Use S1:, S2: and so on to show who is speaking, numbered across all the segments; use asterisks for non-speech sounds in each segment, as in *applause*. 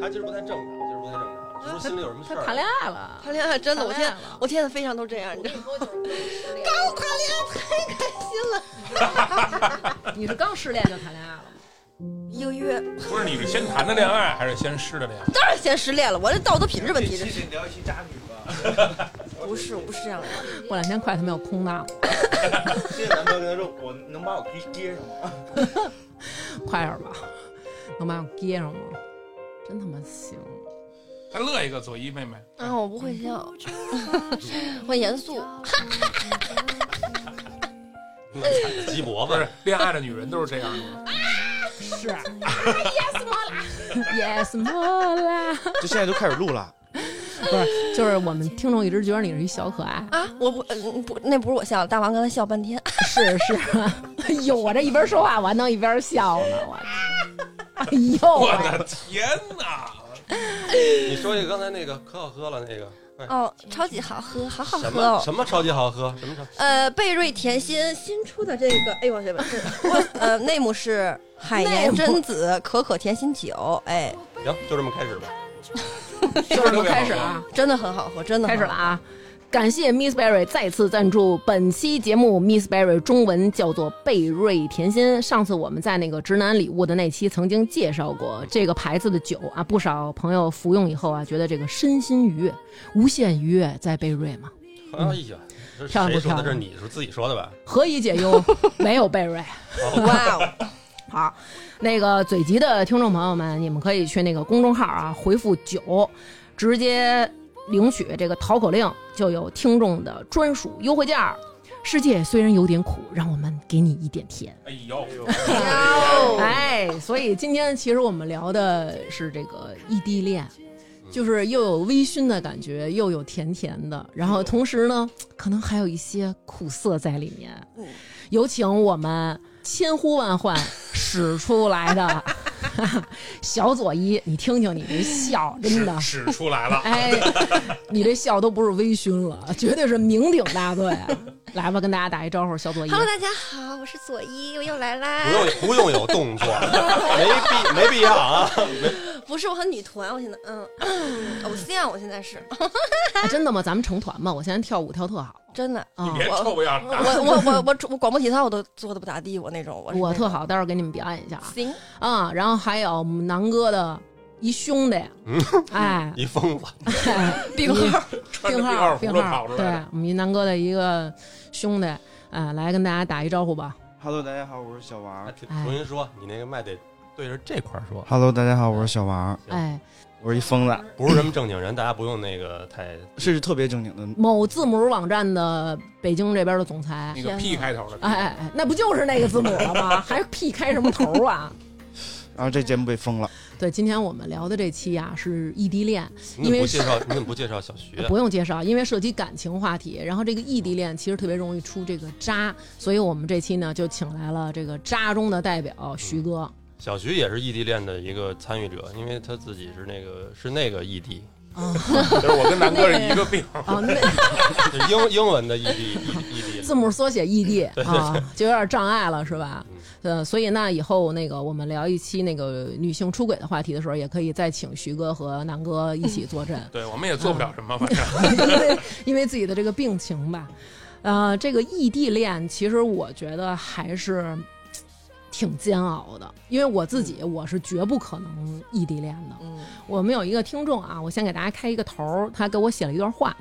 S1: 他其实不太正常，其实不太正常，是不是心里有什么事
S2: 他
S1: 儿？
S2: 谈恋爱了，
S3: 谈恋爱真的，我
S2: 谈
S3: 现
S2: 恋
S3: 在
S2: 爱了
S3: 我现在非常都这样，你
S4: 我
S3: 知
S4: 跟
S3: 道吗。
S4: 你说，就是失恋，
S3: 我谈恋爱太开心了，
S2: 你是刚失恋就谈恋爱了吗？
S3: 一个月
S5: 不是你是先谈的恋爱还是先试的恋爱？
S3: 当然先失恋了，我这道德品质问题，这
S6: 这
S3: 是
S6: 期聊一期渣女吧。
S1: *laughs*
S3: 不是我不是这样的？
S2: *laughs* 过两天快他妈要空难了，
S6: 这个男朋友跟他说：“我能把我给接上吗
S2: 快点儿吧，能把我接上吗？真他妈行，
S5: 他乐一个左一妹妹，
S3: 啊，我不会 *laughs* 笑，我严肃。
S1: 鸡脖
S5: 不
S1: 子
S5: 是，恋爱的女人都是这样的。
S2: 是，yes *laughs* 莫拉，yes *laughs* 莫拉，？”
S6: 就现在就开始录了，
S2: 不是，就是我们听众一直觉得你是一小可爱，
S3: 啊，我不，嗯不，那不是我笑，大王刚才笑半天。
S2: 是是， *laughs* 哎呦，我这一边说话我还能一边笑呢，我操，
S5: *laughs* 我
S2: 哎呦喂，
S5: 的天哪！
S1: 你说一个刚才那个可好喝了那个，快
S3: 哦，超级好喝，好好
S1: 什
S3: 喝
S1: 么
S3: 哦。
S1: 什么超级好喝，什么超
S3: 呃，贝瑞甜心新出的这个，哎呦我这本是，我呃内幕是海盐榛子可可甜心酒，哎，
S1: 行，就这么开始吧。
S2: 就这么开始啊。
S3: 真的很好喝，真的
S2: 开
S3: 很
S2: 始
S3: 好
S2: 了啊！感谢 Miss Berry 再次赞助本期节目。Miss Berry 中文叫做贝瑞甜心。上次我们在那个直男礼物的那期曾经介绍过这个牌子的酒啊，不少朋友服用以后啊，觉得这个身心愉悦，无限愉悦，在贝瑞嘛，
S1: 哎呀，这是
S2: 漂亮
S1: 谁
S2: 不
S1: 说的？
S2: 漂亮
S1: 这是你是自己说的吧？
S2: 何以解忧？没有贝瑞。
S3: 喝。哇 *laughs* 哦，
S2: 好，啊那个嘴急的听众朋友们，你们可以去那个公众号啊，回复“九”，直接领取这个淘口令，就有听众的专属优惠价。世界虽然有点苦，让我们给你一点甜。
S5: 哎呦，
S3: 哦
S2: 哎，所以今天其实我们聊的是这个异地恋，就是又有微醺的感觉，又有甜甜的，然后同时呢，可能还有一些苦涩在里面。
S3: 嗯
S2: 有请我们千呼万
S5: *laughs*
S2: 唤使出来的小左一，你听听你这笑，真的
S5: 屎。屎出来了。
S2: 哎，你这笑都不是微醺了，绝对是酩酊大醉。
S5: *laughs*
S2: 来吧，跟大家打一招呼，小左一。
S3: Hello，大家好，我是左一，我又来啦
S1: 不。用不用有动作，没必没必要啊。
S3: 不是我很女团，我现在
S2: *coughs*
S3: 嗯，偶像，我现在是
S2: 哎真的吗？咱们成团吧，我现在跳舞跳特好
S3: 真的。
S2: 啊。
S5: 别臭不要脸
S3: 我！我我我我广播体操我都做的不咋地，我那种我是
S2: 我
S3: 那
S2: 特好，待会儿给你们表演一下啊
S3: 种行，
S2: 啊、然后还有我们南哥的一兄弟，
S5: *laughs*
S2: 哎，
S1: 一疯子，
S2: 哎
S3: 病号
S5: 嗯穿着
S2: 病
S5: 病
S2: 号
S5: 号
S2: 病
S5: 服都跑
S2: 号，
S5: 出
S2: 对啊
S5: 来了。
S2: 我们一南哥的一个兄弟，哎，来跟大家打一招呼吧。
S6: ？Hello，大家好，我是小王。
S1: 重新说，你那个麦得对着这块儿说，
S6: Hello，大家好，我是小王，
S1: 行
S2: 哎，
S6: 我是一疯子，
S1: 不是什么正经人，大家不用那个太
S6: 是特别正经的。
S2: 某字母网站的北京这边的总裁，
S5: 那个 P 开头的，
S2: 哎哎，哎，那不就是那个字母了吗？还 P 开什么头啊？
S6: 然后这节目被封了，
S2: 对，今天我们聊的这期啊是异地恋，
S1: 你怎么不介绍？你怎么不介绍小徐啊？
S2: 不用介绍，因为涉及感情话题，然后这个异地恋其实特别容易出这个渣，所以我们这期呢就请来了这个渣中的代表徐哥。
S1: 小徐也是异地恋的一个参与者，因为他自己是那个是那个异
S2: *laughs*
S1: 地，
S2: 啊
S5: 就是我跟南哥是一个病。
S2: 啊，那
S1: 就英英文的异地异异地。
S2: 字母缩写异地啊，就有点障碍了，是吧？呃，所以那以后那个我们聊一期那个女性出轨的话题的时候，也可以再请徐哥和南哥一起坐镇。
S5: 对，嗯我们也做不了什么，反正 *laughs*
S2: 因为 *laughs* 因为自己的这个病情吧。呃，这个异地恋其实我觉得还是嘖挺煎熬的，因为我自己我是绝不可能异地恋的。
S3: 嗯，
S2: 我们有一个听众啊，我先给大家开一个头儿，他给我写了一段话，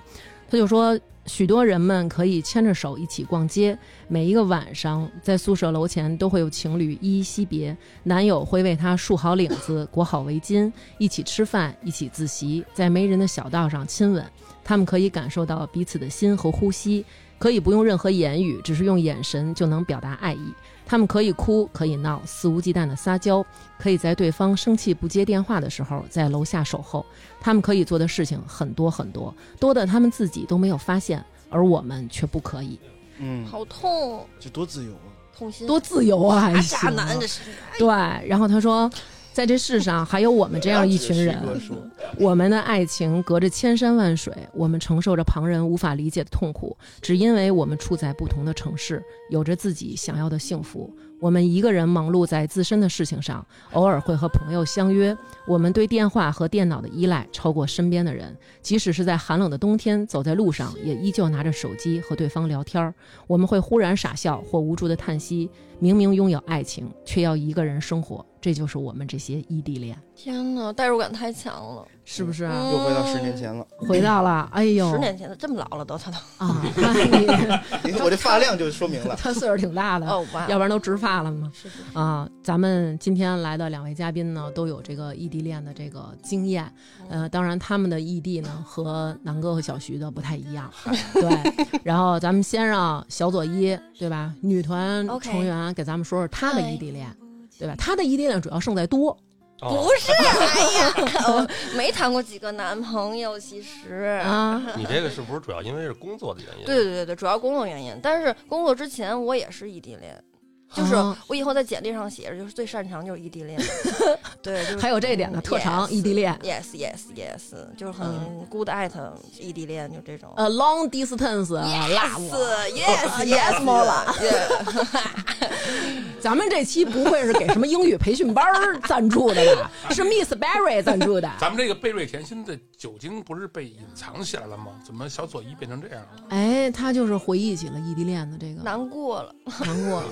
S2: 他就说。许多人们可以牵着手一起逛街，每一个晚上在宿舍楼前都会有情侣依依惜别，男友会为她束好领子、裹好围巾，一起吃饭，一起自习，在没人的小道上亲吻。他们可以感受到彼此的心和呼吸，可以不用任何言语，只是用眼神就能表达爱意。他们可以哭，可以闹，肆无忌惮的撒娇，可以在对方生气不接电话的时候在楼下守候。他们可以做的事情很多很多，多的他们自己都没有发现，而我们却不可以。
S6: 嗯，
S3: 好痛，
S6: 这多自由啊！
S3: 痛心，
S2: 多自由啊！还
S3: 渣
S2: 行啊
S3: 男这是，哎
S2: 对，然后他说，在这世上还有我们这样一群人，我们的爱情隔着千山万水，我们承受着旁人无法理解的痛苦，只因为我们处在不同的城市，有着自己想要的幸福。我们一个人忙碌在自身的事情上，偶尔会和朋友相约。我们对电话和电脑的依赖超过身边的人，即使是在寒冷的冬天，走在路上也依旧拿着手机和对方聊天儿。我们会忽然傻笑或无助的叹息，明明拥有爱情，却要一个人生活。这就是我们这些异地恋，
S3: 天哪，代入感太强了，
S2: 是不是啊？
S3: 嗯
S6: 又回到十年前了，
S2: 回到了，哎呦，
S3: 十年前的这么老了都，他都
S2: 啊，那你。
S6: 你 *laughs* 看我这发量就说明了
S2: *laughs* 他岁数挺大的，
S3: 哦哇，
S2: 要不然都植发了嘛。
S3: 是是
S2: 啊，咱们今天来的两位嘉宾呢，都有这个异地恋的这个经验。
S3: 哦
S2: 呃，当然他们的异地呢和南哥和小徐的不太一样。对， *laughs* 然后咱们先让小左一，对吧？女团
S3: OK
S2: 成员给咱们说说她的
S3: 嗨
S2: 异地恋，对吧？她的异地恋主要胜在多，
S1: 哦
S3: 不，是，哎呀， *laughs* 我没谈过几个男朋友，其实
S2: 啊，
S1: 你这个是不是主要因为是工作的原因？啊
S3: 对对对对，主要工作原因。但是工作之前我也是异地恋，就是
S2: 啊
S3: 我以后在简历上写着，就是最擅长就是异地恋。
S2: *laughs*
S3: 对，就是嗯
S2: 还有这一点呢，特长
S3: Yes
S2: 异地恋。嗯
S3: yes yes yes，就是很 good at 异地恋，就这种。
S2: 呃，long distance 啊 love，
S3: yes
S2: *laughs*
S3: yes more 了，Yeah
S2: 咱们这期不会是给什么英语培训班儿赞助的吧？是 Miss Barry 赞助的。
S5: 咱们这个贝瑞甜心的酒精不是被隐藏起来了吗？怎么小左一变成这样了？
S2: *laughs* 哎，他就是回忆起了异地恋的这个
S3: 难过了。
S2: 难过，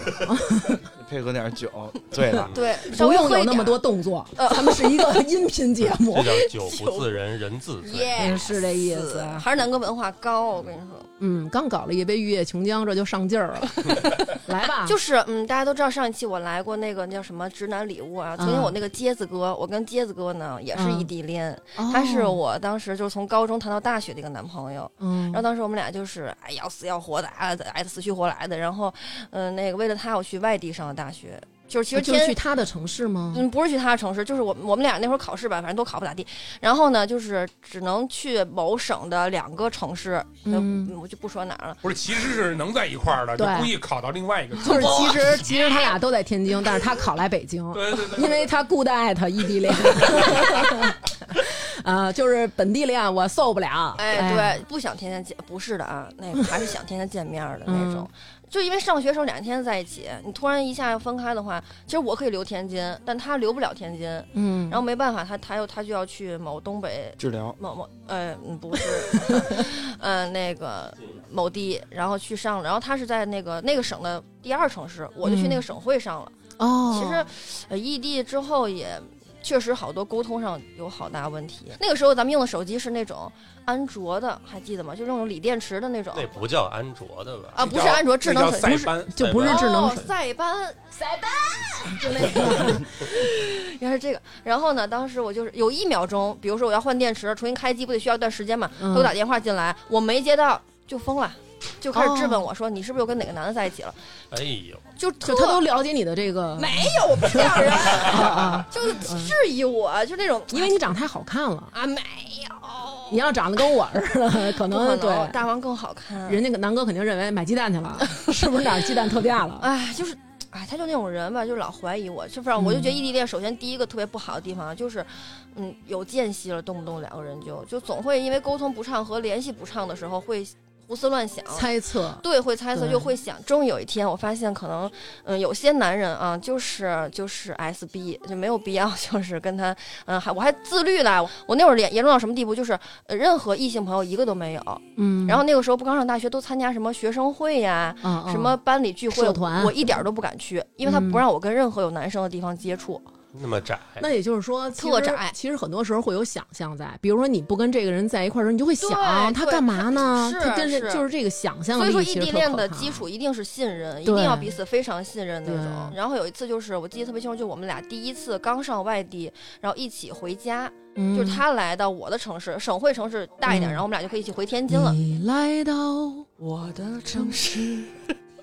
S6: 配合点酒，醉了。
S3: 对， *laughs* 稍
S2: 不
S3: 微
S2: 用
S3: 喝
S2: 有
S3: 一
S2: 那么
S3: 点。呃
S2: 多动作，咱们是一
S3: *laughs*
S2: 个音频节目
S1: 这，叫酒不自人人自
S2: *laughs*
S1: 醉。
S3: Yes
S2: 是这意思啊。
S3: 还是南哥文化高，我跟你说，
S2: 嗯，刚搞了一杯玉液琼浆，这就上劲儿
S3: *laughs*
S2: 了，来吧，
S3: 就是是嗯，大家都知道上一期我来过那个叫什么直男礼物啊，曾经我那个杰子哥，我跟杰子哥呢也是
S2: 嗯
S3: 异地恋，他是，
S2: 哦
S3: 我当时就是从高中谈到大学的一个男朋友，
S2: 嗯
S3: 然后当时我们俩就是哎要死要活的，啊爱的死去活来的，然后嗯、那个为了他我去外地上的大学，就是其实
S2: 哦就是去
S3: 天。
S2: 他的城市吗？
S3: 嗯，不是去他的城市，就是我我们俩那会儿考试吧，反正都考不咋地。然后呢，就是只能去某省的两个城市，
S2: 嗯
S3: 嗯，我就不说哪儿了。
S5: 不是，其实是能在一块儿的，就
S2: 对
S5: 故意考到另外
S2: *laughs*
S5: 一个。
S2: 就是其实其实他俩都在天津，但是他考来北京，
S5: 对对对，
S2: 因为他 good at 异地
S3: *laughs*
S2: 恋。啊，就是本地恋我受不了。
S3: 哎，对，不想天天见，不是的啊，那个还是想天天见面的那种。就因为上学时候两天在一起，你突然一下分开的话，其实我可以留天津，但他留不了天津，
S2: 嗯，
S3: 然后没办法，他他又他就要去某东
S6: *laughs*
S3: 北
S6: 治疗
S3: 某某，呃，嗯不是， *laughs* 呃，那个某地，然后去上了，然后他是在那个那个省的第二城市，我就去那个省会上了。
S2: 嗯哦，
S3: 其实，呃，异地之后也确实好多沟通上有好大问题。那个时候咱们用的手机是那种安卓的，还记得吗？就那种锂电池的那种
S1: 那不叫安卓的吧？
S3: 啊，不是安卓智能
S5: 那叫
S3: 手
S5: 塞
S3: 机，
S5: 班，
S2: 就不是
S1: 塞班
S2: 智能
S3: 哦
S2: 手机
S3: 塞班，塞班，就那个，原来是这个。然后呢，当时我就是有一秒钟，比如说我要换电池，重新开机，不得需要一段时间嘛？
S2: 嗯
S3: 给我打电话进来，我没接到就疯了，就开始质问我说：“你是不是又跟哪个男的在一起了
S1: 哎呦，？”
S3: 就
S2: 哦就
S3: 特
S2: 他都了解你的这个
S3: 没有，我不是这样人， *laughs*
S2: 啊啊，
S3: 就是质疑我，就那种
S2: 因为你长得太好看了，
S3: 啊没
S2: 你
S3: 有，
S2: 要长得跟我似的，可
S3: 不
S2: 能
S3: 可
S2: 对
S3: 能，大王更好看。啊
S2: 人家南哥肯定认为买鸡蛋
S3: *laughs*
S2: 去了，是不是哪儿鸡蛋特价了？
S3: 哎，就是，哎，他就那种人吧，就是老怀疑我。就反正我就觉得异地恋，首先第一个特别不好的地方啊就是，嗯，有间隙了，动不动两个人就就总会因为沟通不畅和联系不畅的时候会胡思乱想。
S2: 猜测，
S3: 对，会猜测
S2: 对
S3: 又会想。终于有一天，我发现可能，嗯，有些男人啊，就是就是 SB，就没有必要， *laughs* 就是跟他，嗯，还我还自律了。我那会儿严严重到什么地步，就是、呃任何异性朋友一个都没有。
S2: 嗯，
S3: 然后那个时候不刚上大学，都参加什么学生会呀、
S2: 嗯嗯
S3: 什么班里聚会，
S2: 社团
S3: 我一点儿都不敢
S2: *laughs*
S3: 去，因为他不让我跟任何有男生的地方接触。
S2: 嗯
S1: 那么窄，
S2: 那也就是说，其实
S3: 哎特窄
S2: 其实很多时候会有想象在，比如说你不跟这个人在一块儿的时候，你就会想
S3: 对
S2: 他
S3: 对
S2: 干嘛呢？
S3: 是
S2: 他跟这
S3: 是
S2: 就是这个想象
S3: 所
S2: 力
S3: 以
S2: 其
S3: 说，
S2: 实特可怕，
S3: 异地恋的基础一定是信任，一
S2: 对
S3: 定要彼此非常信任那种。
S2: 对
S3: 然后有一次就是我记得特别清楚，就我们俩第一次刚上外地，然后一起回家，
S2: 嗯
S3: 就是他来到我的城市，省会城市大一点，
S2: 嗯
S3: 然后我们俩就可以一起回天津了。
S2: 你来到我的城市，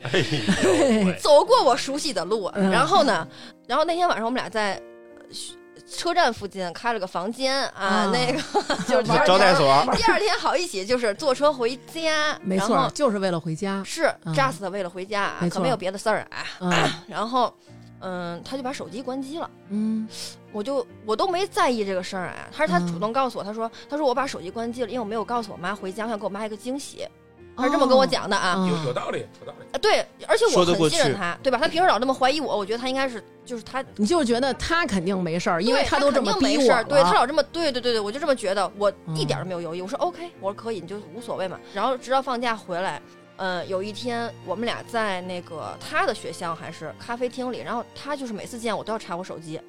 S1: 哎呦
S2: *laughs*
S1: 喂，
S3: 走过我熟悉的路，
S2: 嗯
S3: 然后呢，然后那天晚上我们俩在呃车站附近开了个房间啊，
S2: 啊
S3: 那个 *laughs* 就是第二
S6: 招待
S3: 天，
S6: 所，
S3: 第二天好一起就是坐车回家，
S2: 没
S3: 然
S2: 错
S3: 后，
S2: 就是为了回家，
S3: 是
S2: 嗯
S3: just 为了回家啊
S2: 没，错
S3: *clears throat* 可没有别的事儿啊。
S2: 嗯，
S3: 然后嗯，他就把手机关机了。
S2: 嗯
S3: 我就我都没在意这个事儿啊，他是他
S2: 嗯
S3: 主动告诉我，他说他说我把手机关机了，因为我没有告诉我妈回家，我想给我妈一个惊喜，他是这么跟我讲的啊。
S2: 哦嗯
S5: 有有道理，有道理。
S3: 啊对，而且我
S4: 说得
S3: 很
S4: 过
S3: 信任
S4: 去
S3: 他，对吧？他平时老这么怀疑我，我觉得他应该是就是他，
S2: 你就是觉得他肯定没事儿，因为
S3: 对他
S2: 都这
S3: 肯
S2: 么
S3: 定
S2: 逼
S3: 没
S2: 我
S3: 事儿，对他
S2: 了啊
S3: 老这么，对对对对，我就这么觉得，我一点
S2: 嗯
S3: 儿都没有犹豫，我说 OK，我说可以，你就无所谓嘛。然后直到放假回来，呃，有一天我们俩在那个他的学校还是咖啡厅里，然后他就是每次见我都要查我手机，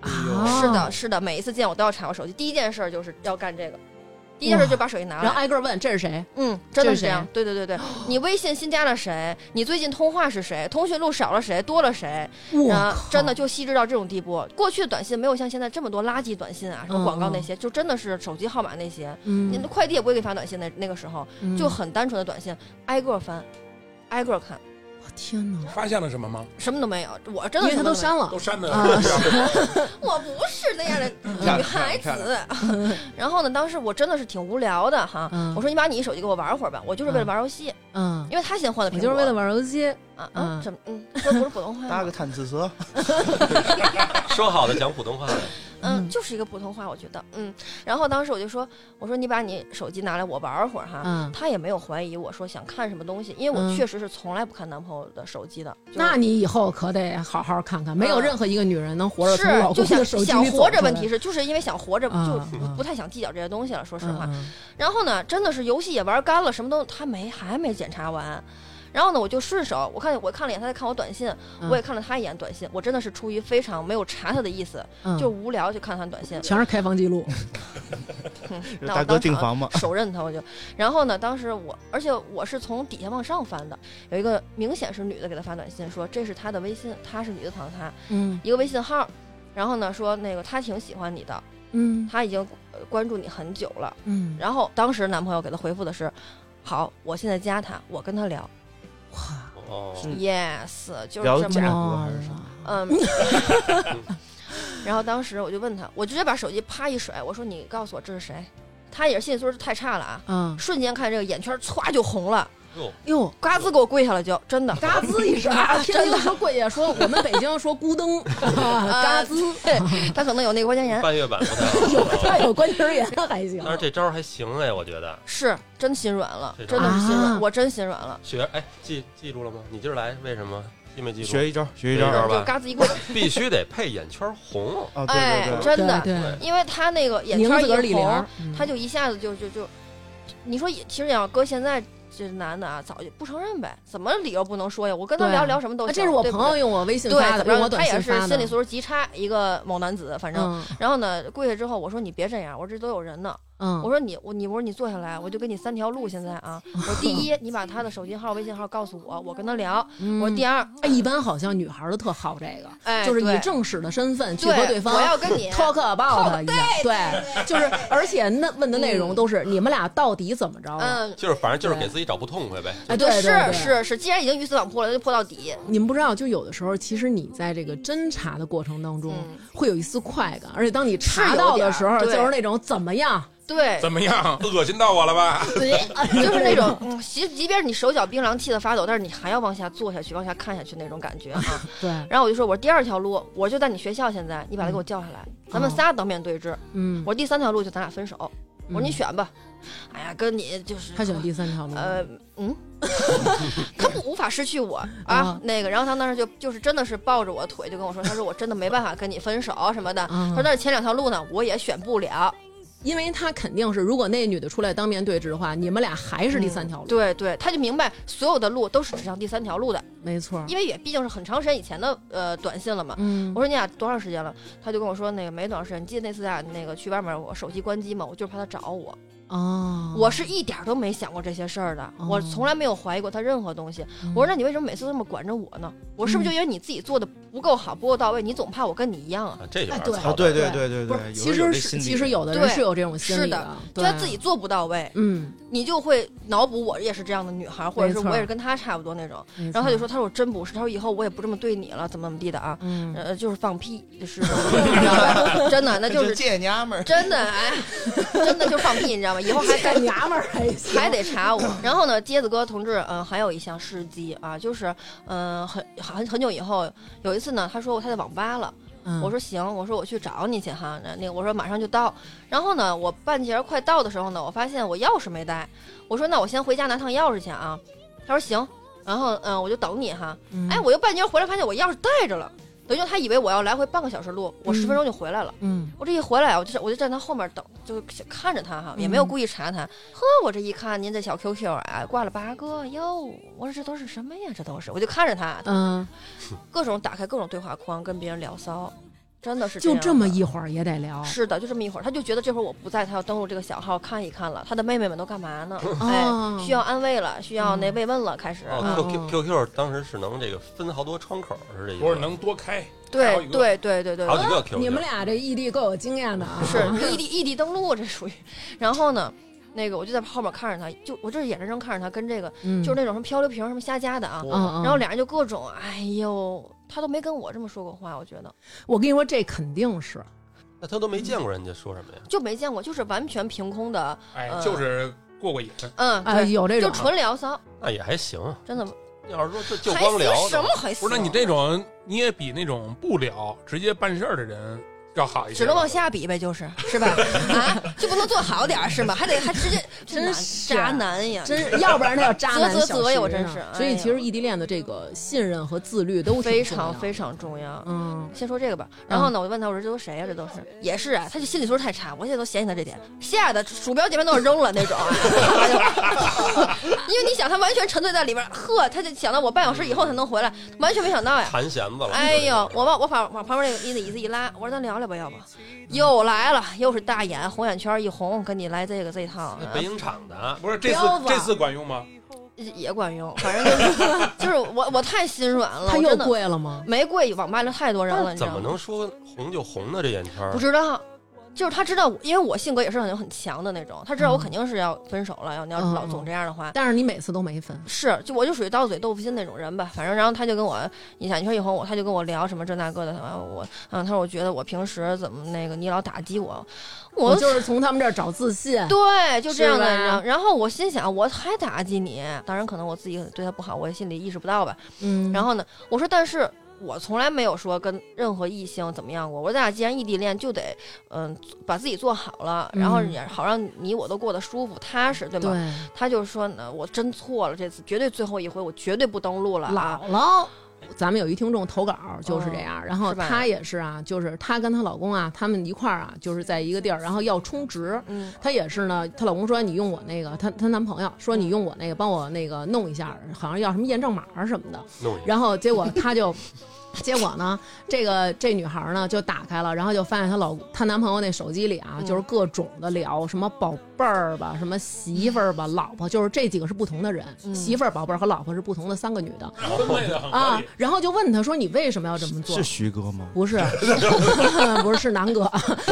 S2: 啊
S3: 是的，，是的，每一次见我都要查我手机，第一件事儿就是要干这个，第一件事就把手机拿
S2: 然后
S3: 来。
S2: 挨个问这是谁？
S3: 嗯，真
S2: 这
S3: 的是
S2: 是
S3: 这样
S2: 谁。
S3: 对对
S2: *gasps*
S3: 对对，你微信新加了谁？你最近通话是谁？通讯录少了谁？多了谁？
S2: 我
S3: 然后真的
S2: 靠
S3: 就细致到这种地步。过去的短信没有像现在这么多垃圾短信啊，什么广告那些，就真的是手机号码那些，你的
S2: 嗯，
S3: 快递也不会给你发短信那那个时候就很单纯的短信，挨个翻，挨个看，
S2: 嗯我天哪，
S5: 发现了什么吗？
S3: 什么都没有。我真
S2: 因为
S3: 的什
S2: 他
S3: 么
S2: 都
S3: 没有
S2: 删了
S5: 都，删的，
S2: 啊
S3: 我不是
S2: *laughs*
S3: 那样的
S2: 嗯
S4: 亮
S3: 女孩
S4: 漂亮
S3: 子。 *laughs* 然后呢，当时我真的是挺无聊的哈，
S2: 嗯
S3: 我说你把你手机给我玩会儿吧，我就是为了玩游戏，
S2: 嗯，
S3: 因为他先换的
S2: 我
S3: 苹
S2: 就
S3: 果，
S2: 是为了玩游戏，
S3: 啊啊
S2: 嗯
S3: 怎么嗯，说不是普通话
S4: 搭
S3: 吗
S4: 个，探测车，
S1: 说好的讲普通话的，
S3: 嗯，
S2: 嗯
S3: 就是一个普通话，我觉得嗯。然后当时我就说，我说你把你手机拿来我玩会儿哈。
S2: 嗯，
S3: 他也没有怀疑我说想看什么东西，因为我
S2: 嗯
S3: 确实是从来不看男朋友的手机的。就是
S2: 那你以后可得好好看看，没有
S3: 嗯
S2: 任何一个女人能活着从老
S3: 是就
S2: 公的
S3: 想
S2: 手机
S3: 想
S2: 里
S3: 活着，问题
S2: 题
S3: 是就是因为想活
S2: 嗯
S3: 着，就不太想计较这些东西了。说实话，然后呢，真的是游戏也玩干了，什么都他没还没检查完。然后呢，我就顺手我看我看了一眼他在看我短信，
S2: 嗯
S3: 我也看了他一眼短信。我真的是出于非常没有查他的意思，
S2: 嗯
S3: 就无聊就看他短信。
S2: 全是开房记
S3: *laughs*
S2: 录，
S3: 哼那
S4: 大
S3: 我
S4: 哥
S3: 当
S4: 订
S3: 场
S4: 房吗？
S3: 手刃他，我就。然后呢，当时我而且我是从底下往上翻的，有一个明显是女的给他发短信说这是他的微信，他是女的，好像他
S2: 嗯
S3: 一个微信号。然后呢，说那个他挺喜欢你的，
S2: 嗯
S3: 他已经呃关注你很久了。
S2: 嗯，
S3: 然后当时男朋友给她回复的是，好，我现在加他，我跟他聊。 *laughs*
S2: 哇，
S1: 哦，
S3: Yes，就是
S4: 聊
S3: 这
S4: 价
S3: 么。
S4: 格还是什么？
S3: 嗯，然后当时我就问他，我直接把手机啪一甩，我说你告诉我这是谁？他也是心理素质太差了啊！
S2: 嗯，
S3: *laughs* 瞬间看这个眼圈歘就红了，
S1: 哟，
S2: 哟。
S3: 嘎吱给我跪下了就，真的
S2: 嘎吱一声，啊
S3: *laughs*
S2: 天
S3: 啊真
S2: 津
S3: 的
S2: 说跪下，说我们北京说咕
S3: *laughs*
S2: 噔，啊
S3: 呃
S2: 嘎吱，
S3: 对他可能有那个关节炎，
S1: 半月板不太好
S2: *laughs* 有快有关节炎还行
S1: 但是这招儿还行哎，我觉得
S3: 是真心软了，
S1: 这
S3: 真的是心软，
S2: 啊
S3: 我真心软了，
S1: 学哎记记住了吗？你今儿来为什么记没记住？
S4: 学一招，学一
S1: 这
S4: 招
S1: 样吧
S3: 就嘎吱一跪，
S1: 必须得配眼圈红，
S4: 啊！对
S3: 哎
S4: 对，对，
S3: 真的，
S2: 对，
S3: 因为他那个眼
S2: 宁
S3: 圈
S2: 自个儿嗯
S3: 一
S2: 李
S3: 红，
S2: 玲，
S3: 他就一下子就就就，你说也其实要搁现在这男的啊，早就不承认呗，怎么理由不能说呀？我跟他
S2: 对
S3: 聊聊什么都
S2: 啊
S3: 行，
S2: 这是我
S3: 对不
S2: 朋友用我微信
S3: 对
S2: 发的，
S3: 对怎么
S2: 用我
S3: 着，他
S2: 短
S3: 也
S2: 信
S3: 是
S2: 发
S3: 心理
S2: 的。
S3: 素质极差一个某男子，反正。
S2: 嗯
S3: 然后呢，跪下之后，我说你别这样，我说这都有人呢。
S2: 嗯，
S3: 我说你我你我说你坐下来，我就给你三条路。现在啊，我说第一，你把他的手机号、微信号告诉我，我跟他聊。
S2: 嗯
S3: 我说第二，
S2: 哎一般好像女孩儿都特好这个，
S3: 哎，
S2: 就是以
S3: 对
S2: 正式的身份去和
S3: 对
S2: 对方
S3: 我要跟你
S2: talk about 一下，对，就是而且那问的内容都是你们俩到底怎么着了？
S3: 嗯，
S1: 就是反正就是给自己找不痛快呗。
S2: 哎，对，对
S3: 是
S2: 对
S3: 是是，既然已经鱼死网破了，那就破到底。
S2: 你们不知道，就有的时候，其实你在这个侦查的过程当中
S3: 嗯，
S2: 会有一丝快感，而且当你
S3: 是
S2: 查
S3: 有
S2: 到的
S3: 点儿
S2: 时候，就
S3: 对
S2: 是那种怎么样，
S3: 对，
S5: *laughs* 怎么样？ *laughs* 恶心到我了吧？
S3: 就是那种，嗯，即即便是你手脚冰凉、气得发抖，但是你还要往下坐下去、往下看下去那种感
S2: *laughs*
S3: 觉啊。
S2: 对，
S3: 然后我就说，我说第二条路，我就在你学校，现在你把他给我叫下来，咱们仨当面对质。
S2: 嗯
S3: 我，说第三条路就咱俩分手，我说你
S2: 嗯
S3: 选吧。哎呀，跟你就是
S2: 他选第三条路，
S3: 呃
S2: *laughs*
S3: 嗯，他不无法失去我啊
S2: 啊，
S3: 那个，然后他当时就就是真的是抱着我腿就跟我说，他说我真的没办法跟你分手什么的。
S2: 啊
S3: 他说但是前两条路呢，我也选不了。
S2: 因为他肯定是，如果那女的出来当面对质的话，你们俩还是第三条路，
S3: 嗯对对，他就明白所有的路都是指向第三条路的。
S2: 没错，
S3: 因为也毕竟是很长时间以前的呃短信了嘛。
S2: 嗯
S3: 我，说你俩多长时间了？他就跟我说那个没多长时间。你记得那次咱俩那个去外面，我手机关机嘛，我就是怕他找我。
S2: 哦，
S3: 我是一点儿都没想过这些事儿的，
S2: 哦
S3: 我从来没有怀疑过他任何东西。
S2: 嗯
S3: 我说那你为什么每次都这么管着我呢？我是不是就因为你自己做的不够好、不够到位，你总怕我跟你一样啊？
S1: 啊，这有
S2: 哎
S1: 点
S2: 对
S1: 操
S4: 啊，
S1: 蛋
S4: 对对对对
S2: 不
S4: 对，
S2: 是，其实是其实有的人
S3: 对
S2: 是有这种心
S3: 是
S2: 理
S3: 的
S2: 的，
S3: 就
S2: 对
S3: 他自己做不到位，
S2: 嗯，
S3: 你就会脑补我也是这样的女孩，或者是
S2: 没错
S3: 我也是跟他差不多那种。
S2: 然
S3: 然后他就说：“他说我真不是，他说以后我也不这么对你了，怎么怎么地的啊。”
S2: 嗯， *laughs*
S3: 呃，就是放屁，就是，你知道吧？真的，那就是
S4: 贱娘们儿，
S3: 真的哎，真的就放屁，你知道吗？以后还
S2: 这
S3: 得
S2: 娘们儿还行
S3: 还得查我。然后呢，呃椰子哥同志，嗯、还有一项事迹啊，就是，嗯、很很很久以后，有一次呢，他说他在网吧了，
S2: 嗯，
S3: 我说行，我说我去找你去哈，那那个我说马上就到。然后呢，我半截儿快到的时候呢，我发现我钥匙没带，我说那我先回家拿趟钥匙去啊。他说行，然后嗯、呃我就等你哈。
S2: 嗯，
S3: 哎，我又半截儿回来，发现我钥匙带着了，等于他以为我要来回半个小时路，我十分钟就回来了。
S2: 嗯，
S3: 我这一回来，啊我就站我就站他后面等，就看着他哈，也没有
S2: 嗯
S3: 故意查他。呵，我这一看，您这小 QQ 啊，挂了八个哟！我说这都是什么呀？这都是，我就看着他，
S2: 嗯，
S3: 各种打开各种对话框，跟别人聊骚，真的是
S2: 就
S3: 这
S2: 这
S3: 样的
S2: 么。一会儿也得聊，
S3: 是的，就这么一会儿，他就觉得这会儿我不在，他要登录这个小号看一看了，他的妹妹们都干嘛呢？
S2: 哦
S3: 哎，需要安慰了，需要那
S2: 嗯
S3: 慰问了，开始。啊
S2: 嗯
S1: 哦，Q Q Q Q 当时是能这个分好多窗口是这意思
S5: 不
S1: 吗？
S5: 是能多开还有
S3: 对
S5: 一个
S3: 对对对对，
S1: 好几个 Q Q。
S2: 你们俩这异地够有经验的啊，
S3: 是异地异地登录，这属于。 *laughs* 然后呢，那个我就在后面看着他，就我这眼睁睁看着他跟这个
S2: 嗯，
S3: 就是那种什么漂流瓶什么瞎加的啊。
S2: 嗯，嗯，
S3: 然后俩人就各种，哎呦，他都没跟我这么说过话，我觉得
S2: 我跟你说，这肯定是，
S1: 那他都没见过人家说什么呀？
S3: 就没见过，就是完全凭空的，
S5: 哎
S3: 嗯，
S5: 就是过过瘾。
S3: 嗯，
S2: 啊，
S3: 对，
S2: 有这
S3: 就
S2: 种，
S3: 纯聊骚，
S1: 那也还行。
S3: 真的
S1: 要是说这就
S3: 还
S1: 光聊
S3: 行
S1: 的
S3: 什
S1: 话
S3: 么还行？
S5: 不是，那你这种你也比那种不聊直接办事儿的人要好一些。
S3: 只能往下比呗，就是是吧？啊，就不能做好点儿是吗？还得还直接，
S2: 真
S3: 男
S2: 是
S3: 渣男呀！
S2: 真要不然他叫渣男
S3: *laughs* 啧啧
S2: 小
S3: 啧呀我
S2: 学
S3: 真
S2: 呢
S3: 是哎
S2: 所以其实
S3: 呀
S2: 异地恋的这个信任和自律都挺
S3: 非
S2: 重要
S3: 常
S2: 的
S3: 非，常重要。
S2: 嗯，
S3: 先说这个吧，然后呢，我就问他，我说这都谁呀、这都是，也是啊，他就心理素质太差，我现在都嫌弃他这点，吓得鼠标键盘都要扔了那种、啊。 *laughs* 因为你想，他完全沉醉在里边儿，呵，他就想到我半小时以后才能回来，完全没想到呀。
S1: 弹弦子了。
S3: 哎呦
S1: 就，是
S3: 我往我往往旁边那个椅子椅子一拉，我说咱聊聊吧，要不？又来了，又是大眼红眼圈一红，跟你来这个这一套啊，
S1: 那北影厂的，
S5: 不是这次
S3: 彪子
S5: 这次管用吗？
S3: 也
S2: *laughs*
S3: 管用，反正就是就是我我太心软了，
S2: 他
S3: 我
S2: 又
S3: 真的
S2: 贵了吗？
S3: 没贵，网吧里太多人了，你知
S1: 怎
S3: 道
S1: 么
S3: 吗？
S1: 能说红就红呢？这眼圈儿
S3: 嗯不知道，就是他知道我，因为我性格也是很很强的那种，他知道我
S2: 嗯
S3: 肯定是要分手了，要你要
S2: 嗯
S3: 老
S2: 嗯
S3: 总这样的话。
S2: 但是你每次都没分，
S3: 是，就我就属于刀子嘴豆腐心那种人吧，反正然后他就跟我一眼圈一红，我他就跟我聊什么这那个的，他说我嗯，他说我觉得我平时怎么那个你老打击我，我
S2: 我就是从他们这儿找自信，
S3: 对，就是这样的。
S2: 吧
S3: 然后然后我心想，我还打击你，当然可能我自己对他不好，我也心里意识不到吧。
S2: 嗯，
S3: 然后呢，我说，但是我从来没有说跟任何异性怎么样过。我说咱俩既然异地恋，就得嗯、把自己做好了，然后
S2: 嗯
S3: 也好让你我都过得舒服踏实，对吗？
S2: 对，
S3: 他就说呢，我真错了，这次绝对最后一回，我绝对不登录了啊。
S2: 姥姥。咱们有一听众投稿就是这样，然后
S3: 是吧
S2: 她也是啊，就是她跟她老公啊，他们一块儿啊，就是在一个地儿，然后要充值。
S3: 嗯，
S2: 她也是呢，她老公说你用我那个，她她男朋友说你用我那个，帮我那个弄一下，好像要什么验证码儿什么的。
S1: 弄一个
S2: 然后结果她就， *laughs* 结果呢，这个这女孩呢就打开了，然后就发现她老她男朋友那手机里啊，
S3: 嗯
S2: 就是各种的聊什么宝贝儿吧，什么媳妇儿吧，老婆，就是这几个是不同的人，
S3: 嗯
S2: 媳妇儿、宝贝儿和老婆是不同的三个女的
S5: 分类的很合
S2: 啊
S5: 理。。
S2: 然后就问她说你为什么要这么做
S6: 是？徐哥 *laughs* 吗？
S2: 不
S3: *laughs*
S2: 是，不是，是南哥。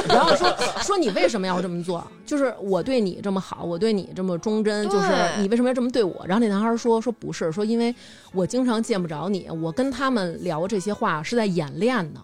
S2: 然后说说你为什么要这么做？就是我对你这么好，我对你这么忠贞，
S3: 对
S2: 就是你为什么要这么对我？然后那男孩说说不是，说因为我经常见不着你，我跟他们聊这些话是在演练呢。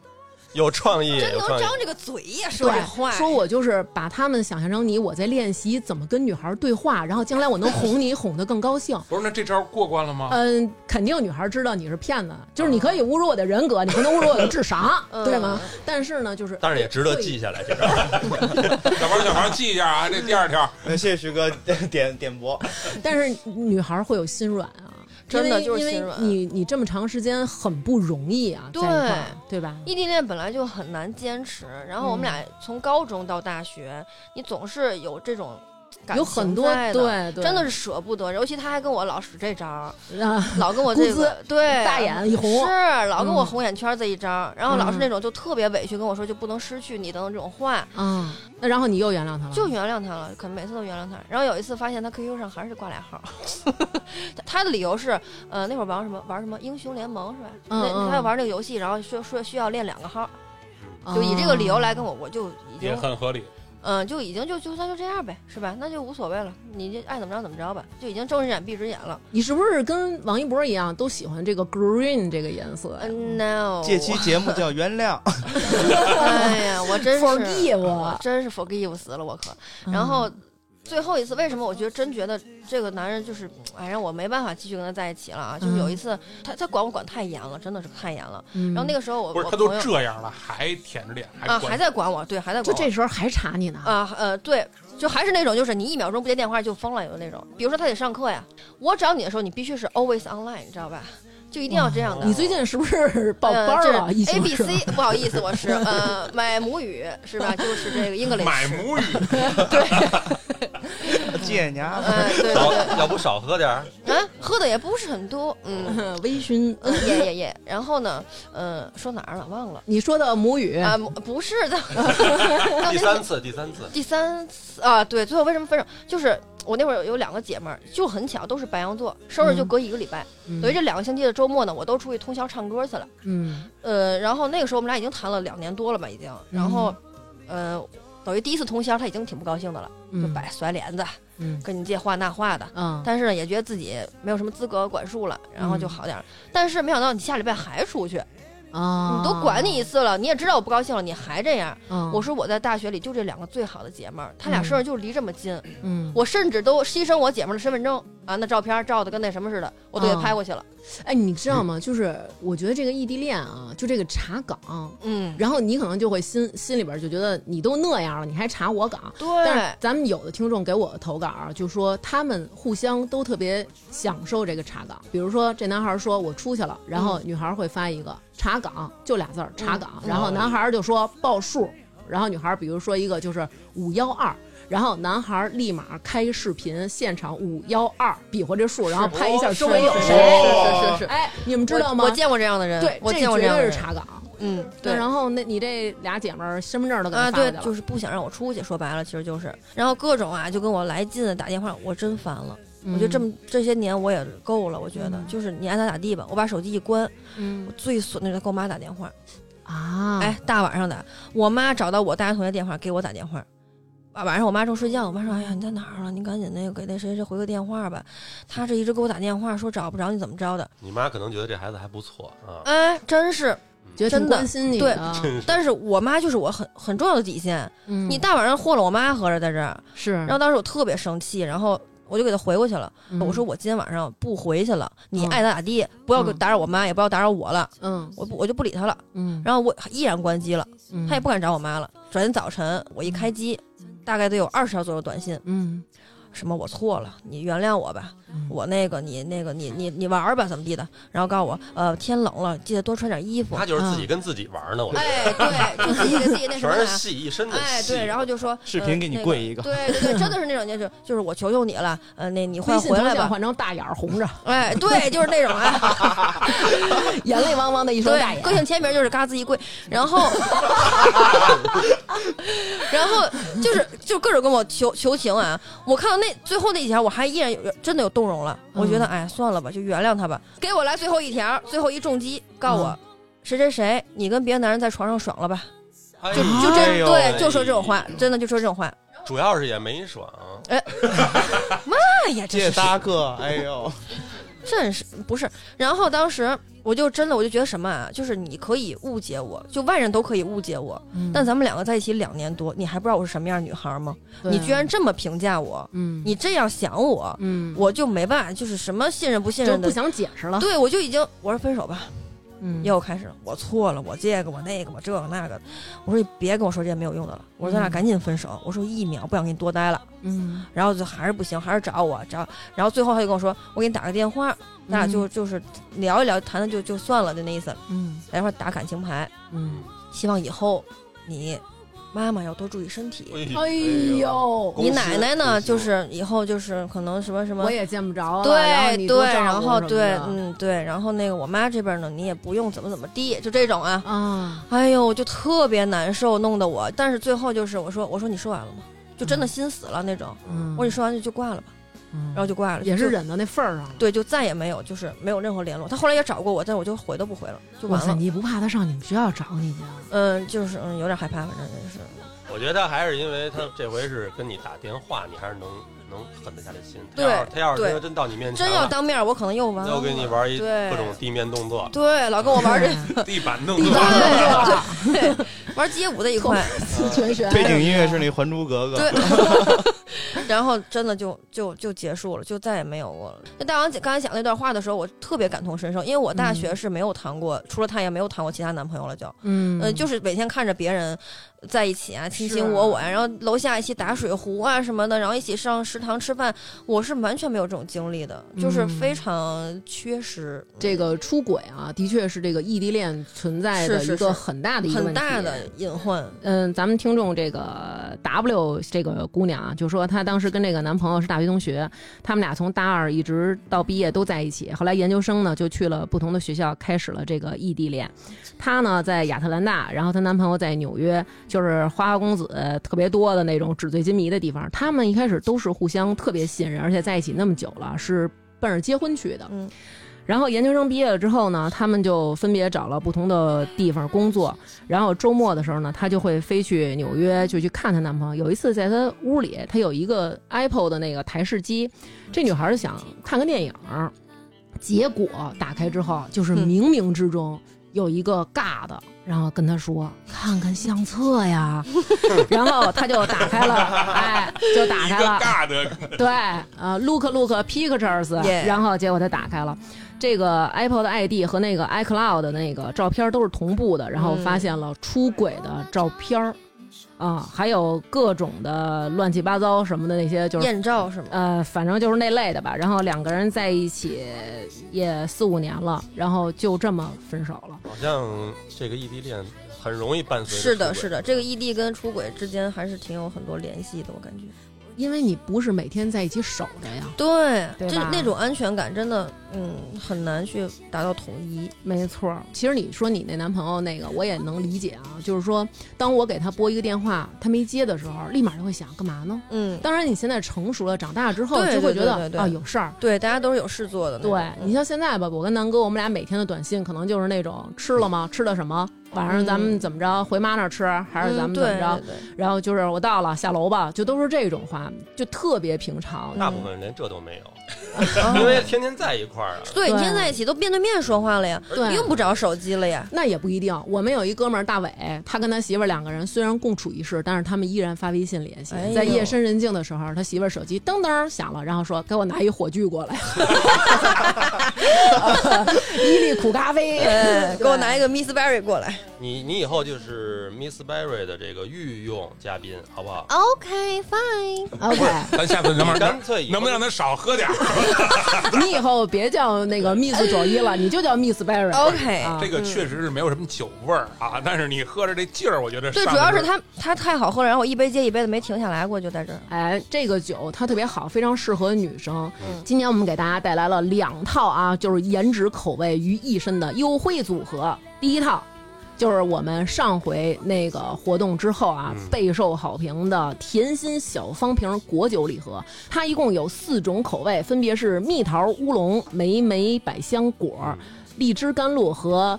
S1: 有创意，
S3: 真
S1: 有
S3: 能
S1: 创意
S3: 张。这个嘴呀，说
S2: 对
S3: 这话，，
S2: 说我就是把他们想象成你，我在练习怎么跟女孩对话，然后将来我能哄你， *laughs* 哄得更高兴。
S5: 不是，那这招过关了
S3: 啊
S5: 吗？
S2: 嗯，肯定女孩知道你是骗子，就是你可以侮辱我的人格，你不能侮辱我的智商，
S3: 嗯
S2: 对吗？但是呢，就是
S1: 但是也值得
S2: 对
S1: 记下来，这招儿
S5: 小王，小王记一
S3: *laughs*
S5: 下啊，这第二条。
S6: 哎，谢谢徐哥 *laughs* 点点播。
S2: 但是女孩儿会有心软啊，
S3: 真的
S2: 因为
S3: 就是
S2: 因
S3: 心
S2: 为
S3: 软
S2: 你你这么长时间很不容易啊，
S3: 对
S2: 在一块儿对吧？
S3: 异地恋本来就很难坚持，然后我们
S2: 嗯
S3: 俩从高中到大学，你总是有这种感
S2: 有
S3: 情
S2: 很多
S3: 在的。
S2: 对对，
S3: 真的是舍不得，尤其他还跟我老使这招儿，
S2: 是 *laughs* 啊，
S3: 老跟我这
S2: 工资
S3: 个对
S2: 大眼一红
S3: 是老跟我
S2: 嗯
S3: 红眼圈这一招儿，然后老是
S2: 嗯
S3: 那种就特别委屈跟我说就不能失去你等等这种话，
S2: 嗯，那然后你又原谅他了，
S3: 就原谅他了，可每次都原谅他。然后有一次发现他 QQ 上还是挂俩号，他 *laughs* 他的理由是，呃，那会儿玩什么玩什么英雄联盟是吧？
S2: 嗯嗯
S3: 那他要玩那个游戏，然后说说需要练两个号，
S2: 啊
S3: 就以这个理由来跟我，我就已经
S5: 也很合理，
S3: 嗯，就已经就就算就这样呗，是吧？那就无所谓了，你就爱怎么着怎么着吧，就已经睁一只眼闭一只眼了。
S2: 你是不是跟王一博一样都喜欢这个 green 这个颜色呀？
S3: 嗯，no，
S6: 这期节目叫原谅， *laughs*
S3: 哎呀，我真
S2: *laughs*
S3: 是
S2: Forgive 啊嗯
S3: 我真是 forgive 死了我可。然后最后一次，为什么我觉得真觉得这个男人就是，哎，让我没办法继续跟他在一起了啊！就是有一次，他他管我管太严了，真的是太严了。
S2: 嗯嗯
S3: 然后那个时候我
S5: 不是
S3: 我
S5: 他都
S3: 朋友
S5: 这样了，还舔着脸，还
S3: 啊
S5: 管
S3: 还在管我，对，还在
S2: 就
S3: 管我。
S2: 这时候还查你呢，
S3: 啊呃对，就还是那种就是你一秒钟不接电话就疯了有那种。比如说他得上课呀，我找你的时候你必须是 always online，你知道吧？就一定要这样
S2: 嗯
S3: 的。呃
S2: 你最近是不是报班儿了？疫
S3: 嗯这
S2: 情
S3: A B
S2: 是吧 *laughs*
S3: C，不好意思，我是呃买母语是吧？就是这
S5: *laughs*
S3: 个 English。
S5: 买母语，
S6: 借你啊！
S3: 嗯，对对对，
S1: 要不少喝点儿，
S3: 啊，喝的也不是很多，
S2: *laughs*
S3: 嗯，
S2: 微醺。
S3: 嗯耶耶耶。然后呢，嗯，说哪儿了？忘了
S2: 你说的母语，
S3: 啊，不是 *laughs* 的，
S1: 第三次，第三次，
S3: 第三次啊，对，最后为什么分手？就是我那会儿有有两个姐妹儿，就很巧，都是白羊座，生日就隔一个礼拜，
S2: 嗯
S3: 等于这两个星期的周末呢，我都出去通宵唱歌去了。
S2: 嗯
S3: 呃，然后那个时候我们俩已经谈了两年多了吧，已经，然后，呃，等于第一次通宵，她已经挺不高兴的了，就
S2: 嗯
S3: 摆甩帘子，
S2: 嗯
S3: 跟你这话那话的。
S2: 嗯
S3: 但是呢，也觉得自己没有什么资格管束了，然后就
S2: 嗯
S3: 好点儿了。但是没想到你下礼拜还出去，
S2: 啊，
S3: 你都管你一次了，你也知道我不高兴了，你还这样。
S2: 嗯，
S3: 我说我在大学里就这两个最好的姐妹儿，她俩
S2: 嗯
S3: 生日就离这么近，
S2: 嗯，
S3: 我甚至都牺牲我姐妹的身份证啊，那照片照的跟那什么似的，我都给拍过去了。
S2: 哎，你知道吗？就是我觉得这个异地恋啊，就这个查岗，
S3: 嗯，
S2: 然后你可能就会心心里边就觉得你都那样了，你还查我岗。但
S3: 对
S2: 是，咱们有的听众给我投稿啊，就说他们互相都特别享受这个查岗。比如说，这男孩说我出去了，然后女孩会发一个查岗，就俩字儿查岗，
S3: 嗯
S2: 然后男孩就说报数，然后女孩比如说一个就是五幺二。然后男孩立马开视频，现场五幺二比划这数，然后拍一下周围有
S3: 是
S2: 谁。
S3: 是是是是，
S2: 哎，你们知道吗？
S3: 我我见过这样的人，
S2: 对，
S3: 我
S2: 这
S3: 见过这
S2: 绝
S3: 样的
S2: 对
S3: 人
S2: 是，查岗。
S3: 嗯，
S2: 对，
S3: 对。
S2: 然后那你这俩姐们儿身份证都给
S3: 啊，
S2: 她发过
S3: 对
S2: 去，了，
S3: 就是不想让我出去，说白了其实就是，然后各种啊就跟我来劲的打电话，我真烦了，我觉得这么这些年我也够了，我觉得
S2: 嗯
S3: 就是你爱咋咋地吧，我把手机一关，
S2: 嗯
S3: 我最损的就是给我妈打电话，
S2: 啊，
S3: 哎，大晚上的，我妈找到我大学同学电话给我打电话。晚晚上我妈正睡觉，我妈说：“哎呀，你在哪儿了？你赶紧那个给那谁谁回个电话吧。”她这一直给我打电话，说找不着你怎么着的。
S1: 你妈可能觉得这孩子还不错啊，
S3: 哎，真是，
S2: 觉得挺
S3: 真的
S2: 关心你
S3: 对
S2: 的，
S1: 真是。
S3: 嗯但是我妈就是我很很重要的底线。
S2: 嗯
S3: 你大晚上祸了我妈，合着在这儿。
S2: 是，
S3: 然后当时我特别生气，然后我就给她回过去了。
S2: 嗯
S3: 我说：“我今天晚上不回去了，你
S2: 嗯
S3: 爱咋咋地，不要
S2: 嗯
S3: 打扰我妈，也不要打扰我了。
S2: 嗯
S3: 我不我就不理她了。”
S2: 嗯，
S3: 然后我依然关机了。
S2: 嗯
S3: 他也不敢找我妈了。转天早晨我一开机，大概得有二十条左右短信，
S2: 嗯
S3: 什么我错了，你原谅我吧，
S2: 嗯
S3: 我那个你那个你你你玩儿吧，怎么地的，然后告诉我，呃，天冷了，记得多穿点衣服
S1: 他。就是自己跟自己玩呢，我觉得
S3: 嗯哎，对，就自己给自己那什么
S1: 全是
S3: 了。
S1: 戏，一身的戏。
S3: 哎，对，然后就说呃
S4: 视频给
S2: 呃
S4: 你跪一个
S3: 个，对对对，真的是那种，就是就是我求求你了，呃，那你快
S2: 微信头
S3: 回来
S2: 像
S3: 吧，
S2: 换成大眼儿
S3: *laughs*
S2: 红着，
S3: 哎，对，就是那种哎，
S2: 眼泪汪汪的一双大
S3: 对，
S2: 眼
S3: 个，性签名就是嘎吱一跪，然后，
S2: *laughs*
S3: 然后就是就各种跟我求求情啊！我看到那最后那几条，我还依然有真的有动容了。我觉得
S2: 嗯
S3: 哎，算了吧，就原谅他吧。给我来最后一条，最后一重击，告我。
S2: 嗯
S3: 谁谁谁，你跟别的男人在床上爽了吧？
S1: 哎
S3: 就
S1: 呦
S3: 就
S4: 哎
S3: 真
S4: 呦
S3: 对，就说这种话，真的就说这种话。
S1: 主要是也没爽，啊
S3: 哎呀，真
S4: 这
S3: 是
S4: 大哥，哎呦，
S3: 真是不是？然后当时我就真的我就觉得什么啊，就是你可以误解我，就外人都可以误解我，
S2: 嗯
S3: 但咱们两个在一起两年多，你还不知道我是什么样的女孩吗？
S2: 对
S3: 你居然，这么评价我，
S2: 嗯，
S3: 你这样想我，
S2: 嗯，
S3: 我就没办法，就是什么信任不信
S2: 就
S3: 任
S2: 不
S3: 的。
S2: 想解释了，
S3: 对，我就已经我说分手吧，
S2: 嗯，
S3: 又开始了我错了，我这个我那个我这个那个，我说你别跟我说这些没有用的了，我说咱俩
S2: 嗯
S3: 赶紧分手，我说一秒不想跟你多待了，
S2: 嗯，
S3: 然后就还是不行，还是找我找，然后最后他就跟我说，我给你打个电话，咱俩就就是聊一聊，谈谈就就算了，就那意思，
S2: 嗯
S3: 然后打感情牌，
S2: 嗯，
S3: 希望以后你妈妈要多注意身体，
S2: 哎呦，
S1: 公
S3: 你
S1: 司
S3: 奶奶呢？
S1: 公司
S3: 就是以后就是可能什么什么
S2: 我，也见不着了，然后
S3: 对
S2: 你
S3: 对，
S2: 多照顾
S3: 然后
S2: 什么
S3: 对，
S2: 的
S3: 嗯对，然后那个我妈这边呢，你也不用怎么怎么地，就这种啊，
S2: 啊，
S3: 哎呦，我就特别难受，弄得我，但是最后就是我说我说你说完了吗？就真的心死了那种，
S2: 嗯，
S3: 我说你说完就就挂了吧，
S2: 嗯
S3: 然后就挂了，
S2: 也是
S3: 就。
S2: 忍到那份儿上了，
S3: 对，就再也没有，就是没有任何联络。他后来也找过我，但我就回都不回了，就
S2: 哇
S3: 完
S2: *laughs* 塞，
S3: 了。
S2: 你不怕他上你们学校找你去啊？
S3: 嗯，就是嗯，有点害怕，反正也是。
S1: 我觉得他还是因为他这回是跟你打电话，你还是能能狠得下这心。他
S3: 对
S1: 要是他要是
S3: 对
S1: 真真到你面前
S3: 真
S1: 了，
S3: 要当面儿，我可能又完了。
S1: 要跟你玩一
S3: 对
S1: 各种地面动作，
S3: *laughs* 对，老跟我玩这
S5: 地板弄
S2: 地
S5: 断
S2: 板
S5: 了。
S2: *laughs*
S3: 对对 *laughs* 对，玩街舞的一块。
S2: 四全选
S4: 背景音乐是那《还珠格格》，
S3: 对， *laughs* 然后真的就就就结束了，就再也没有过了。那大王姐刚才讲那段话的时候，我特别感同身受，因为我大学是没有谈过，除了他也没有谈过其他男朋友了就，
S2: 嗯，
S3: 呃，就是每天看着别人在一起啊，卿
S5: 是啊
S3: 卿我我呀，然后楼下一起打水壶啊什么的，然后一起上食堂吃饭，我是完全没有这种经历的，就是
S2: 嗯
S3: 非常缺失。
S2: 这个出轨啊，的确是这个异地恋存在的
S3: 是是
S2: 一个
S3: 是
S2: 很大的一个
S3: 很
S2: 问题
S3: 大的隐患，
S2: 嗯，咱们听众这个 W 这个姑娘啊，就说她当时跟这个男朋友是大学同学，他们俩从大二一直到毕业都在一起。后来研究生呢就去了不同的学校，开始了这个异地恋。她呢在亚特兰大，然后她男朋友在纽约，就是花花公子特别多的那种纸醉金迷的地方。他们一开始都是互相特别信任，而且在一起那么久了，是奔着结婚去的。
S3: 嗯
S2: 然后研究生毕业了之后呢，他们就分别找了不同的地方工作。然后周末的时候呢，她就会飞去纽约，就去看她男朋友。有一次在她屋里，她有一个 Apple 的那个台式机，这女孩儿想看个电影儿，结果打开之后，就是
S3: 嗯
S2: 冥冥之中有一个尬的，然后跟她说：“看看相册呀。”
S3: *laughs*
S2: 然后她就打开了，哎，就打开了，
S5: 尬的，
S2: *laughs* 对，呃，look look pictures，、
S3: Yeah
S2: 然后结果他打开了这个 Apple 的 ID 和那个 iCloud 的那个照片都是同步的，然后发现了出轨的照片儿，啊、还有各种的乱七八糟什么的那些，就是
S3: 艳照是吗？
S2: 呃，反正就是那类的吧。然后两个人在一起也四五年了，然后就这么分手了。
S1: 好像这个异地恋很容易伴随着
S3: 是
S1: 出
S3: 的，
S1: 轨
S3: 是的，这个异地跟出轨之间还是挺有很多联系的，我感觉。
S2: 因为你不是每天在一起守着呀，
S3: 对，
S2: 对
S3: 这
S2: 吧
S3: 那种安全感真的，嗯，很难去达到统一。
S2: 没错儿，其实你说你那男朋友那个，我也能理解啊。就是说，当我给他拨一个电话，他没接的时候，立马就会想干嘛呢？
S3: 嗯，
S2: 当然，你现在成熟了，长大之后
S3: 对
S2: 就会
S3: 对
S2: 觉
S3: 对
S2: 得
S3: 对对
S2: 啊有事儿。
S3: 对，大家都是有事做的那种。
S2: 对
S3: 嗯
S2: 你像现在吧，我跟南哥，我们俩每天的短信可能就是那种吃了吗？吃的什么？晚上咱们怎么着？回妈那儿吃，还是咱们
S3: 嗯
S2: 怎么
S3: 对
S2: 着？
S3: 对对
S2: 然后就是我到了，下楼吧，就都是这种话，就特别平常。
S1: 大部分人连这都没
S3: *laughs*
S1: 有，
S3: 啊
S1: 因为天天在一块儿啊。
S3: 对，
S2: 对
S3: 你现在在一起都面对面说话了呀，
S2: 对
S3: 用不着手机
S2: *laughs*
S3: 了呀。
S2: 那也不一定。我们有一哥们儿大伟，他跟他媳妇儿两个人虽然共处一室，但是他们依然发微信联系。
S3: 哎呦
S2: 在夜深人静的时候，他媳妇儿手机噔噔响了，然后说：“给我拿一火炬过来，伊利苦咖啡。
S3: 对，给我拿一
S2: 一
S3: 个 Miss Berry 过来。
S1: 你你以后就是 Miss Berry 的这个御用嘉宾，好不好？
S3: 啊 OK fine，
S2: *laughs* OK。
S5: 咱下次能不能
S1: 干脆以后
S5: 能不能让他少喝点儿？
S2: 你以后别叫那个 Miss 佐伊了，你就叫 Miss Berry。
S3: OK
S2: 啊
S5: 这个确实是没有什么酒味儿啊，但是你喝着这劲儿，我觉得
S3: 对，
S5: 上
S3: 主要
S5: 来
S3: 是它它太好喝了，然后我一杯接一杯的没停下来过，就在这儿。
S2: 哎，这个酒它特别好，非常适合女生。
S3: 嗯
S2: 今年我们给大家带来了两套啊，就是颜值口味于一身的优惠组合。第一套就是我们上回那个活动之后啊，
S1: 嗯
S2: 备受好评的甜心小方瓶果酒礼盒，它一共有四种口味，分别是蜜桃乌龙、莓莓百香果、荔枝甘露和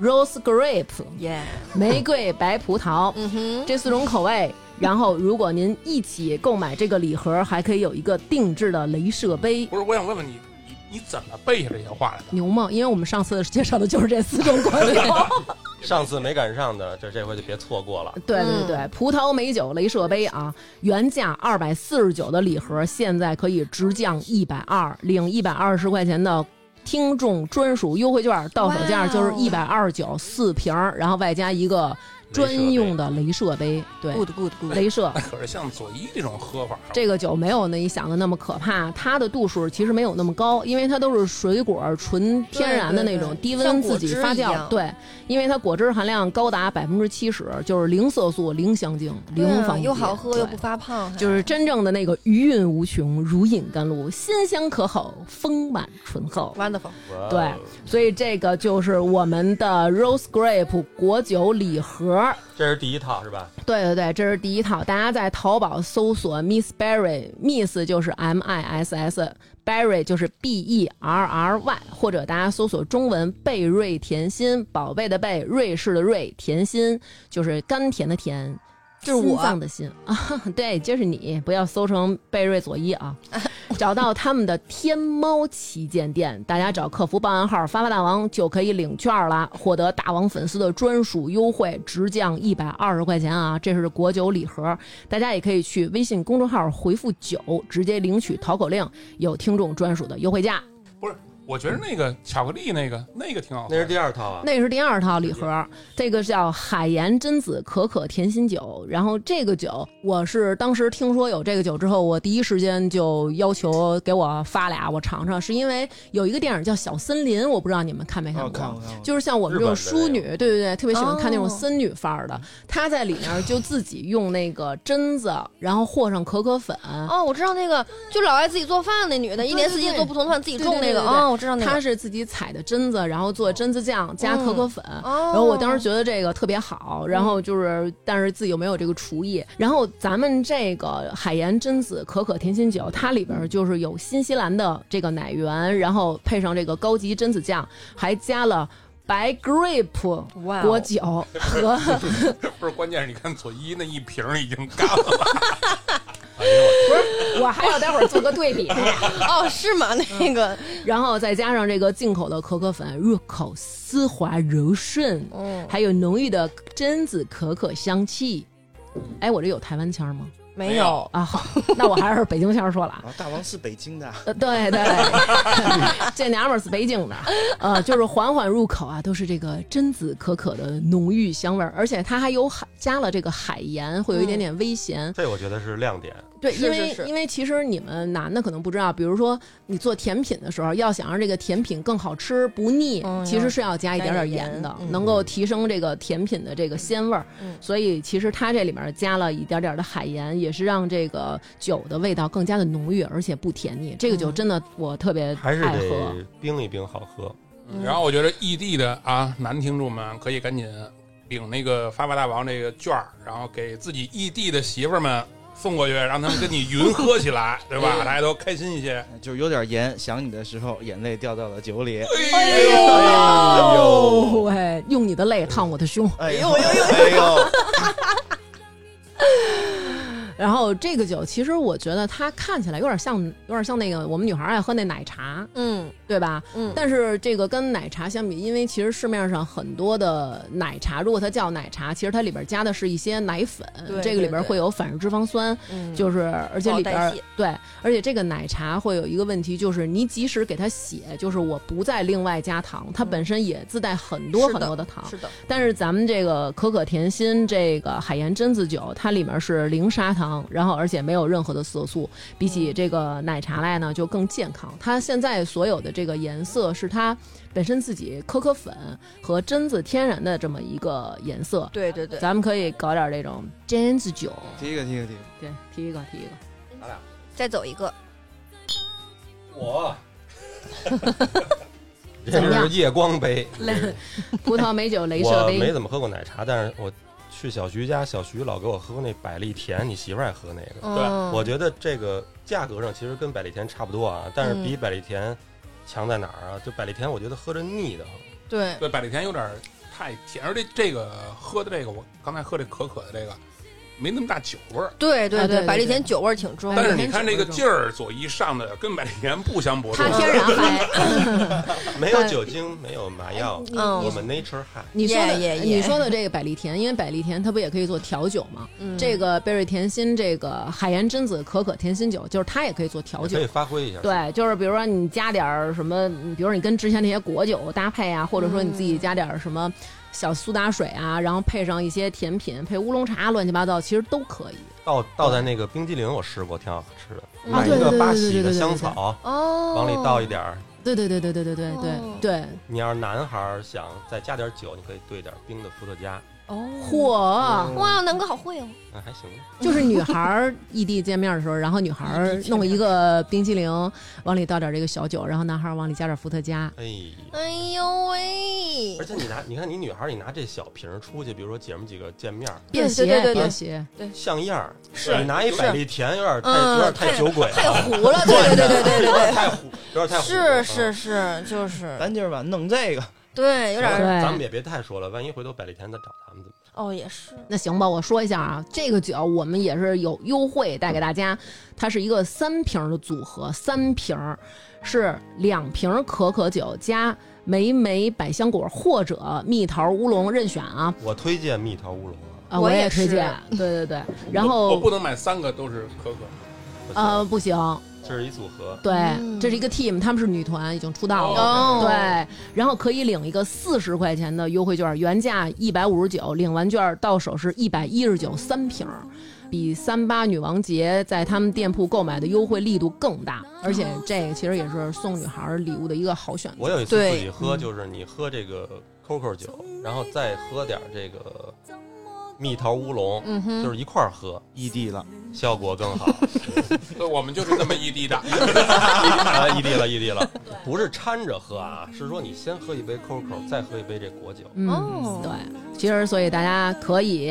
S2: rose grape
S3: 耶，
S2: 玫瑰白葡萄。
S3: 嗯哼，
S2: 这四种口味。然后，如果您一起购买这个礼盒，还可以有一个定制的镭射杯。
S5: 不是，我想问问你，你你怎么背下这些话来的？
S2: 牛吗？因为我们上次介绍的就是这四种果
S3: *laughs*
S2: 酒。
S1: 上次没赶上的，这这回就别错过了。
S2: *laughs* 对对
S3: 嗯
S2: 对，葡萄美酒镭射杯啊，原价二百四十九的礼盒，现在可以直降一百二，领一百二十块钱的。听众专属优惠券到手价就是
S3: 哦
S2: 一百二十九四瓶儿，然后外加一个专用的镭射杯，对，
S3: good good good，
S2: 镭射。
S5: 可是像佐伊这种喝法，
S2: 这个酒没有那你想的那么可怕，它的度数其实没有那么高，因为它都是水果纯天然的那种
S3: 对对对
S2: 低
S3: 像
S2: 温
S3: 果
S2: 自己
S3: 汁
S2: 发
S3: 一
S2: 酵。
S3: 样
S2: 对，因为它果汁含量高达百分之七十，就是零色素、零香精、零防
S3: 啊又
S2: 腐
S3: 好喝
S2: 对
S3: 又不发胖，还
S2: 就是真正的那个余韵无穷，如饮甘露，鲜香可口，丰满醇厚。
S3: wonderful。
S1: 哇哦
S2: 对，所以这个就是我们的 Rose Grape 果酒礼盒。
S1: 这是第一套是吧？
S2: 对对对，这是第一套。大家在淘宝搜索 Miss Berry，Miss 就是 M I S S，Berry 就是 B E R R Y，或者大家搜索中文“贝瑞甜心”，宝贝的贝，瑞士的瑞，甜心就是甘甜的甜。
S3: 就是
S2: 心
S3: 我
S2: 脏的心啊， *laughs* 对，就是你，不要搜成贝瑞佐伊 *laughs* 啊。找到他们的天猫旗舰店，大家找客服报暗号“发发大王”就可以领券啦，获得大王粉丝的专属优惠，直降一百二十块钱啊！这是果酒礼盒，大家也可以去微信公众号回复“酒”，直接领取淘口令，有听众专属的优惠价。
S5: 我觉得那个巧克力那个那个挺好喝
S1: 那是
S5: 的，
S1: 第二套啊。
S2: 那是第二套礼盒，这个叫海盐榛子可可甜心酒。然后这个酒，我是当时听说有这个酒之后，我第一时间就要求给我发俩，我尝尝。是因为有一个电影叫《小森林》，我不知道你们看没看
S6: 哦
S2: 过。
S6: 看过看过，
S2: 就是像我们这种淑女，
S1: 日
S2: 对对对，特别喜欢看那种
S3: 哦
S2: 森女范儿的。她在里面就自己用那个榛子，然后和上可可粉，
S3: 哦，我知道那个，就老爱自己做饭那女的，一年四季做不同的饭，自己种那
S2: 对对
S3: 个。
S2: 对对对
S3: 哦，我知道那
S2: 她
S3: 个。
S2: 是自己采的榛子，然后做榛子酱加可可粉。
S3: 哦，嗯
S2: 然后我当时觉得这个特别好，然后就是，但是自己又没有这个厨艺。然后咱们这个海盐榛子可可甜心酒，它里边就是有新西兰的这个奶源，然后配上这个高级榛子酱，还加了白 grape
S3: 哇哦
S2: 果酒
S3: *laughs*
S2: 和
S5: 不是关键是你看佐伊那一瓶儿已经干了，
S1: 哎呦我
S2: 不是，我还要待会儿做个对比，
S3: 哦，是吗？
S2: 嗯
S3: 那个，
S2: 然后再加上这个进口的可可粉，入口丝滑柔顺，
S3: 嗯，
S2: 还有浓郁的榛子可可香气。哎，我这有台湾腔吗？
S3: 没有，
S2: 啊，好，那我还是北京腔说了啊。
S4: 哦
S6: 啊，大王是北京的，
S4: *laughs*
S2: 呃，对对，这娘们儿是北京的， *laughs* 呃，就是缓缓入口啊，都是这个榛子可可的浓郁香味儿，而且它还有海加了这个海盐，会有一点点微咸。
S1: 这我觉得是亮点，
S2: 对，
S3: 是
S2: 因为
S3: 是是
S2: 因为其实你们男的可能不知道，比如说你做甜品的时候，要想让这个甜品更好吃不腻，
S3: 嗯
S2: 其实是要加一点点
S3: 加点
S2: 盐的，
S3: 盐嗯
S2: 能够提升这个甜品的这个鲜味儿。
S3: 嗯
S2: 所以其实它这里面加了一点点的海盐，也是让这个酒的味道更加的浓郁，而且不甜腻。这个酒
S3: 嗯
S2: 真的我特别
S1: 还是
S2: 爱喝。
S1: 得冰一冰好喝。
S3: 嗯
S5: *laughs* 然后我觉得异地的啊男听众们可以赶紧领那个发发大王这个券儿，然后给自己异地的媳妇儿们送过去，让他们跟你云喝起来，对吧？大家都开心一些。
S6: 就有点盐。想你的时候，眼泪掉到了酒里。
S5: 哎
S3: 呦
S6: 哎
S2: 哦，
S6: 呦，
S2: 喂，用你的泪烫我的胸。
S6: 哎呦，哎呦，哎呦，
S2: 然后这个酒，其实我觉得它看起来有点像，有点像那个我们女孩儿爱喝那奶茶，
S3: 嗯
S2: 对吧？
S3: 嗯，
S2: 但是这个跟奶茶相比，因为其实市面上很多的奶茶，如果它叫奶茶，其实它里边加的是一些奶粉
S3: 对，
S2: 嗯这个里边
S3: 对对
S2: 会有反式脂肪酸，
S3: 嗯
S2: 就是而且
S3: 不好
S2: 里边
S3: 代
S2: 儿
S3: 谢
S2: 对，而且这个奶茶会有一个问题，就是你即使给它写，就是我不再另外加糖，它
S3: 嗯
S2: 本身也自带很多
S3: 是
S2: 很
S3: 的
S2: 多的糖。
S3: 是的，
S2: 但是咱们这个可可甜心这个海盐榛子酒，它里面是零砂糖，然后而且没有任何的色素，比起这个奶茶来呢就更健康。它现在所有的这个颜色是它本身自己可可粉和榛子天然的这么一个颜色。
S3: 对对对，
S2: 咱们可以搞点这种榛子酒，
S6: 第一个，第一个，第一个，
S2: 对，提一个提一个。
S3: 再走一个，
S1: *laughs* 我，这
S2: 怎么样
S1: 是夜光杯，
S2: 雷葡萄美酒镭射
S1: 我没
S2: 杯，
S1: 怎么喝过奶茶，但是我去小徐家，小徐老给我喝那百利甜，你媳妇儿爱喝那个。
S3: 嗯，
S1: 我觉得这个价格上其实跟百利甜差不多啊，但
S2: 嗯
S1: 是比百利甜强在哪儿啊？就百利甜，我觉得喝着腻的。
S3: 对，
S5: 对，百利甜有点太甜，而且这个喝的这个，我刚才喝这可可的这个，没那么大酒味儿。
S3: 对
S2: 啊
S3: 对
S2: 对对
S3: 百利甜酒味儿挺
S2: 哎
S3: 重，
S5: 但是你看这个劲儿，左一上的跟百利甜不相伯仲
S2: 它。天然嗨。
S1: 没有酒精，没有麻药，
S3: 嗯
S1: 我们 Nature High。
S2: 哎你说的
S3: Yeah, yeah, yeah
S2: 你说的这个百利甜，因为百利甜它不也可以做调酒吗？
S3: 嗯
S2: 这个贝瑞甜心，这个海盐榛子可可甜心酒，就是它也可以做调
S1: 我
S2: 酒
S1: 可以。发挥一下，
S2: 对，就是比如说你加点儿什么，比如说你跟之前那些果酒搭配啊，或者说你自
S3: 嗯
S2: 己加点儿什么小苏打水啊，然后配上一些甜品，配乌龙茶，乱七八糟，其实都可以。
S1: 倒倒在那个冰激凌，我试过，挺好吃的。
S3: 嗯
S1: 买一
S2: 嗯啊对对
S1: 个
S2: 对
S1: 八
S2: 对
S1: 喜
S2: 对
S1: 的
S2: 对
S1: 香
S2: 对
S1: 草，
S3: 哦，
S1: 往里倒一点儿。
S2: 对对对对对对对对
S3: 哦
S2: 对，
S1: 你要是男孩儿想再加点酒，你可以兑点冰的伏特加，
S3: 哦，
S2: 嚯！
S1: 嗯
S3: 哇，南哥好会哦，
S1: 那还行。
S2: 就是女孩儿异地见面的时候，然后女孩儿弄一个冰淇淋，往里倒点这个小酒，然后男孩儿往里加点伏特加。
S1: 哎，
S3: 哎呦喂
S1: 而，且你拿，你看你女孩儿，你拿这小瓶儿出去，比如说姐们几个见面儿，
S2: 便携，啊
S3: 对对对对
S2: 便携，
S1: 像样儿。
S5: 是
S1: 你拿一百利甜，有点太
S3: 嗯
S1: 有点太酒鬼
S3: 太
S1: 了，
S3: 糊了，对对对对对对
S1: 有
S3: 对
S1: 点太虎，有点太虎。啊嗯
S3: 对，是是是，就是
S6: 咱今儿吧弄这个，
S3: 对，有点儿
S2: 对
S1: 咱们也别太说了，万一回头百丽田再找咱们怎么办？
S3: 哦，也是，
S2: 那行吧，我说一下啊，这个酒我们也是有优惠带给大家，它是一个三瓶儿的组合，三瓶儿是两瓶儿可可酒加莓莓百香果或者蜜桃乌龙任选啊。
S1: 我推荐蜜桃乌龙啊，
S2: 啊，
S3: 我
S2: 也
S3: 也
S2: 推
S3: 是
S2: 荐，
S3: *laughs*
S2: 对对对，然
S5: 我我
S2: 后
S5: 不能买三个都是可可，
S1: 不行
S3: 啊
S2: 呃，不行，
S1: 这是一组合，
S2: 对，
S3: 嗯
S2: 这是一个 team，他们是女团，已经出道了。
S5: 哦
S2: 对，然后可以领一个四十块钱的优惠券，原价一百五十九，领完券到手是一百一十九，三瓶儿，比三八女王节在他们店铺购买的优惠力度更大。而且这个其实也是送女孩儿礼物的一个好选择。
S1: 我有一次自
S3: 对
S1: 己喝，就是你喝这个 COCO 酒，然后再喝点这个蜜桃乌龙，
S3: 嗯哼，
S1: 就是一块儿喝，
S4: 异地了，
S1: 效果更好。 *laughs*
S5: 所以我们就是这么异地的。
S1: 啊，异地了，异地了，不是掺着喝啊，是说你先喝一杯 COCO，再喝一杯这果酒。
S2: 嗯，
S3: 哦，
S2: 对，其实所以大家可以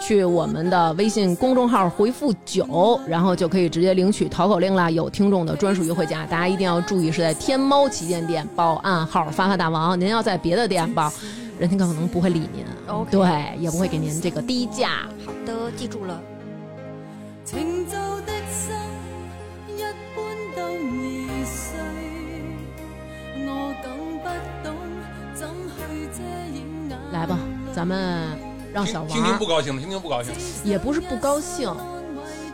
S2: 去我们的微信公众号回复“九”，然后就可以直接领取淘口令啦，有听众的专属优惠价。大家一定要注意，是在天猫旗舰店报暗号“发发大王”，您要在别的店报，人家可能不会理您
S3: OK
S2: 对，也不会给您这个低价。
S3: 好的，记住了。
S7: 情就的心一般都易碎，我更不懂怎去遮掩眼
S2: 来吧，咱们让 *laughs* 小
S5: 听
S2: 王
S5: 听听不高兴了，听听不高兴了。
S2: 也不是不高兴，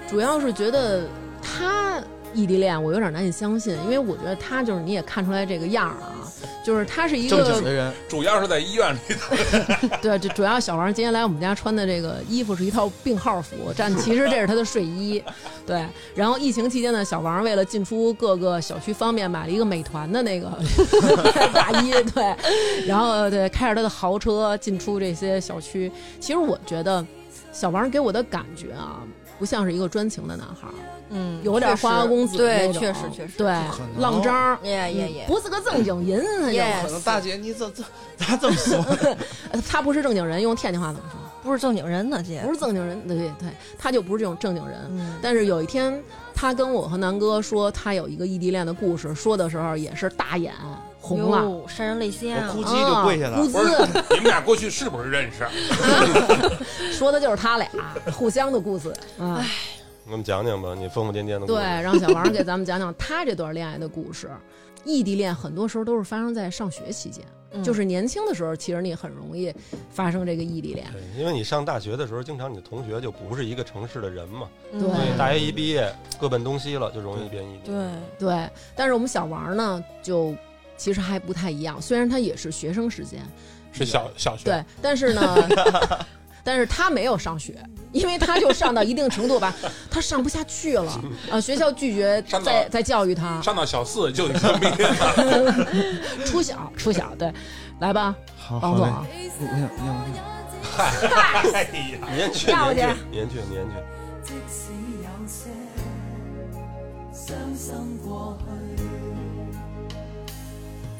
S2: 主要是觉得他异地恋，我有点难以相信，因为我觉得他就是你也看出来这个样儿啊，就是他是一
S4: 正经
S2: 个
S4: 的人，
S5: 主要是在医院里
S2: 对，这主要小王今天来我们家穿的这个衣服是一套病号服，但其实这是他的睡衣，对。然后疫情期间呢，小王为了进出各个小区方便，买了一个美团的那个 *laughs* 大衣，对，然后对开着他的豪车进出这些小区。其实我觉得小王给我的感觉啊，不像是一个专情的男孩儿。
S3: 嗯，
S2: 有点
S3: 确实
S2: 花花公子那
S3: 对，
S2: 种
S3: 确实确实，嗯
S2: 对
S4: 不可，能
S2: 浪张儿，
S3: 耶耶耶，
S2: 不是个正经人，哎他就
S3: Yes
S4: 可能大姐你怎 *laughs* 怎咋这么说？
S2: 呃他不是正经人，用天津话怎么说？
S3: 不是正经人呢，姐
S2: 不，是正经人，对对，他就不是这种正经人。
S3: 嗯，
S2: 但是有一天，他跟我和南哥说他有一个异地恋的故事，说的时候也是大眼红了，
S3: 哟，潸然泪下
S4: 我
S3: 啊，
S4: 哭唧就跪下
S2: 啊
S4: 了
S2: 不，
S5: 不是
S2: 是，
S5: 你们俩过去是不是认识？啊
S2: *laughs* 说的就是他俩互相的故事
S3: 嗯
S2: 啊。
S1: 我们讲讲吧，你疯疯癫癫的故事。
S2: 对，让小王给咱们讲讲他这段恋爱的故事。异地恋很多时候都是发生在上学期间，
S3: 嗯
S2: 就是年轻的时候，其实你很容易发生这个异地恋。
S1: 对，因为你上大学的时候，经常你的同学就不是一个城市的人嘛，
S3: 嗯
S2: 对
S1: 所以大学一毕业各奔东西了，就容易变异地。
S3: 对，
S2: 对，但是我们小王呢，就其实还不太一样，虽然他也是学生时间，
S5: 是小小学，
S2: 对，但是呢，但是他没有上学，因为他就上到一定程度吧，他上不下去了啊、学校拒绝
S5: 上到
S2: 再再教育他，
S5: 上到小四就已经 *laughs* 毕业了。
S2: 初小初小对，来吧，
S4: 好
S2: 王
S4: 哦好
S2: 总
S4: 嘞，
S2: 啊，
S4: 我我想要不要
S5: 哎呀，
S1: *laughs* 年去
S2: 要不
S1: 年去年去年去，
S7: 即使有些伤心過去，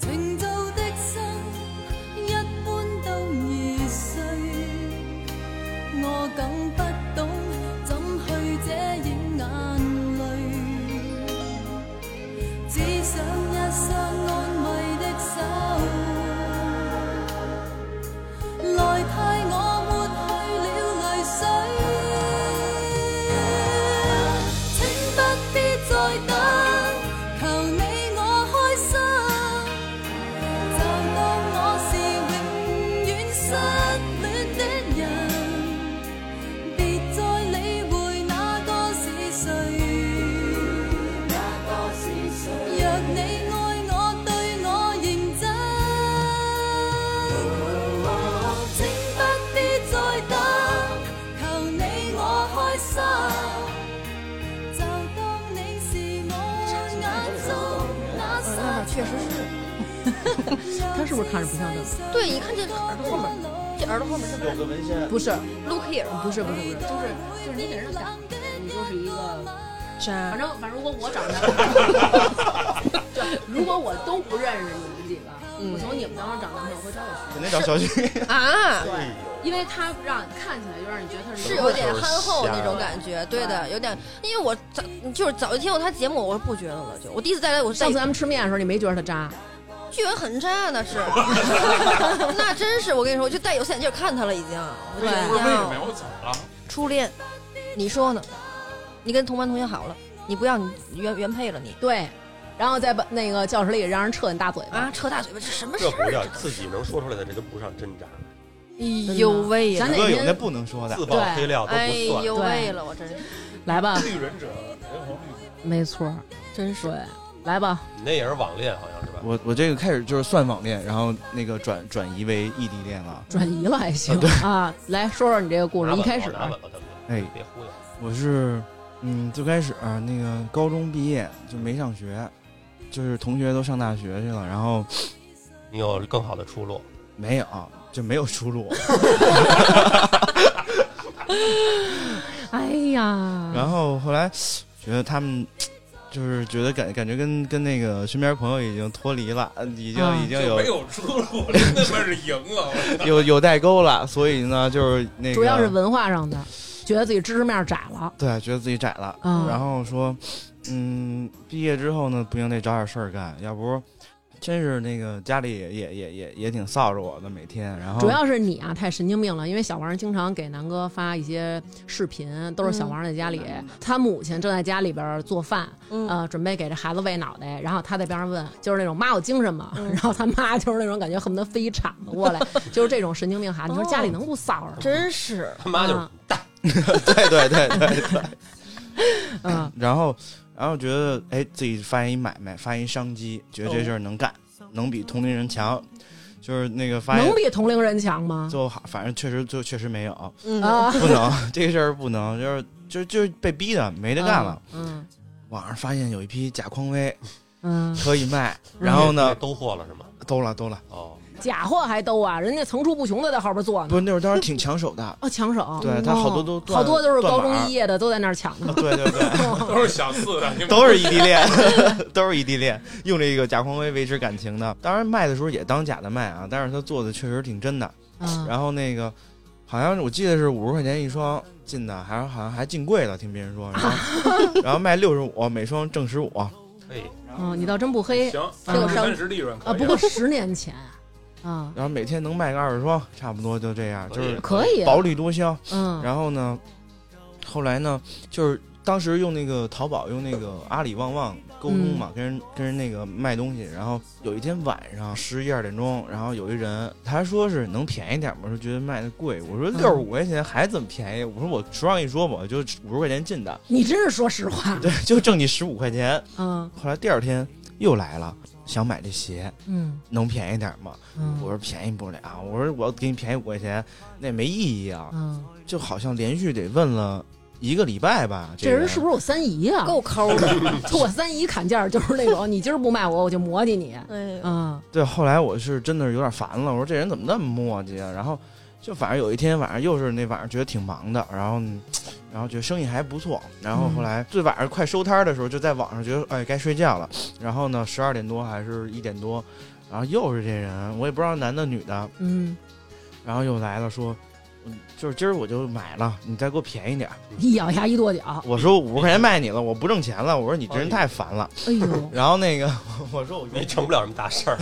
S7: 情造的心一般都易碎，我更不懂怎去遮掩眼淚，只想一雙安慰的手，來替我抹去了淚水。請不必再等，求你我開心，就當我是永遠失戀的人，別再理會那個是誰。若你愛我，對我認真，請不必再等，求你我開心。就當你是我眼中那
S2: *laughs*
S3: 那确实是，
S2: 他是不是看着不像正常？
S3: 对，一看这耳朵后面，这耳朵后面这
S6: 有个纹身，
S2: 不是，
S3: look here，
S2: 不是，不是，不是， *laughs* 啊就是就是你给人想，你就是一个。
S3: 真
S2: 反正反正，如果我长 *laughs* 大，对，如果我都不认识你们几个，我从你们当中找男朋友会找小徐，
S4: 肯定找小徐，
S3: 啊，
S2: 对，因为他让你看起来就让你觉得他
S3: 是
S2: 是
S3: 有
S2: 有
S3: 点
S1: 就是
S3: 憨厚
S1: 瞎
S3: 那种感觉，对的，有点，因为我早就是早就听过他节目，我不觉得了，就我第一次再来，我再
S2: 上次咱们吃面的时候，你没觉得他渣？
S3: 剧本很渣，啊那 *laughs* 是，那真是我跟你说，我就戴有色眼镜看他了，已经。我
S5: 不
S3: 觉
S5: 是
S3: 得哦
S5: 为什么呀？我怎啊么了？
S3: 初恋，你说呢？你跟同班同学好了，你不要你原原配了你
S2: 对，然后在把那个教室里让人撤你大嘴巴。
S3: 啊，扯大嘴巴，这什么事
S1: 这不
S3: 儿？
S1: 叫自己能说出来的，这都不上真渣，
S3: 哎呦喂呀
S2: 咱！
S4: 宇
S2: 哪
S4: 哥有那
S2: 天
S4: 不
S1: *laughs*
S4: 能说的
S1: 自，曝黑料都
S3: 哎
S1: 不
S3: 呦
S1: 算。
S3: 喂了，我真是
S2: 来吧，
S6: 绿忍者，人红绿
S2: 没错，
S3: 真是
S2: 对，来吧，
S1: 你那也是网恋，好像是吧？
S4: 我我这个开始就是算网恋，然后那个转转移为异地恋了。
S2: 转移了还行啊。来说说你这个故事，
S1: 拿稳
S2: 一
S1: 了
S2: 开始啊
S1: 拿稳了，他们
S4: 哎，
S1: 别忽悠。
S4: 我是，嗯，最开始、啊、那个高中毕业就没上学，就是同学都上大学去了，然后
S1: 你有更好的出路，
S4: 没有就没有
S2: *laughs*
S4: 出路，
S2: 哎呀，
S4: 然后后来觉得他们。就是觉得感感觉跟跟那个身边朋友已经脱离了，呃已经、
S2: 啊
S4: 已经
S5: 就
S4: 有
S5: 没有出路，真他妈是赢了。
S4: 有有代沟了，所以呢，就是那个啊
S2: 主要是文化上的，觉得自己知识面窄了。
S4: 对，觉得自己窄了，
S2: 嗯
S4: 然后说，嗯，毕业之后呢，不行得找点事儿干，要不真是那个家里也也也也也挺臊着我的每天，然后
S2: 主要是你啊，太神经病了，因为小王经常给南哥发一些视频，都是小王在家里，他母亲正在家里边做饭，
S3: 嗯，
S2: 呃，准备给这孩子喂脑袋，然后他在边上问，就是那种妈有精神吗？
S3: 嗯
S2: 然后他妈就是那种感觉恨不得飞一铲子
S3: *laughs*
S2: 过来，就是这种神经病孩子，你说
S3: 哦
S2: 家里能不臊着吗？
S3: 真是
S1: 他妈就是
S2: 啊
S1: 蛋。
S4: 对 *laughs* 对对对对，
S2: 嗯，
S4: 然后然后觉得哎，自己发现一买卖，发现一商机，觉
S2: 哦
S4: 得这事儿能干，能比同龄人强，就是那个
S3: 嗯
S4: 发现
S2: 能比同龄人强吗？
S4: 就好，反正确实就确实没有，
S3: 嗯，
S2: 啊，
S4: 不能 *laughs* 这个事儿不能，就是就就是被逼的，没得干了。
S2: 嗯。
S4: 网上发现有一批假匡威
S2: 嗯，
S4: 可以卖，然后呢，
S1: 兜货了是吗？
S4: 兜了兜了。
S1: 哦，
S2: 假货还兜啊，人家层出不穷的在后边做呢。，
S4: 不是那会儿当时挺抢手的
S2: 哦，抢手，哦
S4: 对他好多都断
S2: 好多都是高中
S4: 断码
S2: 毕业的都在那儿抢呢。
S4: 对对 *laughs* 对，
S5: 都是小四的，你们
S4: 都是异地恋， *laughs* 都是异地恋，用这个假匡威维持感情的。当然卖的时候也当假的卖啊，但是他做的确实挺真的。 *laughs*
S2: 嗯，
S4: 然后那个好像我记得是五十块钱一双进的，还好像还进柜了，听别人说，然后
S2: *laughs*
S4: 然后卖六十五，哦每双挣十五。哦
S1: 嘿，
S2: 嗯，你倒真不黑
S5: 行，
S2: 这个商
S5: 三十利润可以
S2: 啊。不过十年前，啊，
S4: 然后每天能卖个二十双，差不多就这样，就
S1: 可以
S4: 是
S2: 可以，啊
S4: 薄利多销。
S2: 嗯，
S4: 然后呢，后来呢，就是当时用那个淘宝，用那个阿里旺旺沟通
S2: 嗯
S4: 嘛，跟人跟人那个卖东西。然后有一天晚上十一二点
S2: 嗯
S4: 钟，然后有一人他说是能便宜点吗？我说觉得卖的贵，我说
S2: 嗯
S4: 六十五块钱还怎么便宜？我说我实话跟你说吧，我就五十块钱进的，
S2: 你真是说实话，
S4: *laughs* 对，就挣你十五块钱。
S2: 嗯
S4: 后来第二天又来了，想买这鞋，
S2: 嗯
S4: 能便宜点吗？
S2: 嗯，
S4: 我说便宜不了，我说我要给你便宜五块钱，那没意义啊。
S2: 嗯，
S4: 就好像连续得问了一个礼拜吧。
S2: 这
S4: 个
S2: 人是不是我三姨
S4: 嗯
S2: 啊？
S3: 够抠的，
S2: 就 *laughs* 我三姨砍价就是那种，你今儿不卖我，我就磨叽你。
S3: 哎，
S2: 嗯
S4: 对？后来我是真的是有点烦了，我说这人怎么那么磨叽啊？然后就反正有一天晚上又是那晚上觉得挺忙的，然后嗯然后觉得生意还不错，然后后来最晚上快收摊儿的时候，就在网上觉得哎该睡觉了，然后呢十二点多还是一点多，然后又是这人，我也不知道男的女的，
S2: 嗯，
S4: 然后又来了说。嗯就是今儿我就买了，你再给我便宜点儿。
S2: 一咬牙一跺脚，
S4: 我说五十块钱卖你了，我不挣钱了。我说你这人太烦了。
S2: 哎
S4: *laughs*
S2: 呦，
S4: 然后那个我说我
S1: 没成不了什么大事儿。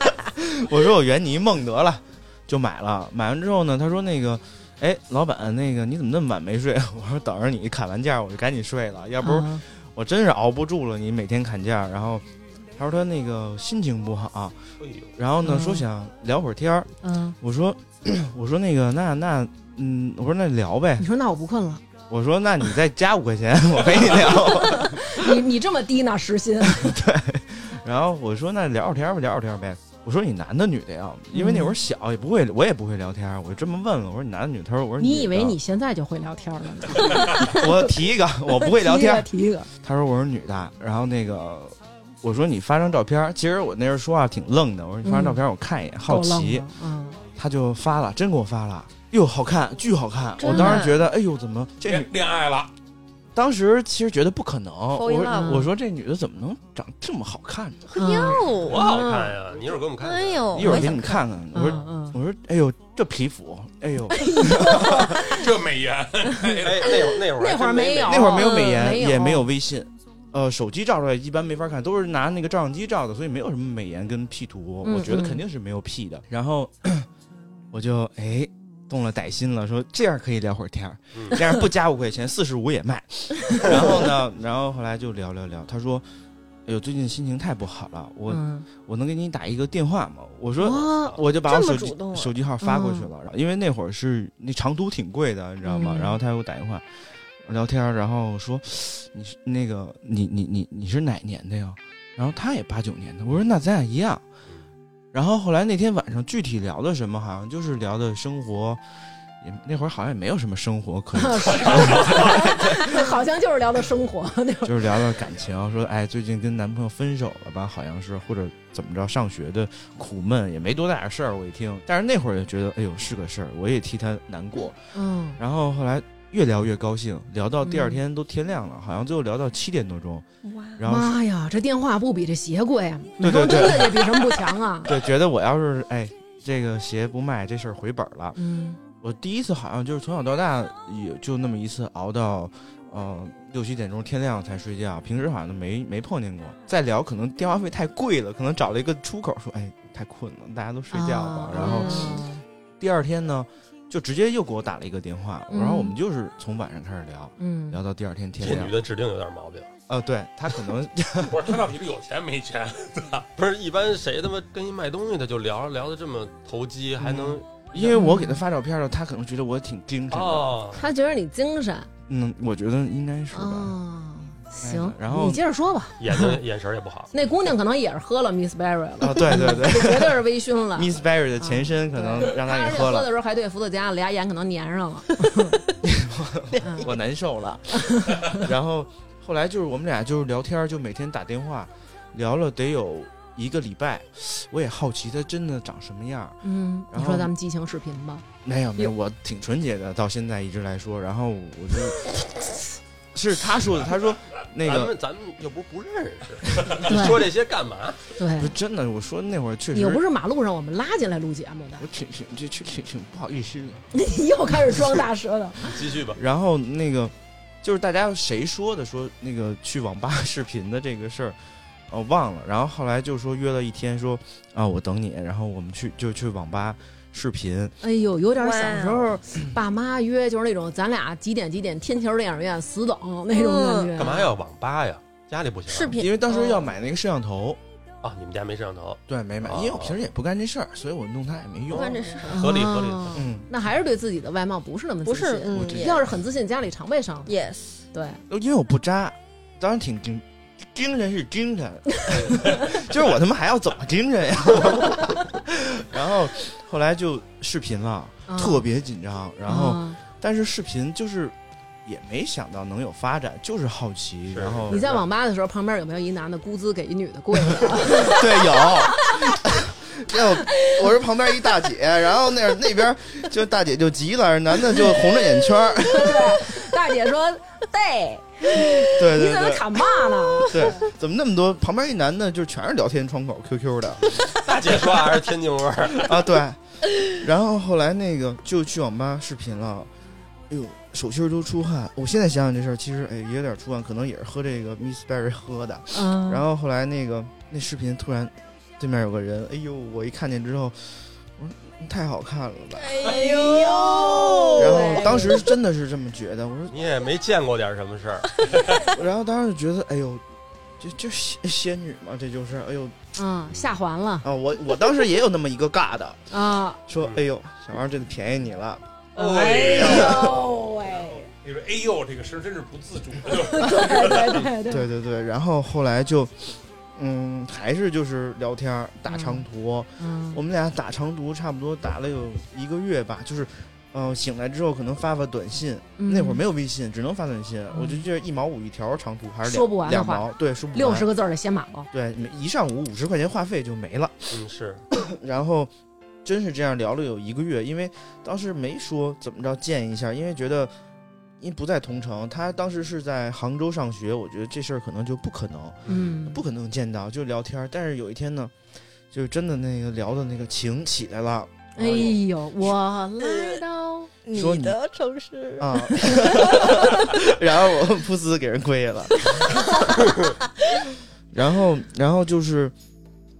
S4: *laughs* 我说我圆你一梦得了，就买了。买完之后呢，他说那个，哎，老板，那个你怎么那么晚没睡？ *laughs* 我说等着你砍完价，我就赶紧睡了，要不
S2: 是，
S4: 我真是熬不住了。你每天砍价，然后他说他那个心情不好，
S1: 哎呦，
S4: 然后呢、
S2: 嗯
S4: 说想聊会儿天儿。
S2: 嗯，
S4: 我说 *clears throat* 我说那个那那嗯，我说那聊呗
S2: 你。说那我不困了，
S4: 我说那你再加五块钱， *laughs* 我陪你聊。
S2: 你你这么低呢，时薪，
S4: 然后我说那聊会儿天儿吧，聊会儿天儿呗。我说你男的女的呀？因为那会儿小也不会，我也不会聊天儿，我就这么问了。我说你男的啊女的？他说我说
S2: 你以为
S4: 女的
S2: 你现在就会聊天了呢？
S4: 我提一个，我 *laughs* 不会聊天儿。
S2: 提一个，提一个，
S4: 他说我是女的，然
S2: *laughs*
S4: 后那个我说你发张照片儿。其实我那时候说话挺愣的，我说你发张照片儿我看一眼， *laughs* 好
S2: 够愣
S4: 奇
S2: 的。，嗯，
S4: 他就发了，真给我发了。哟，好看，巨好看！我
S3: 真
S4: 当
S3: 的
S4: 时觉得，哎呦，怎么这女
S5: 恋？恋爱 *laughs* 了，
S4: 当时其实觉得不可能。我
S3: Fall in
S4: 说
S3: love
S4: 我说这女的怎么能长这么好看呢？
S3: 哎呦，
S1: 多好看呀！你一会儿给我们看看。
S3: 哎呦，
S4: 一会
S3: 我
S4: 儿给
S3: 想
S4: 你们看看。我说
S2: 嗯嗯
S4: 我说，哎呦，这皮肤，哎呦，
S2: 哦
S5: 这美颜，
S1: 哎，那会儿那会儿
S2: 那会
S1: 还
S2: 儿
S1: 真没
S2: 没有
S4: 那会儿没有美
S2: 嗯
S4: 颜，
S2: 没有
S4: 也没有微信，呃，手机照出来一般没法看，都是拿那个照相机照的，所以没有什么美颜跟 P 图，
S2: 嗯
S4: 我觉得
S2: 嗯
S4: 肯定是没有 P 的。然后我就哎动了歹心了，说这样可以聊会儿天儿，
S1: 嗯
S4: 这样不加五块钱，四十五也卖。 *laughs* 然后呢，然后后来就聊聊聊，他说。哎呦，最近心情太不好了，我、
S2: 嗯，哦
S4: 我能给你打一个电话吗？我说、
S2: 哇
S4: *laughs* 我就把我
S3: 这么
S4: 手
S3: 主
S4: 机
S3: 动啊
S4: 手机号发过去了，然后因为那会儿是那长途挺贵的，你知道吗？
S2: 嗯
S4: 然后他给我打电话聊天儿，然后说你是那个你你你你是哪年的呀？然后他也八九年的，我说那咱俩一样。然后后来那天晚上具体聊的什么，好像就是聊的生活，也那会儿好像也没有什么生
S3: *laughs*
S4: 活可以 *laughs*
S2: 好像就是聊的生活那 *laughs* 种。
S4: 就是聊聊感情，说哎，最近跟男朋友分手了吧？好像是，或者怎么着，上学的苦闷也没多大点事儿。我一听，但是那会儿也觉得，哎呦是个事儿，我也替他难过。
S2: 嗯
S4: 然后后来越聊越高兴，聊到第二
S2: 嗯
S4: 天都天亮了，好像最后聊到七点多钟，
S3: 哇，
S4: 然后
S2: 妈呀，这电话不比这鞋贵啊！
S4: 对对
S2: 真
S4: 对
S2: 的这比什么不强啊？
S4: 对，觉得我要是哎这个鞋不卖，这事儿回本儿了。
S2: 嗯
S4: 我第一次好像就是从小到大也就那么一次熬到，呃六七点钟天亮才睡觉，平时好像都没没碰见过。再聊可能电话费太贵了，可能找了一个出口说，哎，太困了，大家都睡觉吧。
S2: 啊
S4: 然后
S2: 嗯
S4: 第二天呢，就直接又给我打了一个电话，
S2: 嗯
S4: 然后我们就是从晚上开始聊，
S2: 嗯，
S4: 聊到第二天天
S1: 这
S4: 亮
S1: 女。的指定有点毛病，
S4: 呃，对他可
S1: *laughs*
S4: 能
S5: 不是他到底是有钱没钱？
S1: 不是一般谁他妈跟一卖东西的就聊聊的这么投机，还能
S4: 因为我给他发照片了，他可能觉得我挺精神嗯的。 *laughs*
S1: 哦，
S2: 他觉得你精神
S4: 嗯，我觉得应该是吧。
S2: 啊。行
S4: 哎，然后
S2: 你接着说吧。
S1: 眼睛眼神儿也不好。
S2: 那姑娘可能也是喝了 Miss Berry 了，
S4: 啊，对对对
S2: 绝对是微醺了。
S4: ，Miss Berry 的前身可能让他
S2: 她
S4: 给
S2: 喝
S4: 喝了
S2: 的。时候还对伏特加俩眼可能粘上
S4: *laughs*
S2: 了。嗯
S4: 我难
S2: *laughs*
S4: 受了。然后后来就是我们俩就是聊天儿，就每天打电话，聊了得有一个礼拜。我也好奇他真的长什么样儿。
S2: 嗯，
S4: 然
S2: 你
S4: 后
S2: 说咱们激情视频吧。
S4: 没有没有，我挺纯洁的，到现在一直来说。然后我就 *laughs* 是他说的，他说那
S1: 咱
S4: 个
S1: 们咱们又不是不认识，你说
S2: 对
S1: 这些干嘛？
S4: 不是
S2: 对，
S4: 真的，我说那会儿确
S2: 你又不
S4: 实。
S2: 是马路上我们拉进来录节目
S4: *laughs*
S2: 的，
S4: 我挺挺挺挺挺挺不好意思的。
S2: 你又开始装大舌头。
S1: 你继续吧。
S4: 然后那个就是大家谁说的说那个去网吧 *laughs* 视频的这个事儿，哦忘了。然后后来就说约了一天说啊我等你，然后我们去就去网吧视频。
S2: 哎呦，有点
S3: 哇
S2: 小时候爸妈约，就是那种咱俩几点几点天桥电影院死等那种感觉。
S1: 干嘛要网吧呀？家里不行啊
S3: 视频
S4: 因为当时要买那个摄像头，
S1: 啊？你们家没摄像头，
S4: 对没买，
S1: 哦
S4: 因为我平时也不干这事儿，所以我弄它也没
S3: 不
S4: 用。
S3: 干这事，
S1: 合理合理
S2: 哦
S4: 嗯，
S2: 那还是对自己的外貌不是嗯那么自
S3: 不
S2: 信。
S3: 是，嗯
S4: 我这，
S2: 要是很自信，家里常备上。
S3: 也 yes，
S2: 对，
S4: 因为我不渣，当然挺精，精神是
S3: *laughs*
S4: 精神，就是我他妈还要怎么精神呀？ *laughs* 然后后来就视频了，
S3: 哦
S2: 嗯
S4: 特别紧张，然后。
S2: 嗯
S4: 但是视频就是也没想到能有发展，就是好奇，
S1: 是
S4: 然后
S2: 你在网吧的时候，旁边有没有一男的工资给一女的跪 *laughs* 着？
S4: 对有。
S2: *laughs*
S4: 那我我是旁边一大姐，然后那那边就大姐就急了，男的就红着眼
S2: *laughs*
S4: 圈儿，
S2: 对，大姐说：“对，
S4: 对
S2: 你
S4: 对
S2: 怎么
S4: 对
S2: 砍骂呢？
S4: 对，怎么那么多？旁边一男的就全是聊天窗口 QQ 的
S1: 大姐说话还是天津味儿。
S2: *laughs*
S4: 啊，对。然后后来那个就去网吧视频了，哎呦，手心儿都出汗。我现在想想这事儿，其实哎也有点出汗，可能也是喝这个 Miss Berry 喝的。
S2: 嗯，
S4: 然后后来那个那视频突然对面有个人，哎呦！我一看见之后，我说嗯太好看了吧。
S3: 哎呦
S4: 然后当时真的是这么觉得，我
S1: 你也没见过点什么事儿，
S4: 说，然后当时觉得，哎呦，就就仙仙女嘛，这就是，哎呦
S2: 嗯，下环了
S4: 啊！我我当时也有那么一个尬的，
S2: 啊！
S4: 说，哎呦，小王这次便宜你了，
S5: 哎
S2: 呦喂！
S5: 你说哎呦，这个声真是不自主，
S2: 对对对
S4: 对对对。然后后来就，嗯，还是就是聊天儿打长途，
S2: 嗯
S4: 我们俩打长途差不多打了有一个月吧，就是，呃，醒来之后可能发发短信，
S2: 嗯
S4: 那会儿没有微信，只能发短信，我就记得一毛五一条长途还是
S2: 说
S4: 两
S2: 不完的
S4: 两
S2: 话
S4: 毛，对，说不完
S2: 六十个字儿的哦先马了。
S4: 对，每一上午五十块钱话费就没了，
S1: 嗯，是
S4: 然后。真是这样聊了有一个月，因为当时没说怎么着见一下，因为觉得因为不在同城，他当时是在杭州上学，我觉得这事儿可能就不可能。
S2: 嗯，
S4: 不可能见到，就聊天儿。但是有一天呢，就真的那个聊的那个情起来了，
S2: 哎呦，我来到
S8: 你
S4: 说你
S8: 的城市，
S4: 啊，然后我噗呲给人亏了，然后然后就是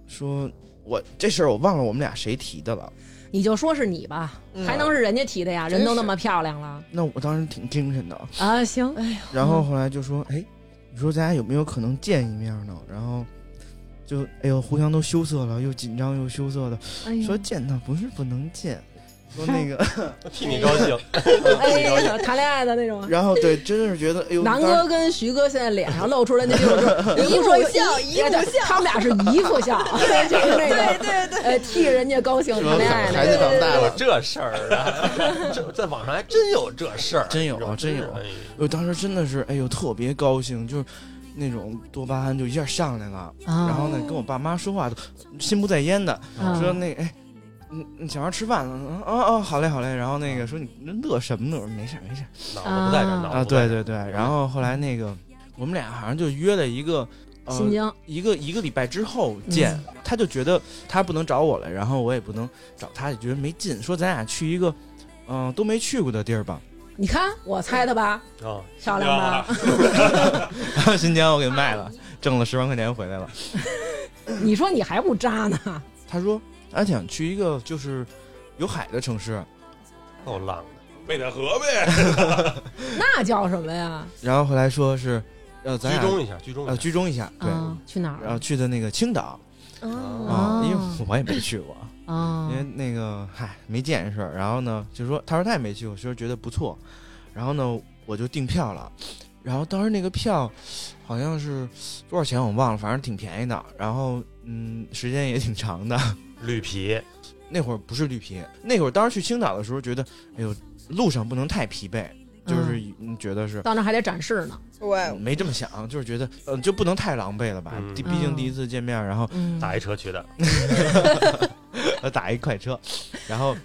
S4: 说我这事儿我忘了我们俩谁提的了，
S2: 你就说是你吧，
S8: 嗯
S2: 还能是人家提的呀？
S8: 真
S2: 人都那
S8: 是
S2: 么漂亮了
S4: 那我当时挺精神的，
S2: 啊！行，
S4: 然后后来就说，哎，你说咱俩有没有可能见一面呢？然后。就哎呦，互相都羞涩了，又紧张又羞涩的。
S2: 哎呦
S4: 说见那不是不能见，说那个， *laughs*
S1: *laughs* 替你高兴。
S2: 哎呀，谈恋爱的那
S4: *laughs*
S2: 种。
S4: 然后对，真是觉得哎呦，
S2: 南
S4: 当时
S2: 哥跟徐哥现在脸上露出来那就是
S4: *laughs*
S2: 一副
S8: 笑一副
S2: 笑，他们俩是一副
S8: *laughs*
S2: 笑，就是那
S8: 对
S2: 个
S8: 对对，
S2: 呃替人家高兴谈恋爱
S4: 孩
S2: 的。
S4: 子长大
S1: 有
S4: 了，
S1: 这事儿啊？这在网上还真有这事儿，
S4: 真有啊真有
S1: 哎
S4: 我当时真的是，哎呦，特别高兴，就是那种多巴胺就一下上来了。然
S2: 啊
S4: 后呢，跟我爸妈说话都心不在焉的，
S2: 啊
S4: 说那个，哎，你你小孩吃饭了？嗯哦哦，好嘞好嘞。然后那个说你那乐什么呢？我说没事儿没事儿
S1: 哎脑子不在这儿，
S2: 啊
S1: 脑
S4: 啊，
S1: 子不在
S4: 对
S1: 这儿
S4: 对对。然后后来那个我们俩好像就约了一个。呃
S2: 新疆
S4: 一个一个礼拜之后
S2: 嗯
S4: 见，他就觉得他不能找我了，然后我也不能找他，就觉得没劲。说咱俩去一个，嗯、都没去过的地儿吧。 *laughs*
S2: 你看我猜的吧，
S1: 啊，
S2: 漂亮吧？
S4: 新疆我给卖了，挣了十万块钱回来了。
S2: *laughs* 你说你还不渣呢？
S4: 他说他想去一个就是有海的城市，
S1: 够浪的。
S5: 贝塔河呗，
S2: 那叫什么呀？
S4: 然后后来说是呃咱
S1: 居
S4: 俩
S1: 中一下，居中一
S4: 呃
S1: 下，
S4: 居中一下，对，
S2: 啊，去哪
S4: 然后
S2: 儿
S4: 去的那个青岛
S3: 嗯
S1: 啊
S4: 啊，
S2: 哦
S4: 因为我也没去过，
S2: 啊
S4: 因？为那个嗨没见识，然后呢就说他说他也没去过，说觉得不错，然后呢我就订票了。然后当时那个票好像是多少钱我忘了，反正挺便宜的。然后嗯，时间也挺长的， *laughs*
S1: 绿皮，
S4: 那会儿不是绿皮，那会儿当时去青岛的时候觉得，哎呦，路上不能太疲惫，就是哎嗯觉得是、
S2: 到那儿还得展示呢。
S8: 对，
S4: 没这么想，就是觉得呃就不能太狼狈了吧，
S1: 嗯
S4: 毕毕竟第一次见面，然后
S2: 嗯，
S1: 打一车去的， *laughs*
S4: 呃打一快车，然后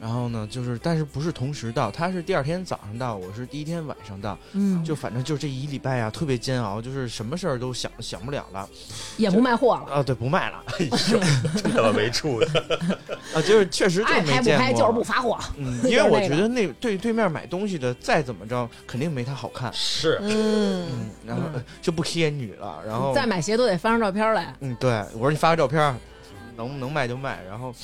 S4: 然后呢就是但是不是同时到，他是第二天早上到，我是第一天晚上到，
S2: 嗯，
S4: 就反正就这一礼拜啊特别煎熬，就是什么事儿都想想不了了
S2: 也不卖货了，
S4: 啊，对，不卖了
S1: 哎呦，真他妈没处的。
S4: 啊，就是确实就
S2: 爱
S4: 没
S2: 拍不
S4: 见
S2: 拍
S4: 过，
S2: 就是不发货。
S4: 嗯，
S2: *laughs* 就是
S4: 因为我
S2: 那
S4: 觉
S2: 个
S4: 得那对对面买东西的再怎么着肯定没他好看。
S1: 是，
S8: 嗯
S4: 嗯，然后就不贴女了，然后
S2: 再买鞋都得翻张照片来。
S4: 嗯，对我说你发个照片儿，能能卖就卖，然后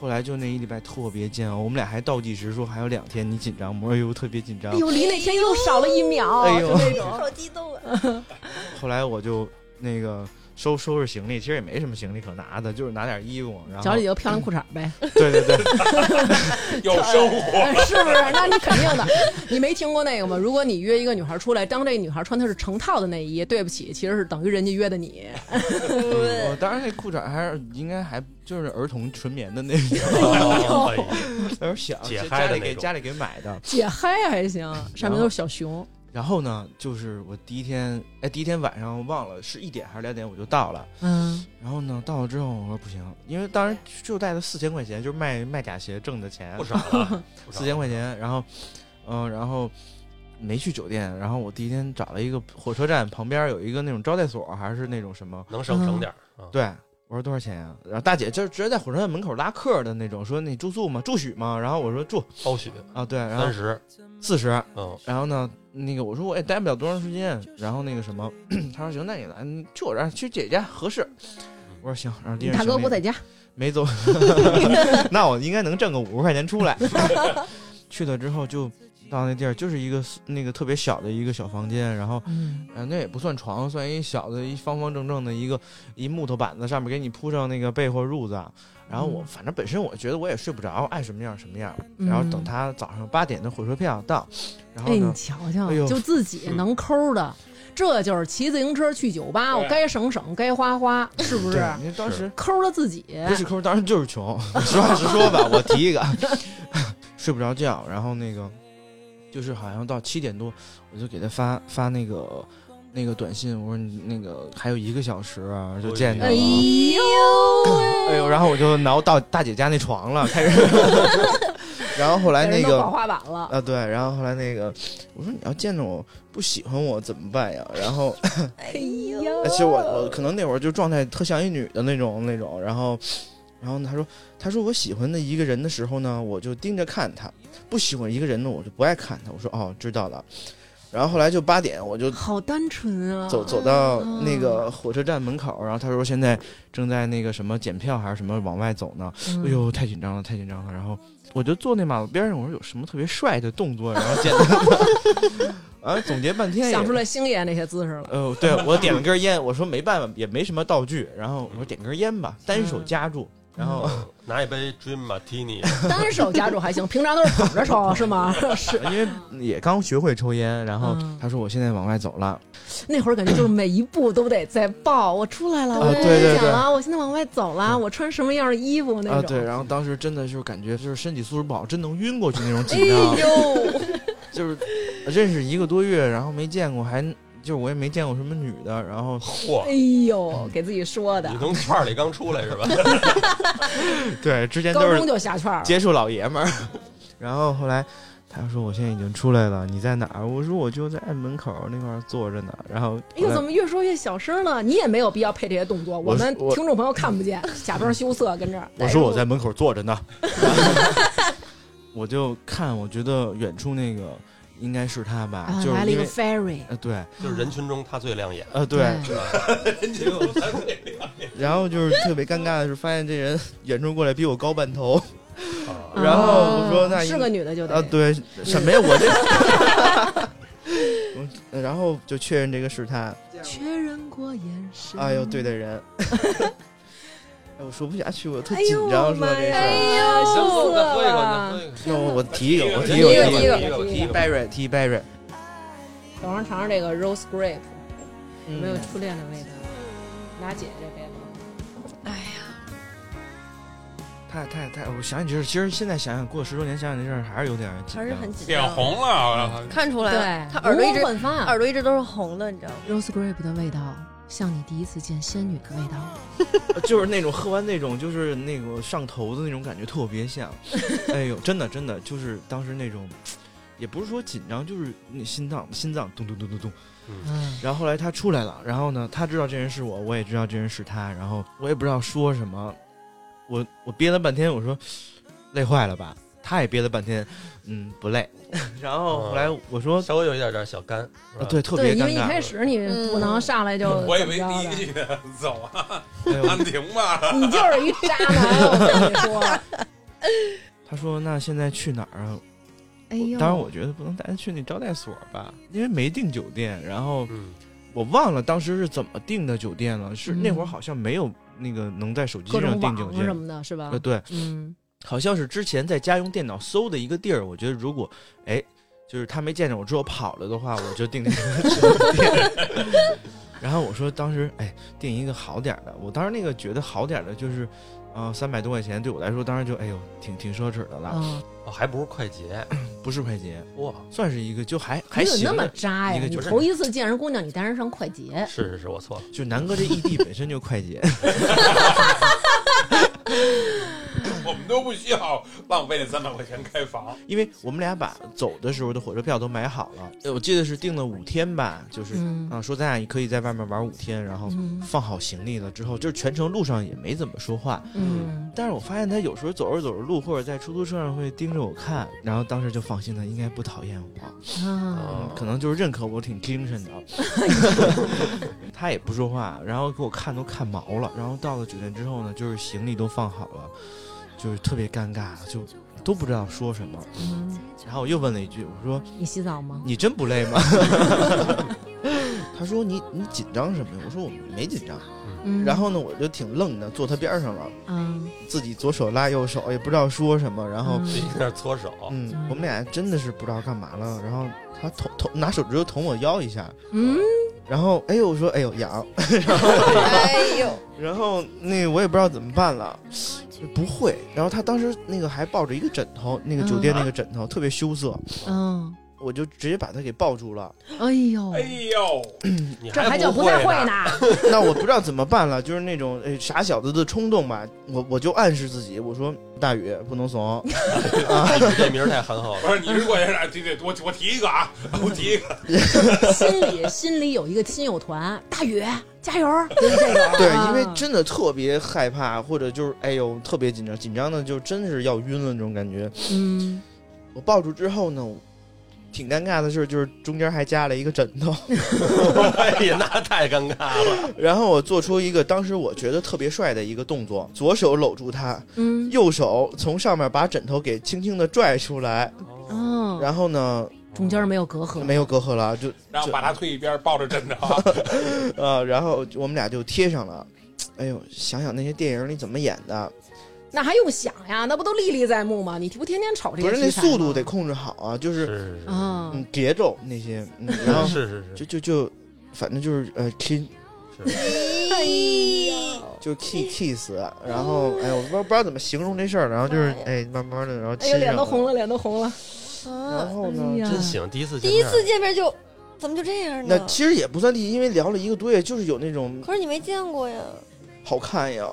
S4: 后来就那一礼拜特别煎熬，我们俩还倒计时说还有两天，你紧张吗？哎呦，特别紧张
S2: 哎。呦，离那天又少了一秒。
S4: 哎呦
S2: 就那
S8: 我
S2: 种
S8: 好激动啊！
S4: 后来我就那个收收拾行李，其实也没什么行李可拿的，就是拿点衣服，然后
S2: 脚里就漂亮裤衩呗，
S4: 对对对，
S5: 有生活。
S2: 是不是？那你肯定的。你没听过那个吗？如果你约一个女孩出来，当这女孩穿的是成套的内衣，对不起，其实是等于人家约的你。
S4: 嗯我当然那裤衩还是应该还就是儿童纯棉的那种，
S1: *laughs* 哎呦
S4: 有点小，
S1: 解
S4: 家
S1: 嗨
S4: 家
S1: 的
S4: 里
S1: 那
S4: 给
S1: 种
S4: 家里给买的。
S2: 姐嗨啊还行，上面都是小熊。
S4: 然后呢，就是我第一天，哎，第一天晚上忘了是一点还是两点，我就到了。
S2: 嗯，
S4: 然后呢，到了之后我说不行，因为当时就带了四千块钱，就是卖卖假鞋挣的钱
S1: 不，少了，不少
S4: 四千块钱。然后，嗯、然后没去酒店。然后我第一天找了一个火车站旁边有一个那种招待所，还是那种什么？
S1: 能省省点儿
S4: *laughs*
S1: 啊。
S4: 对，我说多少钱呀、啊然后大姐就是直接在火车站门口拉客的那种，说你住宿吗？住宿吗？然后我说住
S1: 包许
S4: 啊，对，然
S1: 三
S4: 后
S1: 十，
S4: 四十。
S1: 嗯，
S4: 然后呢，那个我说我也待不了多长时间，然后那个什么， *clears throat* 他说行，那你来，你去我这儿，去姐家合适。
S1: 嗯
S4: 我说行，然后第
S2: 你
S4: 二
S2: 大哥不在
S4: 得
S2: 家，
S4: 没走，那我应该能挣个五十块钱出来。去了之后就到那地儿，就是一个那个特别小的一个小房间，然后
S2: 嗯，
S4: 呃那也不算床，算一小的一方方正正的一个一木头板子，上面给你铺上那个被或褥子。啊然后我
S2: 嗯
S4: 反正本身我觉得我也睡不着，爱什么样什么样。然后等他早上八点的火车票到，然后
S2: 哎，
S4: 呢
S2: 你，瞧瞧，
S4: 哎呦
S2: 就自己能抠的，这就是骑自行车去酒吧，
S5: 对
S2: 我该省省，该花花，是不
S4: 对
S2: 是？，
S4: 因为当时
S2: 抠了自己，
S4: 不是抠，当然就是穷。 *laughs* 实话实说吧，我提一个， *laughs* 睡不着觉，然后那个就是好像到七点多，我就给他发发那个那个短信，我说你那个还有一个小时啊，就见着了。
S2: 哎呦喂，
S4: 哎呦，然后我就挠到大姐家那床了，
S2: *laughs*
S4: 开始。然后后来那
S2: 给人弄
S4: 个
S2: 宝花板了。
S4: 啊，对，然后后来那个，我说你要见着我不喜欢我怎么办呀？然后
S8: 哎
S2: 哎
S8: 呦，
S2: 呦哦
S4: 而且我我可能那会儿就状态特像一女的那种那种，然后然后呢，他说他说我喜欢的一个人的时候呢，我就盯着看他；不喜欢一个人呢，我就不爱看他。我说哦，知道了。然后后来就八点，我就
S2: 好单纯啊！
S4: 走走到那
S2: 哦
S4: 个火车站门口，然后他说现在正在那个什么检票还是什么往外走呢。
S2: 嗯，
S4: 哎呦，太紧张了，太紧张了。然后我就坐那马路边上，我说有什么特别帅的动作，然后简单的， *laughs* 啊，总结半天也
S2: 想出来星爷那些姿势了。
S4: 呃，对我点了根烟，我说没办法，也没什么道具，然后我说点根烟吧，单手夹住，然后
S1: 拿一杯 Dream
S4: *laughs*
S1: Martini，
S2: 单手夹住还行， *laughs* 平常都是捧着
S4: 哦
S2: 抽，是吗？是
S4: 因为也刚学会抽烟，然后
S2: 嗯
S4: 他说我现在往外走了，
S2: *laughs* 那会儿感觉就是每一步都得在报，我出来了，
S4: 啊
S2: 我跟
S4: 对
S2: 你
S4: 对
S2: 讲
S4: 对嗯
S2: 了，我现在往外走了，我穿什么样的衣服那种。
S4: 啊，对，然后当时真的就是感觉就是身体素质不好，真能晕过去那种
S3: 哎
S4: 紧张， *laughs*
S3: 呦，
S4: 就是认识一个多月，然后没见过，还就是我也没见过什么女的，然后
S1: 嚯
S2: 哎，呦，给自己说的
S4: 嗯
S1: 你，从圈儿里刚出来是吧？
S4: *laughs* 对之前
S2: 高
S4: 都是
S2: 中就下圈儿了，
S4: 接触老爷们儿。 *laughs* 然后后来他说我现在已经出来了，你在哪儿？我说我就在门口那块儿坐着呢。然后
S2: 哎呦，怎么越说越小声了？你也没有必要配这些动作，
S4: 我
S2: 们
S4: 我
S2: 听众朋友看不
S4: *laughs*
S2: 见，假装羞涩跟这儿。
S4: 我说我在门口坐着呢， *laughs* 我就看，我觉得远处那个应该是他吧，
S2: 啊，
S4: 就是
S2: 来了一
S4: 因
S2: 个
S4: 为
S2: ferry，
S4: 呃对
S1: 就是人群中他最亮眼，
S4: 呃对，
S1: 人群中他最亮眼。
S4: *laughs* 然后就是特别尴尬的是，发现这人远处过来比我高半头，
S1: 啊
S4: 然后我说
S2: 啊
S4: 那
S2: 是个女的就
S4: 啊
S2: 得，
S4: 对什么呀我这， *laughs* 嗯然后就确认这个是他，
S2: 确认过眼神。
S4: 哎呦，对的人。 *laughs* 哎，我说不下去，我特
S2: 哎
S4: 紧
S2: 呦，
S4: 张，说
S2: 妈
S4: 这
S2: 呀，
S4: 事儿。
S2: 呀，
S1: 行，
S2: 羞涩啊
S1: 再喝一口，再
S2: 了
S1: 喝。一口。
S4: 要不我提一个，我提
S1: 一
S4: 一个，
S2: 个
S4: 我提
S2: 一
S4: 一
S2: 个
S4: 个。
S1: 个，
S2: 提
S1: 提
S2: 一
S1: 一
S2: 个
S1: 个。
S4: Barry，提 Barry，
S2: 早上尝尝这个 rose grape，有没有
S4: 嗯
S2: 初恋的味道？拿姐这杯子，
S3: 哎呀，
S4: 太太太，我想起这事儿，其实现在想想，过十多年想想这事儿，还是有点紧张。
S3: 还是很紧
S5: 脸
S3: 张，
S5: 红了，我操！
S3: 看出来了，
S2: 对，
S3: 他耳朵一直
S2: 容光焕发
S3: *laughs* 耳朵一直都是红的，你知道吗？
S2: rose grape 的味道，像你第一次见仙女的味道。
S4: 呃就是那种喝完那种就是那个上头的那种感觉，特别
S3: *laughs*
S4: 像。哎呦，真的真的，就是当时那种，也不是说紧张，就是那心脏心脏咚咚咚咚咚。
S2: 嗯，
S4: 然后后来他出来了，然后呢，他知道这人是我，我也知道这人是他，然后我也不知道说什么，我我憋了半天，我说累坏了吧？他也憋了半天，嗯，不累。 *laughs* 然后后来我说，
S1: 稍微有一点点小干，是吧
S4: 啊对，特别
S2: 对，因
S4: 尴
S2: 为一
S4: 尬。
S2: 开始你不能上来就
S5: 嗯我以
S2: 怎么
S5: 为
S2: 着的
S5: 第一句呢走啊，
S4: 哎
S5: 安
S4: 呦
S5: 婷吧。
S2: *laughs* 你就是一渣男，我跟你说。
S4: 他说那现在去哪儿啊？
S2: 哎呦，
S4: 当然，我觉得不能带他去那招待所吧，因为没订酒店。然后
S1: 嗯，
S4: 我忘了当时是怎么订的酒店了，是
S2: 嗯
S4: 那会儿好像没有那个能在手机
S2: 各种
S4: 上订
S2: 网
S4: 酒
S2: 什
S4: 店。
S2: 么的，是吧
S4: 呃，？对，
S2: 嗯，
S4: 好像是之前在家用电脑搜的一个地儿，我觉得如果哎，就是他没见着我之后跑了的话，我就订那个酒店。 *laughs* 然后我说当时哎，订一个好点儿的，我当时那个觉得好点儿的就是，呃，三百多块钱对我来说当时就哎呦挺挺奢侈的了，
S2: 啊，
S1: 哦还不如快捷，
S4: 不是快捷，
S1: 哇，
S4: 算是一个就还还
S2: 你怎么
S4: 行
S2: 那么
S4: 的。
S2: 渣呀？
S4: 一个
S2: 你
S4: 就是
S2: 头一次见人姑娘，你带人上快捷，
S1: 是是是，我错了， *laughs*
S4: 就南哥这异地本身就快捷，
S5: 我们都不需要浪费那三百块钱开房，
S4: 因为我们俩把走的时候的火车票都买好了，呃我记得是订了五天吧，就是啊、
S2: 嗯
S4: 说咱俩可以在外面玩五天，然后
S2: 嗯
S4: 放好行李了之后，就是全程路上也没怎么说话，
S2: 嗯，
S4: 但是我发现他有时候走着走着路，或者在出租车上会盯着我看，然后当时就放心了，应该不讨厌我，
S2: 啊，
S4: 可能就是认可我挺精神的。啊
S2: *laughs*
S4: 他也不说话，然后给我看都看毛了，然后到了酒店之后呢，就是行李都放好了，就是特别尴尬，就都不知道说什么。
S2: 嗯
S4: 然后我又问了一句，我说
S2: 你洗澡吗？
S4: 你真不累吗？ *laughs* 他说你你紧张什么呀？我说我没紧张。
S2: 嗯，
S4: 然后呢，我就挺愣的，坐他边上了。
S2: 嗯，
S4: 自己左手拉右手，也不知道说什么，然后
S2: 嗯
S1: 自己在那儿搓手，
S4: 嗯，我们俩真的是不知道干嘛了，然后他捅捅拿手指头捅我腰一下，
S2: 嗯，
S4: 然后哎呦我说哎呦痒， *laughs*
S3: 哎呦，
S4: 然后那个我也不知道怎么办了，不会，然后他当时那个还抱着一个枕头，那个酒店那个枕头、特别羞涩，
S2: 嗯，
S4: 我就直接把他给抱住了。
S2: 哎呦
S5: 哎，呦，
S1: 你
S2: 这还
S1: 还
S2: 叫
S1: 不
S2: 太会
S1: 呢？
S2: 呢？
S4: 那我不知道怎么办了， *laughs* 就是那种哎傻小子的冲动吧。我我就暗示自己，我说大宇不能怂，
S1: 你 *laughs* 这名儿太憨厚
S5: *laughs*
S1: 了。
S5: 不是你是过去啥？对对，我我提一个啊，我提一个，
S2: 心里心里有一个亲友团，大宇加油，就是这种。
S4: 对，
S2: 啊
S4: 因为真的特别害怕，或者就是哎呦特别紧张，紧张的就真是要晕了那种感觉。
S2: 嗯，
S4: 我抱住之后呢，我挺尴尬的事儿就是中间还加了一个枕头， *laughs*
S1: 哎呀，那太尴尬了。
S4: 然后我做出一个当时我觉得特别帅的一个动作，左手搂住他，
S2: 嗯，
S4: 右手从上面把枕头给轻轻的拽出来，
S2: 哦，
S3: 嗯
S4: 然后呢
S2: 中间没有隔阂，
S4: 没有隔阂了，就
S5: 然后把他推一边，抱着枕头。啊
S4: 呃，然后我们俩就贴上了。哎呦，想想那些电影里怎么演的，
S2: 那还用想呀？那不都历历在目吗？你不天天瞅这
S4: 不
S2: 个
S4: 是那
S2: 题材吗
S4: 速度得控制好啊，就是
S1: 是
S2: 啊，
S4: 嗯节奏那些，嗯、然
S1: 是
S4: 后
S1: 是是
S4: 就是就就反正就是呃亲
S1: 是，
S2: 哎呦
S4: 就 kiss kiss，然后哎我不知道不知道怎么形容这事儿，然后就是
S3: 妈
S4: 哎慢慢的然后
S2: 哎
S4: 亲
S2: 呦，
S4: 上
S2: 脸都
S4: 了
S2: 红了，脸都红了。
S4: 然后
S2: 哎
S4: 呢，
S2: 呀
S4: 真
S1: 真行，第一次见
S3: 第一
S1: 面
S3: 次见面就怎么就这样
S4: 那
S3: 呢？
S4: 其实也不算第一，因为聊了一个多月，就是有那种
S3: 可是你没见过呀，
S4: 好看呀，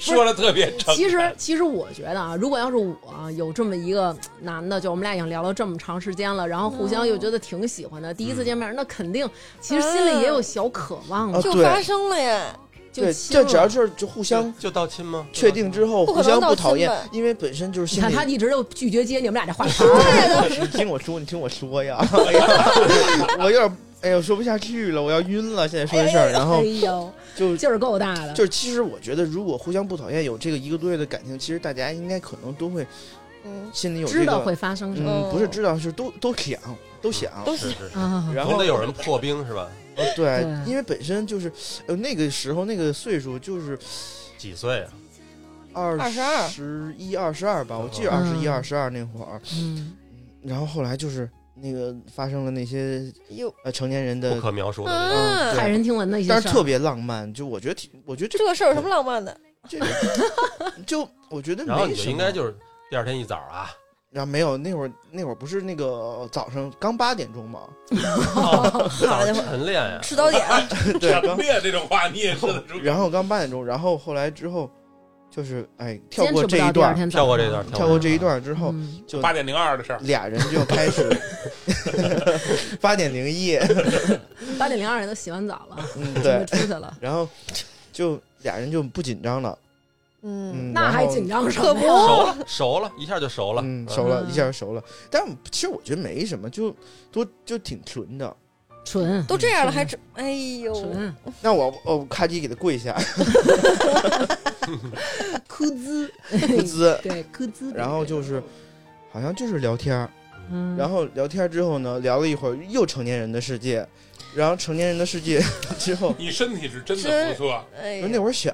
S5: 说的特别诚恳。
S2: 其实，其实我觉得啊，如果要是我有这么一个男的，就我们俩已经聊了这么长时间了，然后互相又觉得挺喜欢的，第
S4: 嗯
S2: 一次见面，那肯定其实心里也有小渴望
S4: 啊
S2: 的，
S3: 就
S4: 对
S3: 发生了呀。
S2: 就
S4: 对，
S2: 亲
S4: 这
S2: 了
S4: 只要是就互相
S1: 就就到亲吗？
S4: 确定之后，
S3: 不可
S4: 互
S3: 能
S4: 相
S3: 到
S4: 不讨
S3: 亲
S4: 厌
S3: 吧，
S4: 因为本身就是
S2: 你
S4: 心
S2: 看
S4: 里 *laughs*
S2: 他一直就拒绝接你们俩这话题，
S4: 你听我说，你听我说呀， *laughs* 哎呀我有点哎呦说不下去了，我要晕了。现在说这事儿，然
S2: 哎
S4: 后
S2: 呦，
S4: 就
S2: 劲儿够大的，
S4: 就是，其实我觉得，如果互相不讨厌，有这个一个多月的感情，其实大家应该可能都会
S3: 嗯，
S4: 心里有
S2: 知
S4: 这
S2: 道
S4: 个，
S2: 会发生什么
S1: 哦
S4: 嗯，
S3: 嗯
S4: 不是知道，是都都想都想。嗯
S3: 都
S1: 是是是，
S2: 啊。
S4: 然
S1: 总
S4: 后
S1: 得有人破冰是吧？
S4: 呃对
S2: 对，
S4: 因为本身就是，呃，那个时候那个岁数就是
S1: 几岁啊？
S4: 二
S3: 22
S4: 十一、二十二吧，我记得二十
S2: 嗯
S4: 一、二十二那会儿。
S2: 嗯，
S4: 然后后来就是那个发生了那些
S3: 哟，
S4: 呃成年人的
S1: 不可描述的那种。
S4: 嗯
S3: 啊，
S4: 对
S2: 骇人听闻的一些事
S4: 但
S2: 儿，
S4: 是特别浪漫，就我觉得挺，我觉得
S3: 这个事儿有什么浪漫的？
S4: 这这个 *laughs* 就我觉得没什么。
S1: 然后你就应该就是第二天一早啊，
S4: 然后没有那会儿那会儿不是那个早上刚八点
S1: *laughs*
S4: 钟嘛，
S1: 早上晨练呀，
S3: 吃早点，
S4: 对，
S5: 什
S4: 刚
S5: 么呀？这种话你也说得出？
S4: 然后刚八点钟，然后后来之后就是哎跳
S2: 坚
S4: 过
S2: 持不
S4: 这
S2: 到
S4: 一
S2: 第二
S4: 段，
S2: 天早上，
S1: 跳过这段，
S4: 跳过这一段之后，
S2: 嗯
S4: 就
S5: 八点零二的事儿，
S4: 俩人就
S1: *laughs*
S4: 开始八点零一，
S2: 八点零二人都洗完澡了，准
S4: 嗯
S2: 备
S4: 对，
S2: 出去
S4: *laughs*
S2: 了，
S4: 然后就俩人就不紧张了，
S3: 嗯，
S4: 嗯，
S2: 那还紧
S4: 张。
S2: 张什
S3: 可
S2: 么
S3: 不
S2: 呀？
S1: 熟了，熟了，一下就熟了，
S4: 嗯，熟了，一下熟了，但其实我觉得没什么，就都就挺纯的。
S2: 纯
S3: 都这样了还这，哎呦，
S4: *laughs*
S2: 纯
S4: 那我我咔叽给他
S2: *laughs*
S4: 跪下，
S2: 哭滋，
S4: 不滋，
S2: 对哭滋，
S4: 然后就是好像就是聊天儿，
S2: 嗯，
S4: 然后聊天儿之后呢，聊了一会儿又成年人的世界，然后成年人的世界 *laughs*
S2: *laughs*
S4: 之后，
S5: 你身体是真的不错。
S3: 哎
S4: 因为那
S3: 呦，
S4: 会儿小，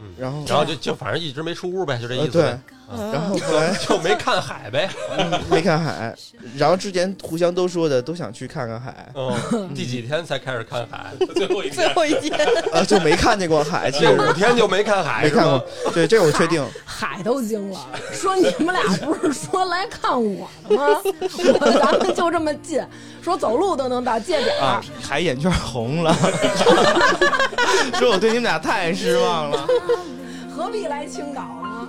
S1: 嗯，
S4: 然后
S1: 然后就就反正一直没出屋呗，就这
S4: 呃
S1: 意思
S4: 对
S1: 呗，，
S3: 嗯
S4: 然后后来
S1: *laughs* 就没看海呗。
S4: 嗯 *laughs* 没看海，然后之前互相都说的都想去看看海， *laughs*
S1: 嗯，第几天才开始看海？
S5: 最后一
S3: 最
S5: 天，
S3: 后一天，
S4: 呃就没看见过海，其 *laughs*
S1: 这
S4: 实
S1: 五天就没看海，
S4: 没
S1: 是吗
S4: 看过，对这我确定。
S2: 海都惊了，说你们俩不是说来看我的吗？ *laughs* 我咱们就这么近，说走路都能到界点儿
S4: *laughs* 啊，海眼圈红 *laughs* 了，说我对你们俩太失望了。
S2: 何必来青岛呢？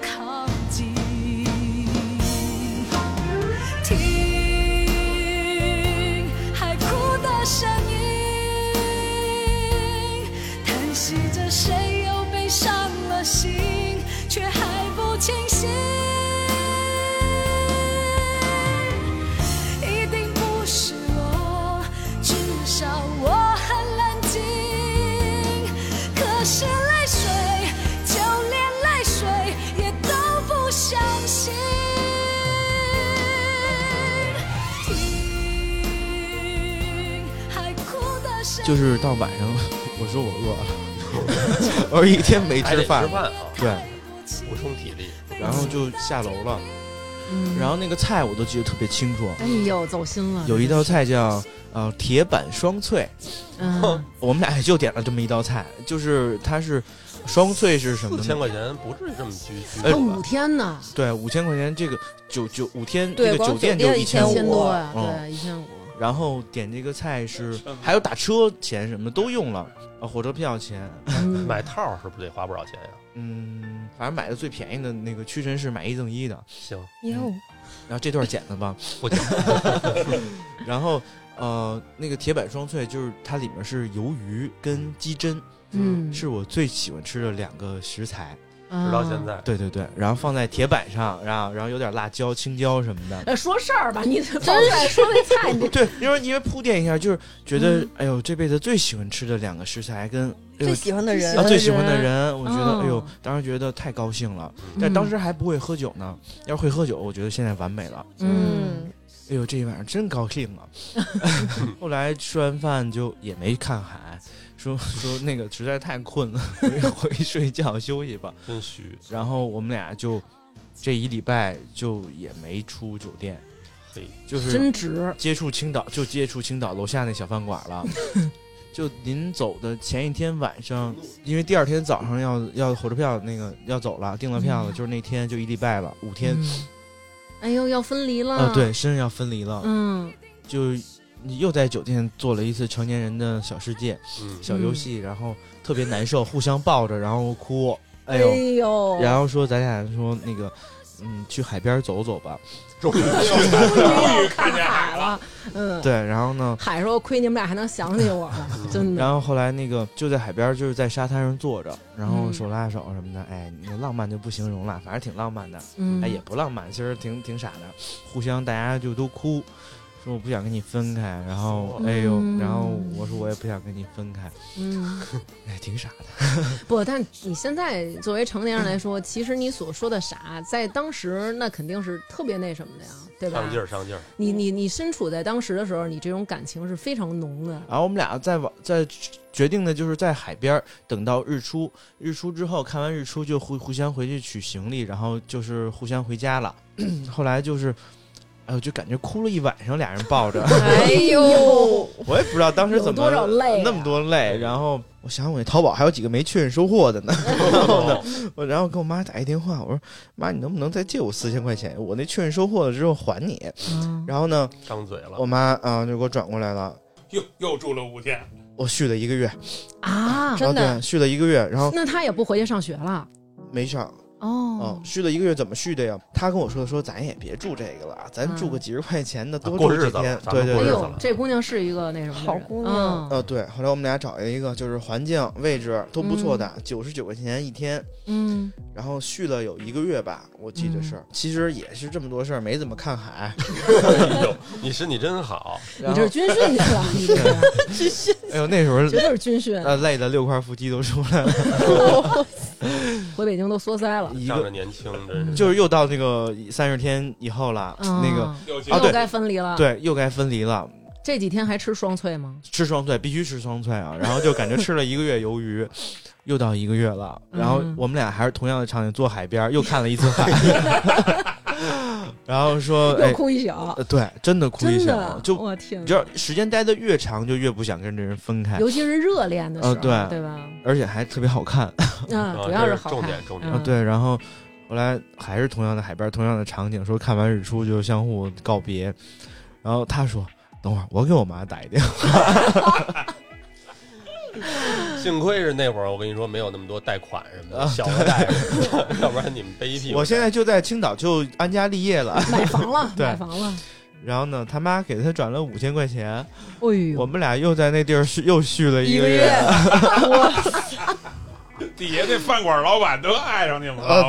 S7: 靠近？听海哭的声音，叹息着谁又被伤了心，却还不清醒。一定不是我，至少我很冷静。可
S4: 就是到晚上，我说我饿了，我说一天没
S1: 还
S4: 吃
S1: 得吃
S4: 饭，
S1: 饭啊，
S4: 对，
S1: 补充体力。
S4: 然后就下楼了，
S2: 嗯
S4: 然后那个菜我都记得特别清楚，
S2: 哎呦，走心了。
S4: 有一道菜叫呃铁板双脆，
S2: 嗯，
S4: 我们俩也就点了这么一道菜，就是它是双脆是什么
S1: 四
S4: 呢
S1: 千？块钱不至于这么拘拘
S4: *laughs* 嗯哎
S2: 那
S1: 束吧
S2: 五天呢？
S4: 对，五千块钱这个酒酒五天，
S3: 对
S4: 这个
S3: 光
S4: 酒店
S3: 酒
S4: 就
S3: 店
S4: 一
S2: 一
S3: 1500
S2: 千多
S4: 五，
S2: 呀，
S4: 嗯
S2: 对，一千
S4: *laughs*
S2: 五。
S4: 然后点这个菜是还有打车钱什么的都用了，啊火车票钱，
S2: 嗯
S1: 买套儿是不是得花不少钱呀？
S4: 嗯，反正买的最便宜的那个屈臣氏买一赠一的，
S1: 行，
S3: 哟，
S4: 然后这段剪了吧，
S1: 不剪。
S4: 然后呃，那个铁板双脆就是它里面是鱿鱼跟鸡胗，
S2: 嗯，
S4: 是我最喜欢吃的两个食材。
S2: 直
S1: 直到
S2: 嗯
S1: 现。在，
S4: 对对对，然后放在铁板上，然后然后有点辣椒、青椒什么的。
S2: 呃，说事儿吧， *laughs* 你真
S3: 真是说那菜，你
S4: *laughs* 对，因为因为铺垫一下，就是觉得、
S2: 嗯
S4: 哎呦，这辈子最喜欢吃的两个食材跟哎
S3: 最
S4: 呦
S3: 喜欢的人
S4: 啊
S2: 欢的
S4: 最喜欢的
S2: 人
S4: 人，我觉得、哎呦
S2: 哦，
S4: 当时觉得太高兴了。但当时还不会喝酒呢，要是会喝酒，我觉得现在完美了。
S2: *laughs* 嗯，
S4: 哎呦，这一晚上真高兴啊！ *laughs* 后来吃完饭就也没看海，说 *laughs* 说那个实在太困了， *laughs* 回回去睡觉休息吧。
S1: 真虚。
S4: 然后我们俩就这一礼拜就也没出酒店，
S1: 嘿，
S4: 就是
S2: 真值。
S4: 接触青岛就接触青岛楼下那小饭馆了。 *laughs* 就临走的前一天晚上，因为第二天早上要要火车票，那个要走了，订了票了，
S2: 嗯
S4: 就是那天就一礼拜了，五天。
S2: 嗯哎呦，要分离了。
S4: 啊，对，身上要分离了，
S2: 嗯，
S4: 就你又在酒店做了一次成年人的小世界、
S1: 嗯，
S4: 小游戏，然后特别难受，互相抱着，然后哭，哎
S2: 哎
S4: 呦，
S2: 呦，
S4: 然后说咱俩说那个，嗯，去海边走走吧，
S1: 终于
S2: 终于看海了。嗯，
S4: 对，然后呢，
S2: 海说亏你们俩还能想起我了，真的。
S4: 然后后来那个就在海边，就是在沙滩上坐着，然后
S2: 嗯
S4: 手拉手什么的，哎，那浪漫就不形容了，反正挺浪漫的，
S2: 嗯，
S4: 哎，也不浪漫，其实挺挺傻的，互相大家就都哭。说我不想跟你分开，然后哎呦，
S2: 嗯
S4: 然后我说我也不想跟你分开，
S2: 嗯，
S4: 哎，挺傻的。
S2: 不，但你现在作为成年人来说，其实你所说的傻，在当时那肯定是特别那什么的呀，对吧
S1: 上？劲儿上劲儿，
S2: 你你你身处在当时的时候，你这种感情是非常浓的。
S4: 然后我们俩在网在决定的就是在海边儿等到日出，日出之后看完日出就互互相回去取行李，然后就是互相回家
S2: *laughs*
S4: 了。后来就是，哎呦，就感觉哭了一晚上，俩人抱着，
S3: 哎呦，
S2: *laughs*
S4: 我也不知道当时怎么
S2: 有多少泪啊
S4: 那么多泪。然后我想我那淘宝还有几个没确认收货的
S2: *laughs*
S4: 呢，然后呢，我然后给我妈打一电话，我说妈，你能不能再借我四千块钱？我那确认收货了之后还你。
S2: 嗯
S4: 然后呢，
S1: 张嘴了
S4: 我。妈啊、就给我转过来了，
S5: 又又住了五天，
S4: 我续了一个月，
S2: 啊，
S3: 真的
S4: 啊对续了一个月，然后
S2: 那他也不回去上学了。
S4: 没上。哦
S2: 哦，，
S4: 续了一个月怎么续的呀？他跟我说说，咱也别住这个了，咱
S2: 嗯
S4: 住个几十块钱的，多
S1: 啊过
S4: 住
S1: 日
S4: 几
S1: 子了
S4: 天。
S1: 咱
S4: 对
S1: 们
S4: 对
S1: 过
S2: 哎
S1: 日
S4: 对
S1: 子。
S2: 呦
S1: 了，
S2: 这姑娘是一个那什么的人嗯
S3: 好姑娘
S4: 呃，，对，后来我们俩找了一个，就是环境、位置都不错的，九十九块钱一天，
S2: 嗯
S4: 然后续了有一个月吧，我记得是。其实也是这么多事儿，没怎么看海。
S1: 哎呦，你身体真好，
S2: 嗯，你这是军训去了，你这是
S4: 哎呦，那时候
S2: 绝对是军训，
S4: 呃累的六块腹肌都出来了，
S2: 回北京都缩腮了。
S4: 一
S1: 仗着
S4: 个
S1: 年轻，真是。
S4: 就是又到那个三十天以后了，那个
S2: 嗯
S5: 又进
S4: 啊对
S2: 又该分离了。，
S4: 对又该分离了。
S2: 这几天还吃双脆吗？
S4: 吃双脆必须吃双脆啊，然后就感觉吃了一个月鱿鱼，又到一个月了，然后
S2: 嗯
S4: 我们俩还是同样的场景，坐海边儿又看了一次
S2: *laughs*
S4: 海，然后说
S2: 又
S4: 哎，
S2: 哭一宿，
S3: 哦
S4: 呃对，真的哭一
S2: 真
S4: 宿，
S2: 的，
S4: 就
S2: 我天
S4: 你知，道时间待的越长，就越不想跟这人分开，
S2: 尤其是热恋的时候，
S4: 哎呃对
S2: 对吧？
S4: 而且还特别好看，
S2: 嗯，
S1: 啊
S2: 主要
S1: 这是
S2: 好看。
S1: 重点重点
S2: 嗯，
S4: 啊 *laughs* 对，然后。后来还是同样的海边，同样的场景，说看完日出就相互告别，然后他说：“等会儿我给我妈打一电话。
S1: 幸亏是那会儿，我跟你说没有那么多贷款什么
S4: 啊
S1: 的，小额贷， *laughs* 要不然你们背一屁”股债。
S4: 我现在就在青岛，就安家立业了。
S2: 买
S4: *laughs*
S2: 房了，
S4: 对
S2: 买房了。
S4: 然后呢，他妈给他转了五千块钱，
S2: 哎呦，
S4: 我们俩又在那地儿续又续了一个月。啊
S5: 底下那饭馆老板都爱上你们了。，
S4: 啊，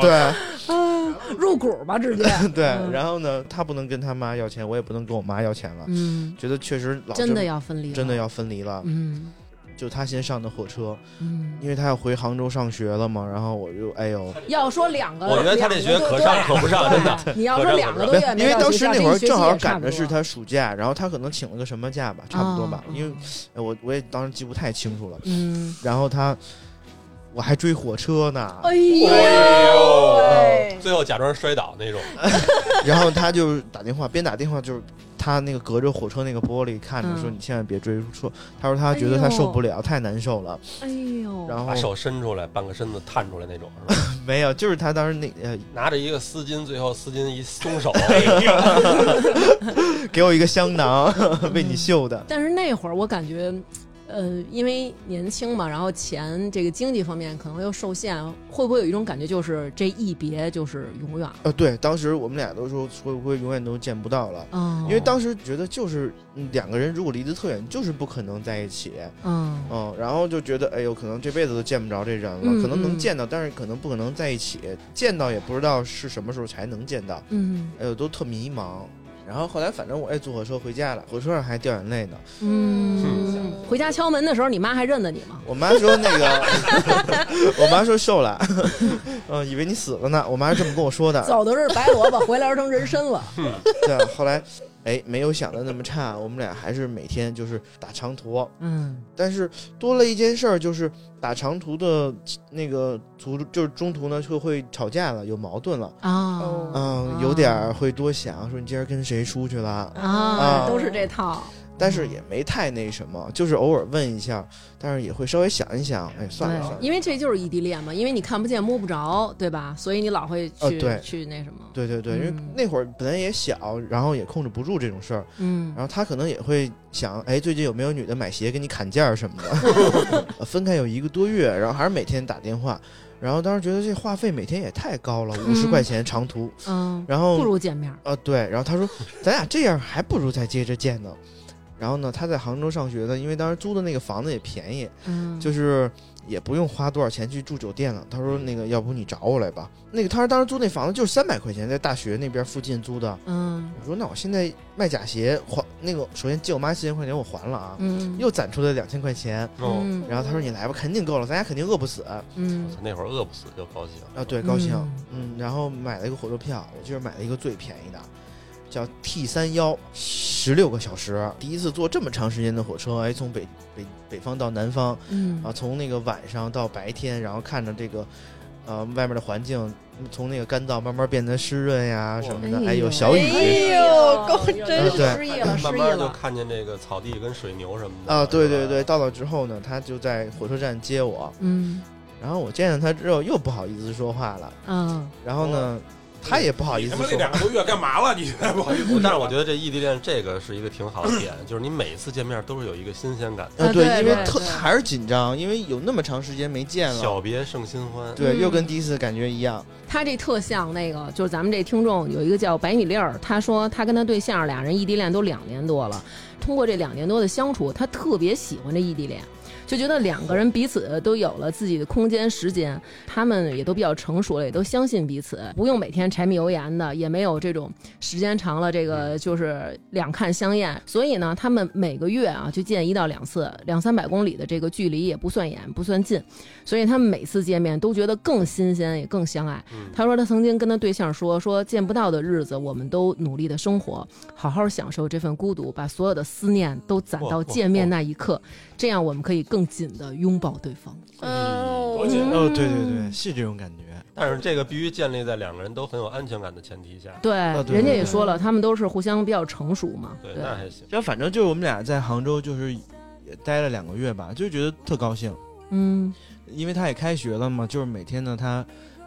S4: 对
S2: 入股吧，直接。
S4: *laughs* 对，
S2: 嗯
S4: 然后呢，他不能跟他妈要钱，我也不能跟我妈要钱了，
S2: 嗯，
S4: 觉得确实老
S2: 真的要分离，
S4: 真的。要分离了。
S2: 嗯，
S4: 就他先上的火车，
S2: 嗯，
S4: 因为他要回杭州上学了嘛。然后我就哎呦，
S2: 要说两个，
S1: 我觉得他这学可上可不上，真的。
S2: 的。你要说两个多月，
S4: 因为当时那会儿正好赶着是他暑假，然后他可能请了个什么假吧，差不多吧。因为哎我我也当时记不太清楚了。
S2: 哦嗯，
S4: *laughs* 然后他，我还追火车呢。
S2: 哎
S1: 哎
S2: 呦，
S1: 呦，
S2: 对
S1: 最后假装摔倒那种，
S4: 然后他就打电话，边打电话就是他那个隔着火车那个玻璃看着说：“
S2: 嗯
S4: 你千万别追车。”他说他觉得他受不了，太难受了。
S2: 哎呦，
S4: 嗯然
S1: 把
S4: 后
S1: 手伸出来，半个身子探出来那种，是吧
S4: *laughs* 没有，就是他当时那呃
S1: 拿着一个丝巾，最后丝巾一松手，
S2: 哎
S4: 给我一个香囊， *laughs* 为
S2: 嗯
S4: 你绣的。
S2: 但是那会儿我感觉，呃，因为年轻嘛，然后钱这个经济方面可能又受限，会不会有一种感觉，就是这一别就是永远？
S4: 呃，对，当时我们俩都说会不会永远都见不到了。
S2: 嗯，
S4: 因为当时觉得就是嗯两个人如果离得特远，就是不可能在一起，
S2: 嗯
S4: 嗯，然后就觉得哎呦，可能这辈子都见不着这人了，
S2: 嗯
S4: 可能
S2: 嗯
S4: 能见到，但是可能不可能在一起，见到也不知道是什么时候才能见到，
S2: 嗯
S4: 哎呦，都特迷茫。然后后来反正我哎坐火车回家了，火车上还掉眼泪呢。
S2: 嗯，回家敲门的时候，你妈还认得你吗？
S4: 我妈说那个，
S2: *laughs*
S4: 我妈说瘦了， *laughs* 嗯，以为你死了呢。我妈是这么跟我说的。
S2: 走的是白萝卜，回来儿成人参了。
S4: 对，后来哎没有想的那么差，我们俩还是每天就是打长途，
S2: *laughs* 嗯
S4: 但是多了一件事儿，就是打长途的那个途就是中途呢就会吵架了，有矛盾了。
S2: 啊
S4: 嗯，有点儿会多想，说你今儿跟谁出去了？
S2: 啊，
S4: 啊
S2: 都是这套。
S4: 但是也没太那什么，就是偶尔问一下，但是也会稍微想一想，哎，算了算
S2: 对，
S4: 了。
S2: 因为这就是异地恋嘛，因为你看不见摸不着，对吧？所以你老会
S4: 呃
S2: 去
S4: 对
S2: 去那什么。
S4: 对对对，因为
S2: 嗯
S4: 那会儿本来也小，然后也控制不住这种事儿，
S2: 嗯
S4: 然后他可能也会想，哎，最近有没有女的买鞋给你砍价什么的？
S2: *laughs*
S4: 呃分开有一个多月，然后还是每天打电话，然后当时觉得这话费每天也太高了，五十
S2: 嗯
S4: 块钱长途，
S2: 嗯，
S4: 然后
S2: 不如见面儿。
S4: 啊，对，然后他说咱俩这样还不如再接着见呢。然后呢，他在杭州上学呢，因为当时租的那个房子也便宜，
S2: 嗯，
S4: 就是也不用花多少钱去住酒店了。他说
S2: 嗯
S4: 那个要不你找我来吧。那个他说当时租那房子就是三百块钱，在大学那边附近租的。
S2: 嗯
S4: 我说那我现在卖假鞋还那个，首先借我妈四千块钱我还了啊，
S2: 嗯，
S4: 又攒出来两千块钱。
S1: 哦，
S2: 嗯
S4: 然后他说你来吧，肯定够了，咱俩肯定饿不死啊。
S2: 嗯
S1: 那会儿饿不死就高兴，
S4: 对，高兴，
S2: 嗯
S4: 嗯然后买了一个火车票，我记得买了一个最便宜的，叫 T 三幺，十六个小时，第一次坐这么长时间的火车，哎，从北北北方到南方，
S2: 嗯
S4: 啊，从那个晚上到白天，然后看着这个，呃，外面的环境从那个干燥慢慢变得湿润呀什么的，
S2: 哎
S4: 哎，
S2: 呦
S4: 有小雨。
S3: 呦够
S4: 真是对
S2: 失忆了，失
S1: 慢
S2: 忆
S1: 慢就
S2: 了。
S1: 看见这个草地跟水牛什么的
S4: 啊，对对
S1: 是吧
S4: 对，到了之后呢，他就在火车站接我，
S2: 嗯
S4: 然后我见了他之后又不好意思说话了，
S2: 嗯
S4: 然后呢，哦他也不好意
S5: 你
S4: 思
S5: 他
S4: 说
S5: 妈那
S4: 话
S5: 两，个多月干嘛了？
S4: *laughs*
S5: 你不好意思，
S1: 但是我觉得这异地恋这个是一个挺好的点，就是你每一次见面都是有一个新鲜感，
S2: 啊
S4: 啊，
S2: 对
S4: 因为
S2: 对
S4: 特
S2: 对
S4: 还是紧张，因为有那么长时间没见了，
S1: 小别胜新欢。
S4: 对，
S2: 嗯
S4: 又跟第一次感觉一样。
S2: 他这特像那个，就是咱们这听众有一个叫白米粒儿，他说他跟他对象俩人异地恋都两年多了，通过这两年多的相处，他特别喜欢这异地恋，就觉得两个人彼此都有了自己的空间、时间，他们也都比较成熟了，也都相信彼此，不用每天柴米油盐的，也没有这种时间长了这个就是两看相厌，所以呢，他们每个月啊就见一到两次，两三百公里的这个距离也不算远，不算近，所以他们每次见面都觉得更新鲜，也更相爱。
S1: 嗯
S2: 他说他曾经跟他对象说，说见不到的日子，我们都努力的生活，好好享受这份孤独，把所有的思念都攒到见面那一刻，这样我们可以更紧的拥抱对方。
S3: 嗯
S5: 多紧
S4: 哦，对对对，是这种感觉。
S1: 但是这个必须建立在两个人都很有安全感的前提下，
S2: 对，
S4: 对
S2: 人家
S4: 对
S2: 也
S4: 对
S2: 说了，他们都是互相比较成熟嘛。
S1: 对，那还行。
S4: 这反正就是我们俩在杭州就是也待了两个月吧，就觉得特高兴，
S2: 嗯
S4: 因为他也开学了嘛，就是每天呢他。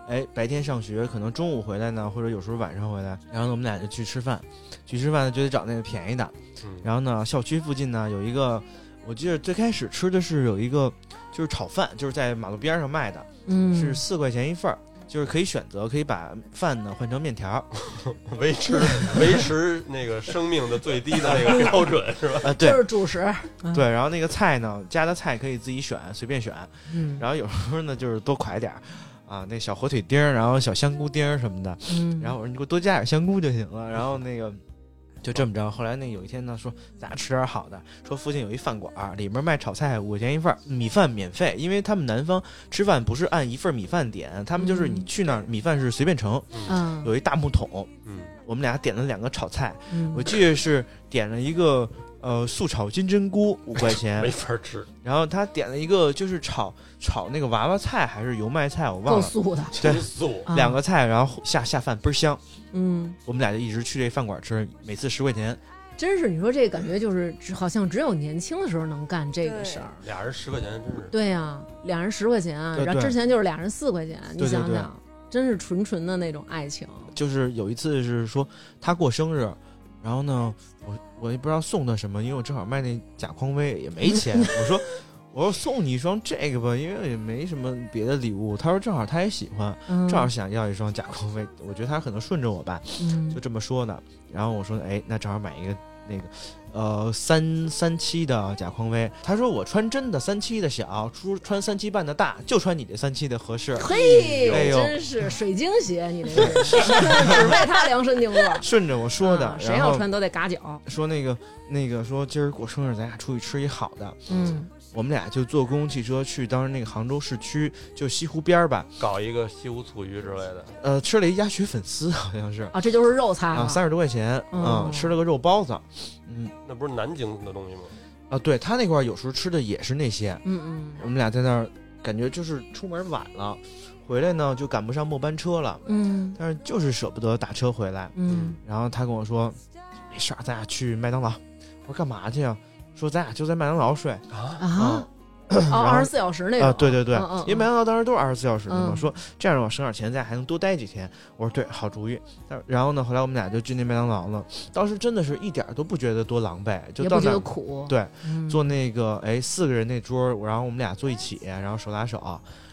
S4: 哎，白天上学，可能中午回来呢，或者有时候晚上回来，然后呢，我们俩就去吃饭，去吃饭呢就得找那个便宜的，
S1: 嗯，
S4: 然后呢，校区附近呢有一个，我记得最开始吃的是有一个就是炒饭，就是在马路边上卖的，
S2: 嗯，
S4: 是四块钱一份儿，就是可以选择可以把饭呢换成面条儿，
S1: 维持 *laughs* 维持那个生命的最低的那个标准是吧？
S4: 啊、对
S2: 就是主食。
S4: 对，然后那个菜呢，加的菜可以自己选，随便选，
S2: 嗯
S4: 然后有时候呢就是多蒯点儿。啊，那小火腿丁儿，然后小香菇丁儿什么的，
S2: 嗯，
S4: *laughs* 然后我说你给我多加点香菇就行了。然后那个就这么着。后来那有一天呢，说咱吃点好的，说附近有一饭馆儿，里面卖炒菜五块钱一份儿，米饭免费，因为他们南方吃饭不是按一份米饭点，他们就是
S2: 嗯
S4: 你去那儿米饭是随便盛，
S2: 嗯
S4: 有一大木桶，
S1: 嗯，
S4: *laughs* 我们俩点了两个炒菜，
S2: 嗯
S4: 我记得是点了一个呃素炒金针菇五块 *laughs* 钱
S1: 没，法吃，
S4: 然后他点了一个就是炒炒那个娃娃菜还是油麦菜，我忘
S2: 够
S4: 了
S2: 素的，
S4: 对
S1: 清素，
S2: 啊
S4: 两个菜，然后下下饭倍儿香。
S2: 嗯，
S4: 我们俩就一直去这饭馆吃，每次十块钱。
S2: 真是你说这感觉就是只好像只有年轻的时候能干这个事儿。
S1: 俩人十块钱真是
S2: 对呀、俩人十块钱啊，
S4: 对
S2: 然后
S4: 对
S2: 之前就是俩人四块钱，你
S4: 对对
S2: 想想，
S4: 对
S2: 真是纯纯的那种爱情。
S4: 就是有一次是说他过生日，然后呢，我我也不知道送他什么，因为我正好卖那假匡威也没
S2: *laughs*
S4: 钱，我说我说送你一双这个吧，因为也没什么别的礼物。他说正好他也喜欢，
S2: 嗯，
S4: 正好想要一双假匡威，我觉得他可能顺着我吧，
S2: 嗯
S4: 就这么说的。然后我说哎，那正好买一个那个。呃，三三七的假匡威，他说我穿真的三七的小，出穿三七半的大，就穿你这三七的合适。
S2: 嘿，
S4: 哎呦
S2: 真是水晶鞋，你这
S4: *laughs*
S2: 个只为他量身定做。
S4: 顺着我说的，
S2: 啊谁
S4: 然
S2: 要
S4: 后
S2: 穿都得嘎脚。
S4: 说那个那个说今儿过生日，咱俩出去吃一好的。
S2: 嗯，
S4: 我们俩就坐公共汽车去当时那个杭州市区，就西湖边儿吧，
S1: 搞一个西湖醋鱼之类的，
S4: 呃，吃了一鸭血粉丝， *laughs* 好像是
S2: 啊，这就是肉菜
S4: 啊，
S2: 了。
S4: 三十多块钱，
S2: 哦
S4: 嗯，吃了个肉包子，嗯
S1: 那不是南京的东西吗？
S4: 啊，对他那块儿有时候吃的也是那些。
S2: 嗯
S4: 我们俩在那儿感觉就是出门晚了，回来呢就赶不上末班车了，
S2: 嗯
S4: 但是就是舍不得打车回来。
S2: 嗯
S4: 然后他跟我说，没事儿，咱俩去麦当劳。我说干嘛去啊？说咱俩就在麦当劳睡
S2: 嗯
S1: 啊，
S2: 啊，哦，
S4: 然后
S2: 二十四小时那种。
S4: 啊，对对对，
S2: 嗯嗯
S4: 因为麦当劳当时都是二十四小时的嘛，
S2: 嗯
S4: 说这样让我省点钱，咱俩还能多待几天。我说对，好主意。但然后呢，后来我们俩就进那麦当劳了，当时真的是一点儿都不觉得多狼狈，就
S2: 也
S4: 到
S2: 不
S4: 那
S2: 觉得
S4: 儿
S2: 苦。
S4: 对
S2: 嗯，
S4: 坐那个哎四个人那桌，然后我们俩坐一起，然后手拉手，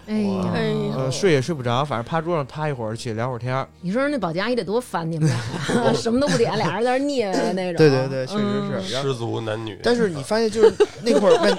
S2: 哎呀，
S3: 哎呦
S4: 呃睡也睡不着，反正趴桌上趴一会儿，起聊会儿天儿。
S2: 你说那保洁阿姨得多烦你们俩， *laughs* 什么都不点，俩人在那儿腻歪那种。
S4: 对对对，确
S2: 嗯
S4: 实是。然后
S1: 失足男女，
S4: 但是你发现就是那会儿麦，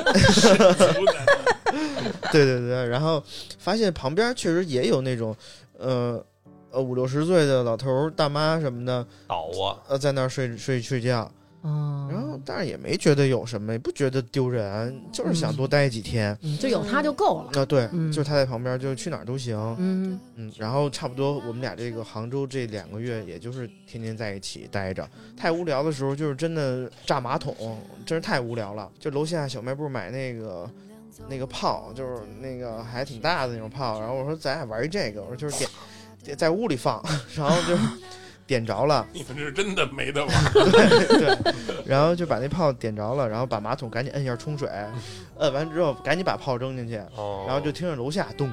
S4: *laughs* 对对对，然后发现旁边确实也有那种，呃呃五六十岁的老头儿大妈什么的，
S1: 倒啊，
S4: 呃在那儿睡睡睡觉，
S2: 嗯，
S4: 然后但是也没觉得有什么，也不觉得丢人，就是想多待几天。
S2: 嗯就有他就够了。
S4: 啊，对，
S2: 嗯
S4: 就是他在旁边，就去哪儿都行，
S2: 嗯，
S4: 嗯，然后差不多我们俩这个杭州这两个月，也就是天天在一起待着，太无聊的时候，就是真的炸马桶，真是太无聊了。就楼下小卖部买那个那个炮，就是那个还挺大的那种炮，然后我说咱俩玩一这个，我说就是点点在屋里放， *laughs* 然后就是点着了，
S5: 你们是真的没得
S4: *laughs*
S5: 玩。
S4: 然后就把那炮点着了，然后把马桶赶紧摁一下冲水，摁完之后赶紧把炮扔进去，
S1: 哦，
S4: 然后就听着楼下咚，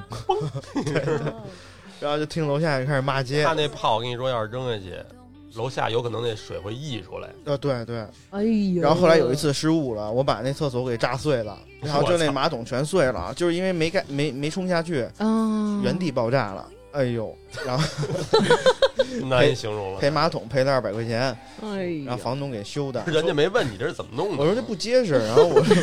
S4: 然后就听楼下就开始骂街
S1: 他，那炮，我跟你说，要是扔下去，楼下有可能那水会溢出来，
S4: 呃，对对。
S2: 哎呦。
S4: 然后后来有一，次失误了，我把那厕所给炸
S1: *laughs*
S4: 碎了，然后就
S1: 我
S4: 那
S1: 操
S4: 马桶全碎了，就是因为没盖没没冲下去，
S2: 嗯，
S4: 原地爆炸了。哎呦，然后
S1: 难以形容了。
S4: 赔马桶赔了二百块钱，
S2: 哎呀，
S4: 让房东给修的。
S1: 人家没问你这是怎么弄的，
S4: 我说这不结实，然
S2: *laughs*
S4: 后我说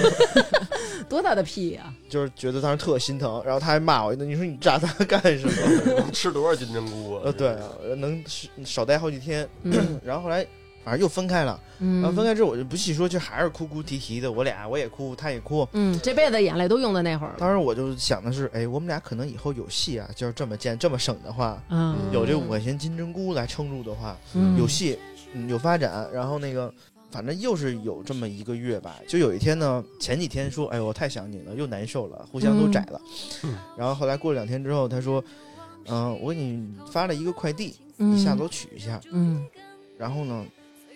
S2: 多大的屁呀！
S4: 就是觉得当时特心疼，然后他还骂我，你说你炸它干
S1: *laughs*
S4: 什么？
S1: 吃多少金针菇啊？
S4: 呃，对，能少待好几天。
S2: 嗯
S4: 然后后来反正又分开了，然后
S2: 嗯
S4: 分开之后我就不细说，就还是哭哭啼啼的，我俩我也哭，他也哭。
S2: 嗯，这辈子眼泪都用在那会儿了。
S4: 当时我就想的是，哎，我们俩可能以后有戏啊，就是这么见这么省的话，
S2: 嗯，
S4: 有这五块钱金针菇来撑住的话，
S2: 嗯
S4: 有戏，嗯有发展。然后那个，反正又是有这么一个月吧。就有一天呢，前几天说，哎呦，我太想你了，又难受了，互相
S2: 嗯
S4: 都窄了。然后后来过了两天之后，他说，嗯、我给你发了一个快递，你下楼取一下。
S2: 嗯，
S4: 然后呢，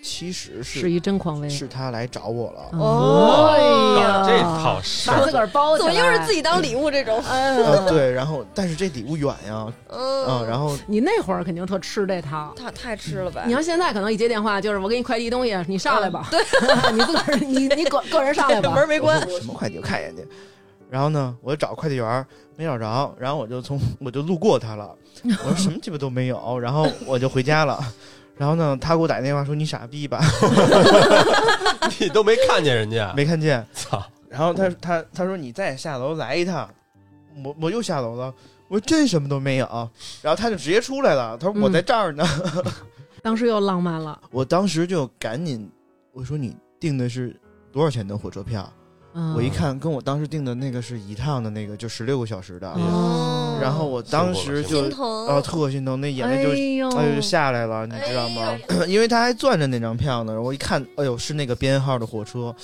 S4: 其实
S2: 嗯，是
S4: 是
S2: 一真狂威。
S4: 是他来找我了。
S2: 哦，
S1: 干这套事
S2: 把
S1: 儿
S2: 自个儿包起
S3: 怎么
S2: 来，
S3: 又是自己当礼物这种？
S4: 啊，对，然后但是这礼物远呀，啊，
S3: 嗯，
S4: 然后
S2: 你那会儿肯定特吃这套。
S3: 太太吃了呗
S2: 你。要现在可能一接电话就是我给你快递东西，你上来吧。对， *laughs* 你自个儿，你你个个人上来吧。
S3: *laughs* 门没关
S4: 我，说什么快递？我看一眼去。然后呢，我就找快递员儿没找着，然后我就从我就路过他了，我说什么鸡巴都没有，然后我就回家了。然后呢，他给我打电话说你傻逼吧，
S1: *laughs*
S4: *laughs*
S1: 你都没看见人家，
S4: 没看见。
S1: 操，
S4: 然后他他他说你再下楼来一趟，我我又下楼了，我说真什么都没有。然后他就直接出来了，他说我在这儿呢。 *laughs*
S2: 当时又浪漫了，
S4: 我当时就赶紧我说你订的是多少钱的火车票？
S2: 嗯，
S4: 我一看跟我当时订的那个是一趟的那个，就十六个小时的。
S2: 哦，
S4: 啊然后我当时
S1: 就
S4: 就
S3: 心疼
S4: 啊特心疼，那眼
S2: 哎
S4: 泪就
S2: 呦，哎
S4: 哎呦就下来了，你知道吗？因为他还攥着那张票呢，我一看，哎呦是那个编号的火车，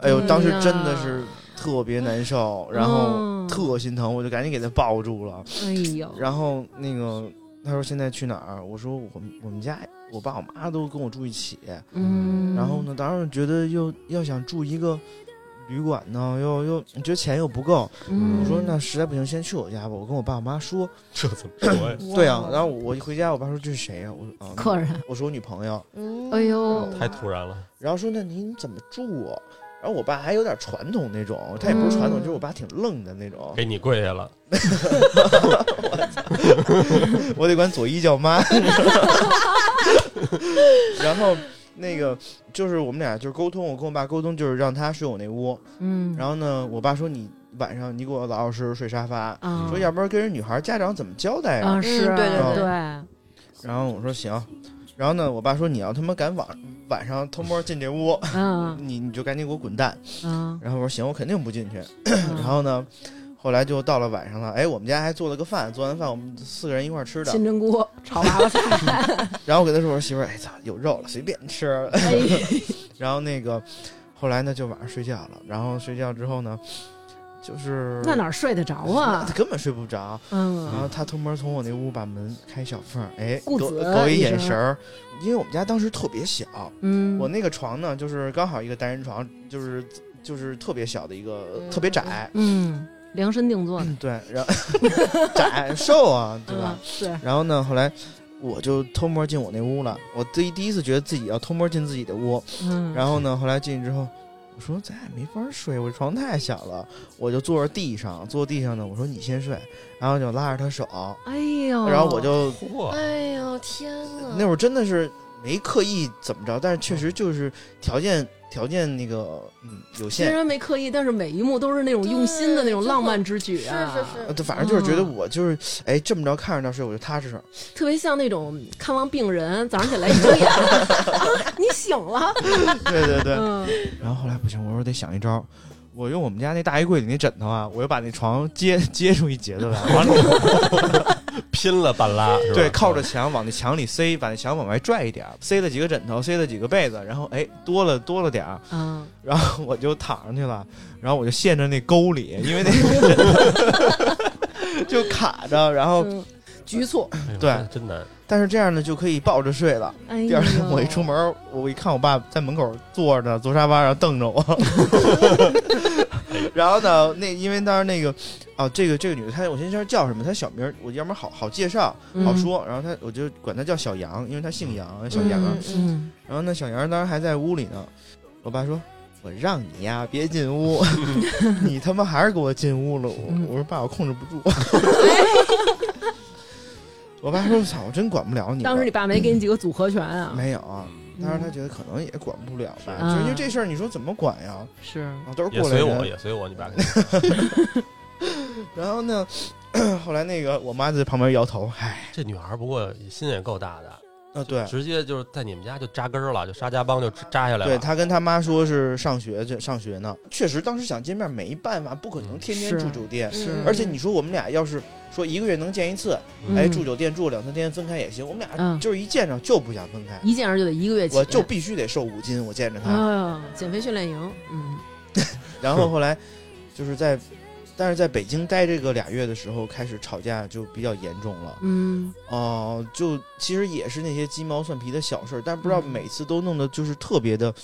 S4: 哎呦
S2: 嗯
S4: 当时真的是特别难受，然后
S2: 嗯
S4: 特心疼，我就赶紧给他抱住了。
S2: 哎呦，
S4: 然后那个他说现在去哪儿？啊我说我们我们家我爸我妈都跟我住一起，
S2: 嗯，
S4: 然后呢，当时觉得又要想住一个旅馆呢，又又觉得钱又不够，
S2: 嗯，
S4: 我说那实在不行先去我家吧，我跟我爸我妈说。
S1: *laughs* 这怎么说呀？
S4: 对啊，然后我一回家，我爸说这是谁呀、我说啊，
S2: 客人，
S4: 我说我女朋友，
S3: 嗯
S2: 哎呦
S1: 太突然了，
S4: 然后说那你怎么住啊？然后我爸还有点传统那种，他也不是传统，
S2: 嗯
S4: 就是我爸挺愣的那种。
S1: 给你跪下了，
S4: 我得管左一叫
S2: *laughs*
S4: 妈。 *laughs* 然后那个就是我们俩就是沟通，我跟我爸沟通就是让他睡我那屋。
S2: 嗯，
S4: 然后呢，我爸说你晚上你给我老老实实睡沙发，
S2: 啊，
S4: 说要不然跟人女孩家长怎么交代呀、
S2: 啊是，
S3: 嗯对
S4: 对对
S2: 对，
S4: 然后我说行。然后呢，我爸说你要他妈敢晚晚上偷摸进这屋， *laughs*
S2: 嗯
S4: 你你就赶紧给我滚蛋。
S2: 嗯，
S4: 然后我说行，我肯定不进去。
S2: 然
S4: 然后呢，后来就到了晚上了，哎，我们家还做了个饭，做完饭我们四个人一块儿吃的。
S2: 金针菇炒娃娃菜，
S4: 然后我给他说，我说媳妇儿，哎操，有肉了，随便吃。 *laughs*
S2: 哎
S4: 然后那个后来呢，就晚上睡觉了。然后睡觉之后呢，就是
S2: 那哪儿睡得着啊
S4: *laughs* 他？根本睡不着。然
S2: 嗯
S4: 后他偷摸从我那屋把门开小缝儿，哎，给
S2: 顾
S4: 我
S2: 子
S4: 给我一
S2: 一
S4: 眼
S2: 声
S4: 神儿，因为我们家当时特别小，
S2: 嗯，
S4: 我那个床呢，就是刚好一个单人床，就是就是特别小的一个，特别窄，
S2: 嗯量身定做的，
S4: 对，然后 *laughs* 窄瘦啊，嗯对吧
S2: 嗯？是，
S4: 然后呢，后来我就偷摸进我那屋了，我第第一次觉得自己要偷摸进自己的屋，
S2: 嗯，
S4: 然后呢，后来进去之后。我说咱俩没法睡，我床太小了，我就坐着地上，坐地上呢。我说你先睡，然后就拉着他手，
S2: 哎呦，
S4: 然后我就
S1: 嚯，
S3: 哎呦天
S2: 嗯
S3: 哪！
S4: 那会儿真的是没刻意怎么着，但是确实就是条件条件那个嗯有
S2: 虽
S4: 限，
S2: 然没刻意，但是每一幕都是那种用心的那种浪漫之举啊，
S3: 是是
S4: 呃，
S3: 是，
S4: 对反正就是觉得
S2: 嗯
S4: 我就是哎这么着看着他睡我就踏实。
S2: 特别像那种看望病人，早上起来一
S4: *laughs*
S2: 睁眼啊，你醒了，
S4: *laughs* 对对对。
S2: 嗯，
S4: *laughs* 然后后来不行，我说得想一招，我用我们家那大衣柜里那枕头啊，我又把那床接接出一截子 *laughs* 来，完了
S1: 拼了 *laughs* 半拉，是吧
S4: 对，靠着墙往那墙里塞，把那墙往外拽一点儿，塞了几个枕头，塞了几个被子，然后哎多了多了点儿，
S2: 嗯，
S4: 然后我就躺上去了，然后我就陷着那沟里，因为那个枕头 *laughs* 就卡着，然后
S2: 嗯局促，
S1: 哎呦
S4: 对
S1: 真真难，
S4: 但是这样呢就可以抱着睡了。
S2: 哎呦，
S4: 第二天我一出门，我一看我爸在门口坐着，坐沙发上瞪
S2: *laughs*
S4: 着我。然后呢，那因为当时那个，哦，这个这个女的，她我先先叫什么？她小名儿，我要不然好好介绍，
S2: 嗯
S4: 好说。然后她我就管她叫小杨，因为她姓杨，小啊
S2: 嗯
S4: 杨。
S2: 嗯，
S4: 然后那小杨当时还在屋里呢，我爸说。我让你呀，别进屋，
S2: *laughs*
S4: 你他妈还是给我进屋了。我
S2: 嗯
S4: 我说爸，我控
S2: *laughs*
S4: 制不住。 *laughs* 我爸说：“操，我真管不了你了。”
S2: 当时你爸没给你几个组合拳啊？嗯
S4: 嗯没有
S1: 嗯
S4: 啊，当时他觉得可能也管不了吧，就是因为这事儿，你说怎么管呀？
S2: 是，
S4: 啊，都是
S1: 也
S4: 过来
S1: 随我，
S4: 人。
S1: 也随我，你爸给
S4: 然后呢，后来那个我妈在旁边摇头，唉，
S1: *laughs* 这女孩不过心也够大的，
S4: 啊对，
S1: 直接就是在你们家就扎根儿了，就沙家浜就扎下来了。
S4: 对他跟他妈说是上学去上学呢，确实当时想见面没办法，不可
S1: 嗯
S4: 能天天
S2: 是
S4: 住酒店，
S2: 是
S4: 而且你说我们俩要是说一个月能见一次，
S1: 嗯
S4: 哎，住酒店住两三天分开也行，我们俩
S2: 嗯
S4: 就是一见着就不想分开，
S2: 一见着就得一个月起，
S4: 我就必须得瘦五斤，我见着他，
S2: 啊，减肥训练营，嗯
S4: 然后后来就是在，但是在北京待这个俩月的时候，开始吵架就比较严重了。
S2: 嗯，
S4: 哦、就其实也是那些鸡毛蒜皮的小事儿，但不知道
S2: 嗯
S4: 每次都弄得就是特别的，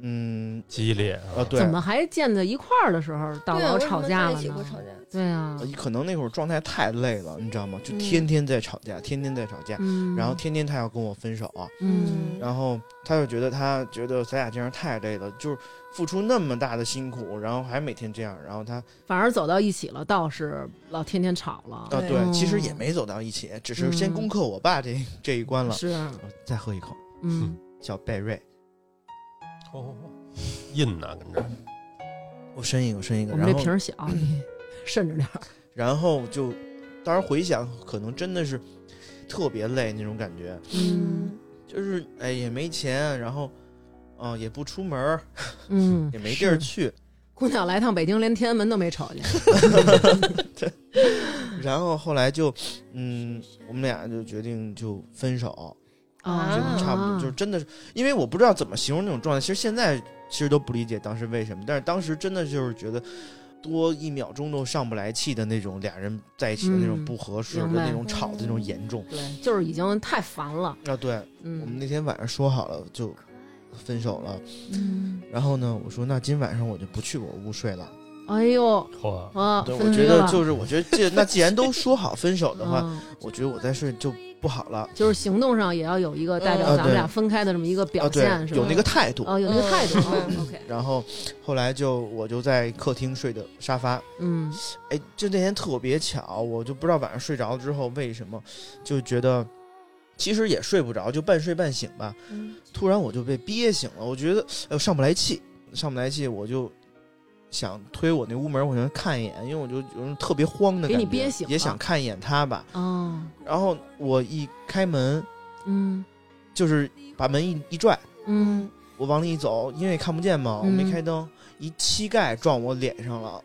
S4: 嗯，
S1: 激烈啊
S4: 啊，对
S2: 怎，么还见在一块儿的时候到
S3: 对
S2: 老
S3: 为什
S2: 吵
S3: 么
S2: 架
S3: 在一
S2: 了
S3: 起会
S2: 呢？
S3: 吵架，
S2: 对啊，
S4: 可能那会儿状态太累了，你知道吗？就
S3: 嗯
S4: 天天在吵架，天天在吵架，
S2: 嗯，
S4: 然后天天他要跟我分手，啊
S2: 嗯
S4: 然后他就觉得他觉得咱俩这样太累了，就是付出那么大的辛苦，然后还每天这样，然后他
S2: 反而走到一起了，倒是老天天吵了，
S4: 啊，
S3: 对
S4: 对，其实也
S2: 嗯
S4: 没走到一起，只是先
S2: 嗯
S4: 攻克我爸这这一关了。
S2: 是，
S4: 我再喝一口，
S2: 嗯
S4: 叫贝瑞，
S1: 哦哦哦印呢，跟这儿
S4: 我伸一个，我伸一个，
S2: 我们
S4: 然
S2: 这瓶
S4: 后
S2: 儿小，你慎着点儿。
S4: 然后就，当时回想，可能真的是特别累那种感觉。
S2: 嗯，
S4: 就是哎也没钱，然后嗯、也不出门儿，
S2: 嗯，
S4: 也没地儿
S2: 是。
S4: 去，
S2: 姑娘来趟北京，连天安门都没瞅见。
S4: 然后后来就嗯，我们俩就决定就分手，
S3: 啊
S4: 就
S2: 嗯
S4: 差不多，就是真的是，因为我不知道怎么形容那种状态。其实现在其实都不理解当时为什么，但是当时真的就是觉得多一秒钟都上不来气的那种，俩人在一起的那种
S2: 嗯
S4: 不合适跟
S2: 明白
S4: 那种吵的那种严重。
S2: 对，就是已经太烦了。
S4: 啊，对，我们
S2: 嗯
S4: 那天晚上说好了就分手了，
S2: 嗯，
S4: 然后呢，我说那今晚上我就不去我屋睡了。
S2: 哎呦，
S1: 嚯，
S2: 啊，
S4: 对，我
S2: 分
S4: 觉
S2: 居
S4: 得
S2: 了
S4: 就是，我觉得这那既然都说好分手的话，
S2: 嗯
S4: 我觉得我再睡就不好了。
S2: 就是行动上也要有一个代表
S3: 嗯
S2: 咱
S3: 啊
S2: 们
S4: 对
S2: 俩分开的这么一个
S4: 啊，
S2: 表
S4: 对
S2: 现，是，吧？
S4: 有那个态度。
S2: 哦，有那个态度。
S3: 嗯
S2: *laughs* 哦 OK，
S4: 然后后来就我就在客厅睡的沙发，
S2: 嗯
S4: 哎，就那天特别巧，我就不知道晚上睡着之后为什么，就觉得其实也睡不着，就半睡半醒吧。
S2: 嗯
S4: 突然我就被憋醒了，我觉得哎呦上不来气，上不来气，我就想推我那屋门，我想看一眼，因为我就有种特别慌的
S2: 给
S4: 感觉，
S2: 你憋醒了
S4: 也想看一眼他吧。
S2: 哦，
S4: 然后我一开门，
S2: 嗯
S4: 就是把门一一拽，
S2: 嗯，
S4: 我往里一走，因为看不见嘛，我没
S2: 嗯
S4: 开灯，一膝盖撞我脸上了，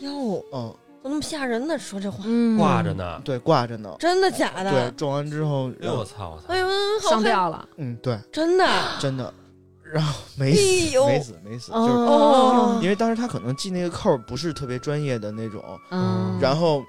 S3: 哟，
S4: 嗯，
S3: 怎么那么吓人呢？说这话，
S2: 嗯
S1: 挂着，呢。
S4: 对，挂着呢，
S3: 真的假
S4: 对
S3: 的，？
S4: 撞完之后，
S1: 哎
S4: 然
S1: 呦
S4: 后
S1: 我操我操
S3: 哎！呦，好
S2: 上
S3: 害
S2: 吊了。
S4: 嗯，对，
S3: 真的，
S4: 真的，
S3: *laughs*
S4: 然后没
S3: 哎
S4: 死，
S3: 呦
S4: 没死，没死，就是
S2: 哦
S3: 哦，
S4: 因为当时他可能系那个扣儿不是特别专业的那种，
S2: 嗯，
S4: 然后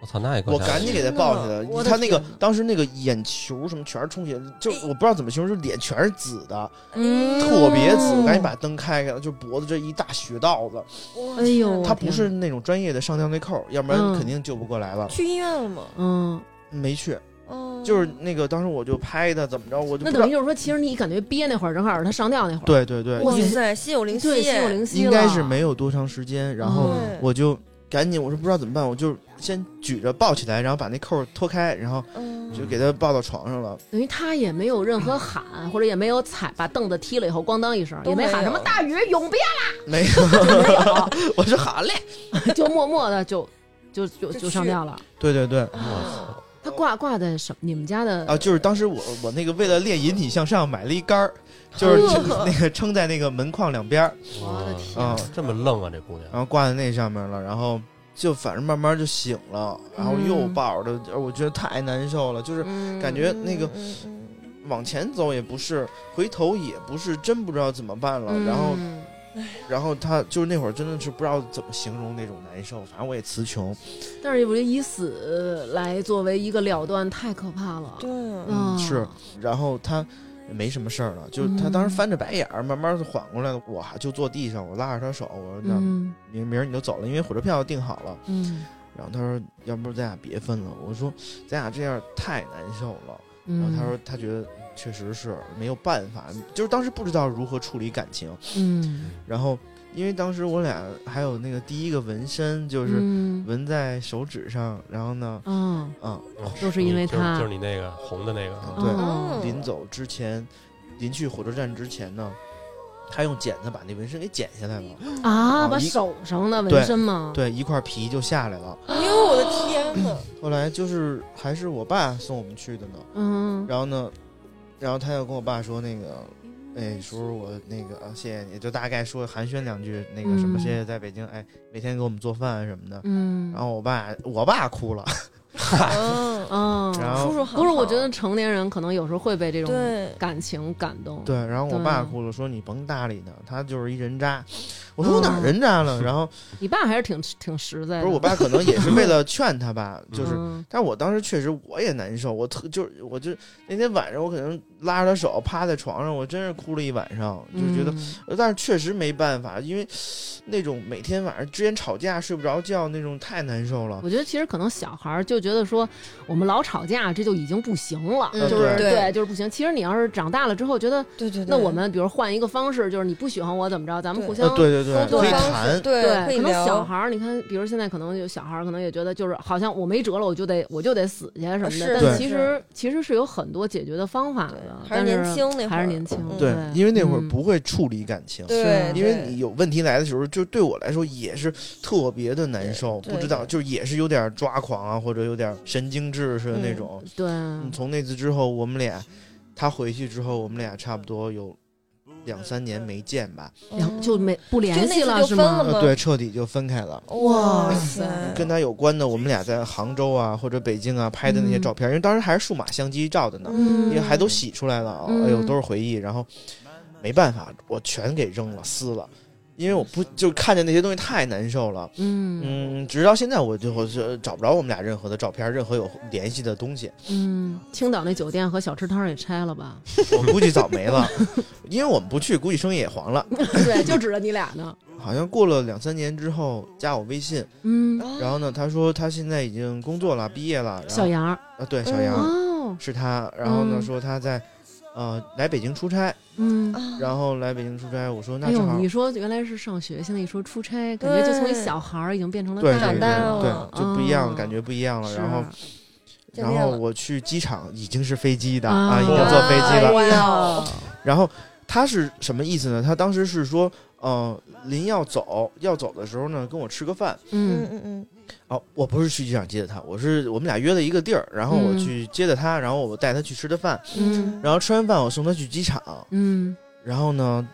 S1: 我操，那也够
S4: 我
S1: 吓
S4: 赶
S1: 人
S4: 紧
S1: 的
S4: 给他抱起
S3: 天哪我
S4: 来，
S3: 的
S4: 他那个
S3: 天哪哎
S4: 当时那个眼球什么全是充血，就我不知道怎么形容，就脸全是紫的，
S3: 嗯
S4: 特别紫，我赶紧把灯开开了，就脖子这一大血道子，
S3: 我
S2: 哎呦
S3: 天哪
S4: 他不是那种专业的上吊那扣儿，要不然
S2: 嗯
S4: 肯定救不过来了，
S3: 去医院了吗？
S2: 嗯，
S4: 没去，
S3: 哦，
S4: 就是那个当时我就拍他怎么着，我就
S2: 那
S4: 不
S2: 等
S4: 知道
S2: 于，就是说，其实你感觉憋那会儿，正好是他上吊那会儿。
S4: 对对对，
S3: 哇
S4: 应
S3: 塞，心有灵犀，
S2: 对，心有灵犀
S4: 应该
S2: 了
S4: 是没有多长时间，然后。
S2: 嗯
S3: 对
S4: 我就赶紧，我说不知道怎么办，我就先举着抱起来，然后把那扣儿脱开，然后
S3: 嗯
S4: 就给他抱到床上了。
S2: 等于他也没有任何喊，或者也没有踩，把凳子踢了以后，咣当一声，
S3: 都
S2: 也没喊
S3: 没
S2: 什
S3: 有
S2: 么大雨永
S3: *laughs*
S2: 别，
S4: 没
S2: *laughs*
S4: 有，
S2: 没有，
S4: *laughs* 我说好嘞。
S2: 就默默的就就就
S3: 就
S2: 就上
S3: 去
S2: 吊了。
S4: 对对对，
S2: 嗯
S3: 啊
S2: 他挂挂在什么？你们家的
S4: 啊，就是当时我我那个为了练引体向上买了一杆儿，就是
S2: 哦
S3: 呵
S4: 那个撑在那个门框两边儿，
S2: 我的
S1: 哇
S2: 天
S4: 啊，
S1: 这么愣啊，这姑娘
S4: 然后挂在那上面了，然后就反正慢慢就醒了，然后又抱着，而我觉得太难受了，就是
S2: 嗯
S4: 感觉那个
S3: 嗯嗯嗯
S4: 往前走也不是，回头也不是，真不知道怎么办了，然后。
S2: 嗯
S4: 然后他就是那会儿真的是不知道怎么形容那种难受，反正我也词穷，
S2: 但是我觉得以死来作为一个了断，太可怕了。
S3: 对，
S2: 啊
S4: 嗯是，然后他也没什么事儿了，就
S2: 嗯
S4: 他当时翻着白眼儿，慢慢的缓过来了，我还就坐地上，我拉着他手，我说那
S2: 嗯
S4: 明明儿你就走了，因为火车票订好了，
S2: 嗯
S4: 然后他说要不咱俩别分了，我说咱俩这样太难受了，然后
S2: 嗯，
S4: 他说他觉得确实是没有办法，就是当时不知道如何处理感情，
S2: 嗯，
S4: 然后因为当时我俩还有那个第一个纹身就。
S2: 就是嗯
S4: 纹在手指上，然后呢，
S2: 啊
S4: 嗯，
S2: 都是因为
S1: 哦就是
S2: 他
S1: 就是你那个红的那个，
S4: 对
S2: 哦
S4: 临走之前，临去火车站之前呢，他用剪子把那纹身给剪下来了，
S3: 哦
S2: 啊，
S4: 啊
S2: 把
S4: 一
S2: 手上的
S4: 对
S2: 纹身吗？
S4: 对，一块皮就下来了。
S3: 哎呦我的天
S4: *clears throat*
S3: 哪，
S4: 后来就是还是我爸送我们去的呢，
S2: 嗯，
S4: 然后呢，然后他又跟我爸说那个。哎，叔叔，我那个啊谢谢你，就大概说寒暄两句，那个什
S2: 嗯
S4: 么，谢谢在北京，哎，每天给我们做饭啊什么的。
S2: 嗯，
S4: 然后我爸，我爸
S2: *laughs*
S4: 哭了，
S3: 嗯，
S2: 嗯，
S4: 哎然后
S3: 叔叔好，
S2: 不是，我觉得成年人可能有时候会被这种
S3: 对，
S2: 感情感动。
S4: 对，然后我爸
S2: 对
S4: 哭了，说你甭搭理他，他就是一人渣。我说我哪
S2: 嗯
S4: 儿人渣了？
S2: *laughs*
S4: 然后
S2: 你爸还是挺挺实在的。
S4: 不是我爸，可能也是为了劝他吧，就是。
S2: 嗯
S4: 但我当时确实我也难受，我特就是我就那天晚上我可能拉着他手趴在床上，我真是哭了一晚上，就觉得，
S2: 嗯
S4: 呃但是确实没办法，因为那种每天晚上之前吵架睡不着觉那种太难受了。
S2: 我觉得其实可能小孩儿就觉得说，我们老吵架，这就已经不行了，
S3: 嗯
S2: 就是
S3: 对
S2: 就是不行。其实你要是长大了之后，觉得
S3: 对对对，
S2: 那我们比如换一个方式，就是你不喜欢我怎么着，咱们
S3: 对
S2: 互
S4: 呃
S2: 相，
S4: 对对对，
S2: 工作
S4: 可以
S2: 方
S3: 式
S4: 谈，
S3: 对可以
S2: 可能
S3: 聊
S2: 小孩儿，你看，比如现在可能有小孩儿，可能也觉得就是好像我没辙了，我就得我就得死去什么的。
S3: 呃是
S2: 但
S4: 对
S2: 其实其实是有很多解决的方法的，
S3: 对还
S2: 啊但
S3: 是
S2: 是
S3: 年轻那会儿
S2: 还是年轻，
S4: 对，因为那会儿
S2: 嗯
S4: 不会处理感情。
S3: 对，
S2: 是
S4: 因为你有问题来的时候，就对我来说也是特别的难受，
S3: 对
S4: 不知道就是也是有点抓狂啊，或者有点神经质似的那种。
S2: 对，
S4: 嗯从那次之后，我们俩他回去之后，我们俩差不多有两三年没见吧，
S3: 嗯
S2: 然后就没不联系
S3: 就那次嗯
S2: 是
S3: 就分了
S2: 吗？
S3: 吗
S4: 呃，对，彻底就分开了。
S3: 哇塞，啊
S4: 跟他有关的，我们俩在杭州啊或者北京啊拍的那些照片，因为当时还是数码相机照的呢，
S2: 嗯
S4: 因为还都洗出来了，
S2: 嗯
S4: 哎呦，都是回忆。然后没办法，我全给扔了、撕了，因为我不就看见那些东西太难受了。
S2: 嗯
S4: 嗯，直到现在我就我就找不着我们俩任何的照片，任何有联系的东西，
S2: 嗯，青岛那酒店和小吃摊儿也拆了 *laughs* 吧？
S4: 我估计早没了， *laughs* 因为我们不去，估计生意也黄了。
S2: 对，就指着你俩呢。
S4: 好像过了两三年之后加我微信，
S2: 嗯，
S4: 然后呢，他说他现在已经工作了，毕业了，然后
S2: 小杨儿
S4: 啊，对，小杨。
S2: 哦，
S4: 是他，然后呢、
S2: 嗯
S4: 说他在，呃，来北京出差，
S2: 嗯。
S3: 然
S4: 然后来北京出差，我说那
S2: 哎
S4: 正
S2: 呦，
S4: 好，
S2: 你说原来是上学，现在一说出差，感觉就从一小孩儿已经变成了
S4: 对
S2: 大
S4: 对
S3: 长
S4: 对
S3: 大
S2: 人。
S3: 了
S4: 对，就不一样，
S2: 哦
S4: 感觉不一样了。
S2: 是
S4: 然后
S3: 见
S4: 然
S3: 面
S4: 后
S3: 了
S4: 我去机场已经是飞机的
S2: 啊
S4: 啊，已经坐飞机了。
S3: 哎
S2: 哇哦
S3: 呦
S4: 然后他是什么意思呢？他当时是说，呃，临要走要走的时候呢，跟我吃个饭。
S3: 嗯
S2: 嗯
S3: 嗯嗯，
S4: 哦，我不是去机场接的他，我是我们俩约了一个地儿，然后我
S2: 嗯
S4: 去接的他，然后我带他去吃的饭，
S2: 嗯
S4: 然后吃完饭我送他去机场，
S2: 嗯
S4: 然后呢，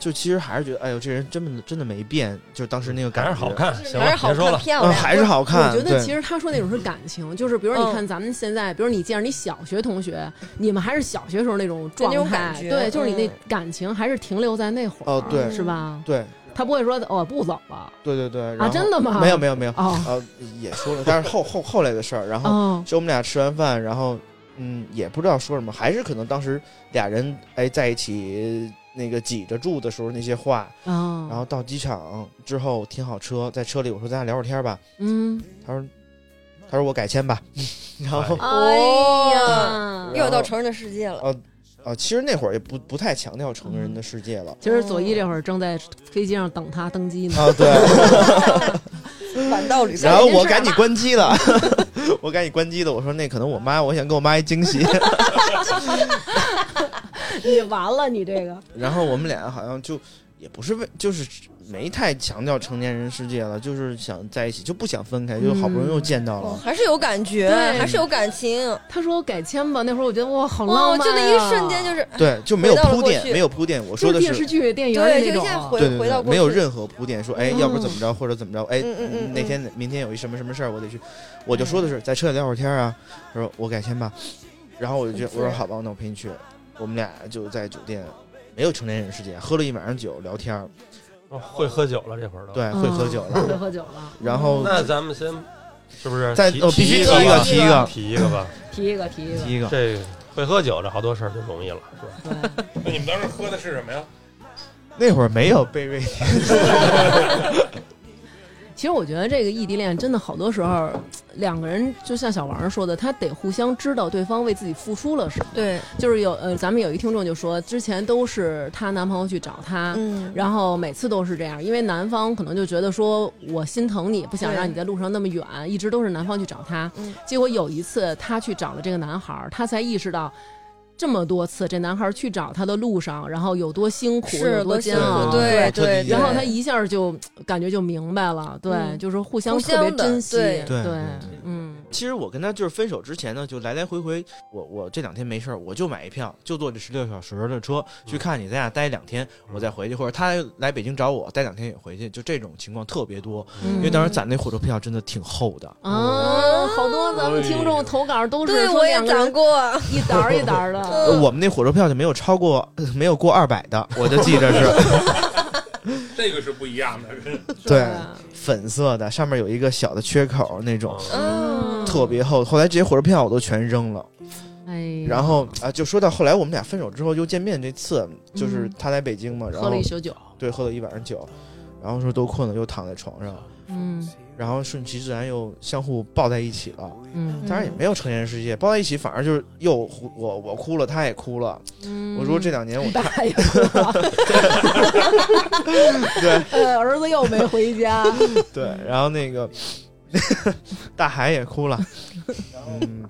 S4: 就其实还是觉得，哎呦，这人真的真的没变，就是当时那个感
S1: 还
S4: 觉
S1: 是好，看，行
S3: 还
S1: 了，
S3: 是好
S1: 别说
S3: 看
S1: 了。
S3: 漂
S4: 嗯，
S3: 亮，
S4: 还是好看。
S2: 我觉得其
S4: 实
S2: 实他说那种是感情，就是比如
S3: 嗯
S2: 说你看咱们现在，比如你见着你小学同学，你们还是小学时候那种状
S3: 那种
S2: 态
S3: 感，觉
S2: 对，就是你那
S3: 嗯
S2: 感情还是停留在那会儿，
S4: 哦对
S2: 是吧？
S4: 对
S2: 他不会说哦不走了
S4: 对对对，然
S2: 啊，
S4: 后
S2: 真的吗？
S4: 没有没有没有，
S2: 哦
S4: 呃，也说了，但是后后后来的事儿，然后
S2: 哦，
S4: 就我们俩吃完饭，然后嗯，也不知道说什么，还是可能当时俩人哎在一起那个挤着住的时候那些话，
S2: 哦
S4: 然后到机场之后停好车，在车里我说咱俩聊会儿天吧，
S2: 嗯，
S4: 他说他说我改签吧，然后
S2: 哎
S4: 然
S2: 呀，
S4: 后
S3: 又到成人的世界了。
S4: 啊，其实那会儿也不不太强调成人的世界了。
S2: 今儿左一这会儿正在飞机上等他登机呢，
S4: 啊， *laughs* 对，
S3: 反道理
S4: 然后我赶紧关机了， *laughs* 我赶紧关机了。我说那可能我妈，我想给我妈一惊喜。 *laughs* 啊
S2: *laughs* 你完了，你这个，
S4: 然后我们俩好像就也不是为，就是没太强调成年人世界了，就是想在一起，就不想分开，就好不容易又见到
S3: 哦
S4: 了。
S3: 还是有感觉，
S2: 对
S3: 还是有感情。
S2: 他说改签吧，那会儿我觉得哇，好浪
S3: 哦，
S2: 漫啊呀，
S3: 就那一瞬间就是，
S4: 对，就没有
S3: 回到了
S4: 铺
S3: 过
S4: 垫，
S3: 去
S4: 没有铺垫。我
S2: 就
S4: 说的
S2: 电
S4: 是
S2: 视，剧、电影
S3: 对，
S2: 那
S3: 就一
S2: 种
S3: 下
S2: 啊，
S3: 回
S4: 对对
S3: 回到过
S4: 对，
S3: 去，
S4: 没有任何铺垫，说哎，要不怎么着，或者怎么着，哎
S3: 嗯嗯嗯，嗯嗯
S4: 那天明天有一什么什么事儿，我得去。我就说的是在车里聊会儿天啊，他说我改签吧，然后我就觉得我说好吧，那我陪你去。我们俩就在酒店，没有成年人世界，喝了一晚上酒，聊天儿，
S1: 哦会喝酒了，这会儿都。，
S3: 哦
S4: 对，会喝酒
S2: 嗯会
S4: 了。
S2: 喝酒了。嗯
S4: 然后
S1: 那咱们先是不是
S4: 再
S1: 提
S4: 呃必须
S1: 一
S4: 提一
S1: 个
S4: 个
S1: 吧
S4: 提一个嗯
S1: 提一个吧？
S2: 提一个，提一
S3: 嗯
S4: *laughs*
S2: 个，
S4: 提一个，
S1: 这会喝酒，这好多事儿就容易了，是吧？
S2: 对，
S5: 那你们当时喝的是什么呀？
S4: 那会儿没有贝瑞，
S2: 其实我觉得这个异地恋真的好多时候，两个人就像小王说的，他得互相知道对方为自己付出了什么。，
S3: 对，
S2: 就是有呃，咱们有一听众就说，之前都是她男朋友去找她。
S3: 嗯，
S2: 然后每次都是这样，因为男方可能就觉得说我心疼你，不想
S3: 对
S2: 让你在路上那么远，一直都是男方去找她。
S3: 嗯
S2: 结果有一次她去找了这个男孩儿，她才意识到。这么多次，这男孩儿去找她的路上，然后有多辛苦，有
S3: 是
S2: 多煎熬，
S3: 对
S4: 对
S3: 对。
S4: 对
S2: 然后他一下就感觉就明白了，对，
S3: 嗯
S2: 就是互相
S3: 互
S2: 特别
S3: 相的
S2: 珍惜，
S3: 对
S4: 对对
S2: 嗯，
S4: *laughs* 其实我跟他就是分手之前呢，就来来回回，我我这两天没事儿，我就买一票，就坐这十六小时的车去看你，咱俩待两天，我再回去，或者他来北京找我，待两天也回去，就这种情况特别多。因为当时攒那火车票真的挺厚的，
S2: 嗯啊，好多咱们听众投稿都是
S3: 嗯对，
S2: 说
S3: 我也
S2: 两
S3: 嗯
S2: 个
S3: 长
S2: 人
S3: 过，
S2: *laughs* 一沓儿一沓
S3: *laughs*
S2: 儿的，
S4: 呃我们那火车票就没有超过呃没有过二百的，我就记
S2: *laughs*
S4: 着是
S5: 这个是不一样的，
S4: 对粉色的，上面有一个小的缺口那种，
S3: 嗯，
S4: 特别厚。后来这些火车票我都全扔了。
S2: 哎，
S4: 然后啊，就说到后来我们俩分手之后又见面，这次就是
S2: 嗯
S4: 他来北京嘛，然
S2: 喝
S4: 后
S2: 了一宿酒，
S4: 对喝了一晚上酒，然后说都困了，又躺在床上，
S2: 嗯
S4: 然后顺其自然又相互抱在一起了。
S2: 嗯
S4: 当然也没有成年人世界，抱在一起反而就是又哭我我哭了，他也哭了。
S2: 嗯，
S4: 我说这两年
S2: *laughs*
S4: 我
S2: 大爷哭
S4: *laughs*
S2: 了， *laughs* 对，呃儿子又没回
S4: *laughs*
S2: 家，
S4: 对，
S5: 嗯
S4: 然后那个 *laughs* 大海也哭了，嗯，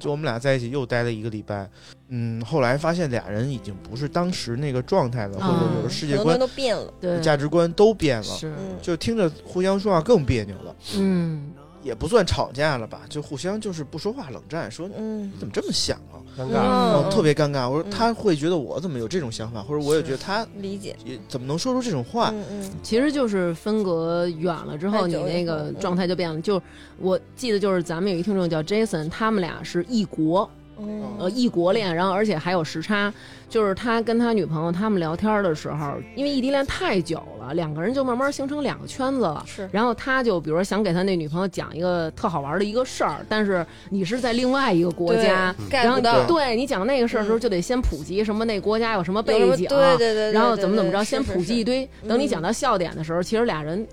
S4: 就我们俩在一起又待了一个礼拜，嗯，后来发现俩人已经不是当时那个状态了，或者有的世界
S3: 很多嗯
S4: 观
S3: 人、都变了，
S2: 对，
S4: 价值观都变了，
S2: 是，
S3: 嗯，
S4: 就听着互相说话更别扭了。
S2: 嗯，
S4: 也不算吵架了吧，就互相就是不说话，冷战，说你
S3: 嗯，
S4: 怎么这么想啊，
S1: 尴
S3: 嗯
S1: 尬。
S4: 然后特别尴尬。我
S3: 嗯
S4: 说他会觉得我怎么有这种想法，或者我也
S3: 是
S4: 觉得他
S3: 理解。
S4: 也怎么能说出这种话？
S3: 嗯嗯，
S2: 其实就是分隔远了之后，
S3: 太
S2: 你
S3: 久了嗯
S2: 那个状态就变了。就我记得，就是咱们有一听众叫 Jason，他们俩是异国，
S3: 嗯
S2: 呃，异国恋，然后而且还有时差。就是他跟他女朋友他们聊天的时候，因为异地恋太久了，两个人就慢慢形成两个圈子了。
S3: 是
S2: 然后他就比如说想给他那女朋友讲一个特好玩的一个事儿，但是你是在另外一个国家，
S3: 对
S2: 然
S3: 盖
S2: 后
S3: 不到，
S2: 对你讲那个事儿的时候，
S3: 嗯
S2: 就得先普及什么那国家有什么背
S3: 有什么
S2: 景，啊
S3: 对对对对，
S2: 然后
S3: 对
S2: 怎么怎么
S3: 对
S2: 着，
S3: 是
S2: 先
S3: 是
S2: 普及一
S3: 是
S2: 堆。等你
S3: 嗯
S2: 讲到笑点的时候，其实俩人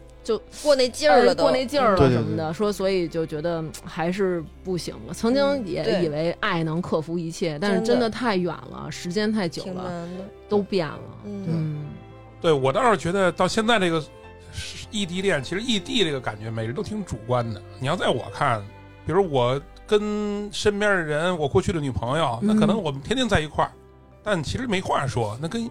S3: 过那劲儿了都，
S2: 哎
S3: 嗯
S2: 过那劲儿
S4: 嗯对
S2: 了
S4: 对
S2: 什么的，说所以就觉得嗯还是不行了。曾经
S3: 嗯
S2: 也
S3: 对
S2: 以为爱能克服一切，但是
S3: 真
S2: 真
S3: 的
S2: 的太远了，时间太久
S3: 挺
S2: 了，
S3: 难的。
S2: 都变了。
S3: 嗯，
S2: 嗯，
S5: 对我倒是觉得到现在这个是异地恋，其实异地这个感觉每人都挺主观的。你要在我看，比如我跟身边的人，我过去的女朋友，那可能
S2: 嗯
S5: 我们天天在一块儿，但其实没话说。那跟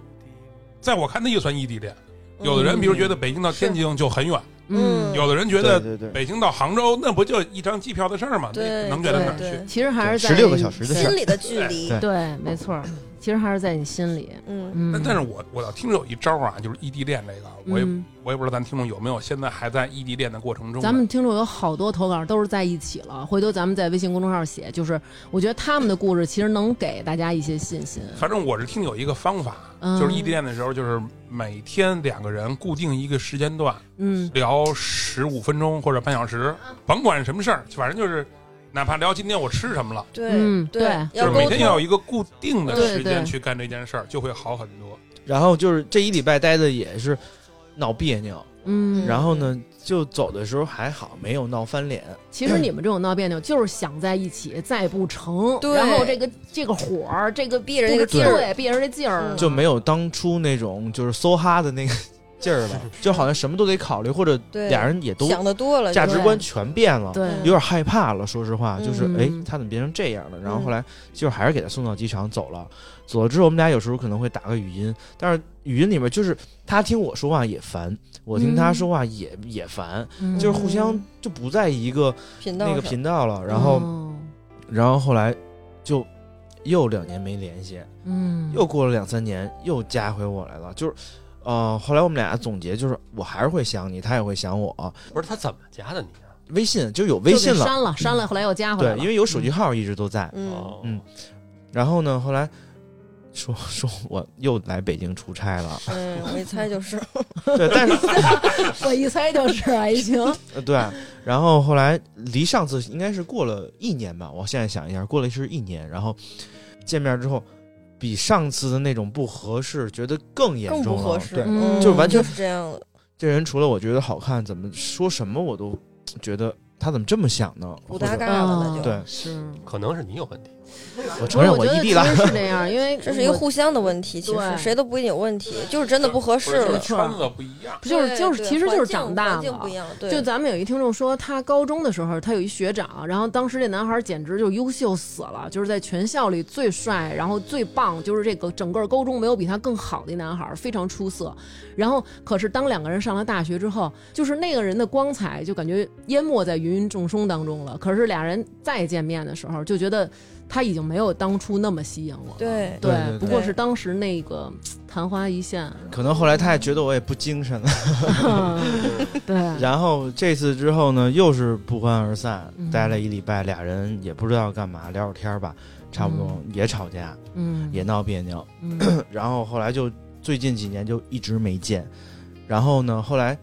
S5: 在我看，那也算异地恋。有的人，比如觉得北京到天津就很远，
S3: 嗯
S5: 有的人觉
S4: 对
S5: 得
S4: 对对，
S5: 北京到杭州那不就一张机票的事儿吗？那
S3: 对，
S5: 能远到
S3: 对
S5: 哪儿去
S3: 对？
S2: 其实还是在
S4: 十六个小时的事
S3: 嗯心
S4: 儿，
S3: 里的距离，
S4: 对
S2: 对，没错
S4: *clears throat*
S2: 儿，其实还是在你心里。
S3: 嗯
S2: 嗯，
S5: 但但是我我倒听着有一招啊，就是异地恋这个，我也
S2: 嗯
S5: 我也不知道咱听众有没有现在还在异地恋的过程中呢。
S2: 咱们听众有好多投稿都是在一起了，回头咱们在微信公众号写，就是我觉得他们的故事其实能给大家一些信心。
S5: 反正我是听有一个方法，
S2: 嗯
S5: 就是异地恋的时候，就是每天两个人固定一个时间段
S2: 嗯
S5: 聊十五分钟或者半小时，甭管什么事儿，反正就是哪怕聊今天我吃什么了，
S3: 对
S2: 嗯对
S5: 就
S3: 要
S5: 是每
S3: 沟
S5: 天要有
S3: 通，
S5: 一个固定的时
S2: 对对
S5: 间去干这件事儿，就会好很多。
S4: 然后就是这一礼拜待的也是闹别扭，
S2: 嗯，
S4: 然后呢，就走的时候还好，没有闹翻脸。
S2: 其实你们这种闹别扭，就是想在一起，再不成，
S3: 对
S2: 然后这个这个火儿，这个
S3: 避着那个
S2: 劲
S4: 劲
S2: 儿，
S4: 儿
S2: 对，避着这劲儿
S3: 嗯
S4: 就没有当初那种就是梭哈的那个劲儿
S3: *laughs*
S4: 了，就好像什么都得考虑，或者
S3: 对，
S4: 俩人也都
S3: 想的多了，
S4: 价
S3: 就
S4: 值观全变了，
S2: 对
S3: 嗯
S4: 有点害怕了。说实话，
S3: 嗯
S4: 就是哎，诶他怎么变成这样了？然后后来就是还是给他送到机场走了。走了之后，我们俩有时候可能会打个语音，但是语音里面就是他听我说话也烦，我
S3: 嗯
S4: 听他说话也也烦，
S2: 嗯
S4: 就是互相就不在一个
S3: 频道
S4: 那个
S3: 上
S4: 频道了。然后，
S2: 嗯
S4: 然后后来就又两年没联系。
S2: 嗯，
S4: 又过了两三年，又加回我来了，就是，呃，后来我们俩总结就是，我还是会想你，他也会想我。
S1: 不是他怎么加的你啊？
S4: 微信就有微
S2: 就
S4: 信
S2: 给
S4: 了，嗯
S2: 删了删了，后来又加回来
S4: 对
S2: 了，，
S4: 因为有手机号一直都在。
S3: 嗯， *laughs*
S1: 哦
S4: 嗯然后呢，后来说说我又来北京出差了，
S3: 嗯，我一猜就是，
S4: 对，但是 *laughs*
S2: 我一猜就是啊还
S3: *laughs*
S2: 行，
S4: 呃对，然后后来离上次应该是过了一年吧，我现在想一下，过了是一年，然后见面之后，比上次的那种不合适，觉得更严
S3: 更
S4: 重
S3: 不
S4: 了，
S3: 合适，
S4: 哦对，
S3: 嗯
S4: 就是完全嗯
S3: 就是这样的，
S4: 这人除了我觉得好看，怎么说什么我都觉得他怎么这么想呢？
S3: 不搭
S4: 或者
S3: 嘎了，
S2: 嗯
S3: 那就。
S4: 对
S2: 是。
S1: 可能是你有问题。
S4: 我
S2: 不
S4: 承
S2: 是，
S4: 认
S2: 我觉
S4: 异
S2: 得
S4: 地
S2: 其
S4: 了。
S2: 实是这样，因为
S3: 这是一个互相的问题，其
S2: 对
S3: 实谁都不一定有问题，就是真的不合适
S5: 不
S3: 了。
S5: 是这圈子不一样，
S2: 我就是
S3: 对
S2: 就是，
S3: 对
S2: 其实就
S3: 环
S2: 是
S3: 境
S2: 长大
S3: 环境
S2: 了
S3: 不一。样，对，
S2: 就咱们有一听众说，他高中的时候，他有一学长，然后当时这男孩简直就优秀死了，就是在全校里最帅，然后最棒，就是这个整个高中没有比他更好的男孩，非常出色。然后，可是当两个人上了大学之后，就是那个人的光彩就感觉淹没在芸芸众生当中了。可是俩人再见面的时候，就觉得他已经没有当初那么吸引我了。
S3: 对
S4: 对对对
S2: 不过是当时那个昙花一 *laughs* 现。
S4: 可能后来他也觉得我也不精神了，
S2: 对，
S4: 然后这次之后呢，又是不欢而散
S2: 嗯，
S4: 待了一礼拜，俩人也不知道干嘛，聊会儿天儿吧，差不多也吵架，
S2: *laughs* 嗯，
S4: 也闹别扭， *laughs*
S2: 嗯
S4: 然后后来就最近几年就一直没见，然后呢，后来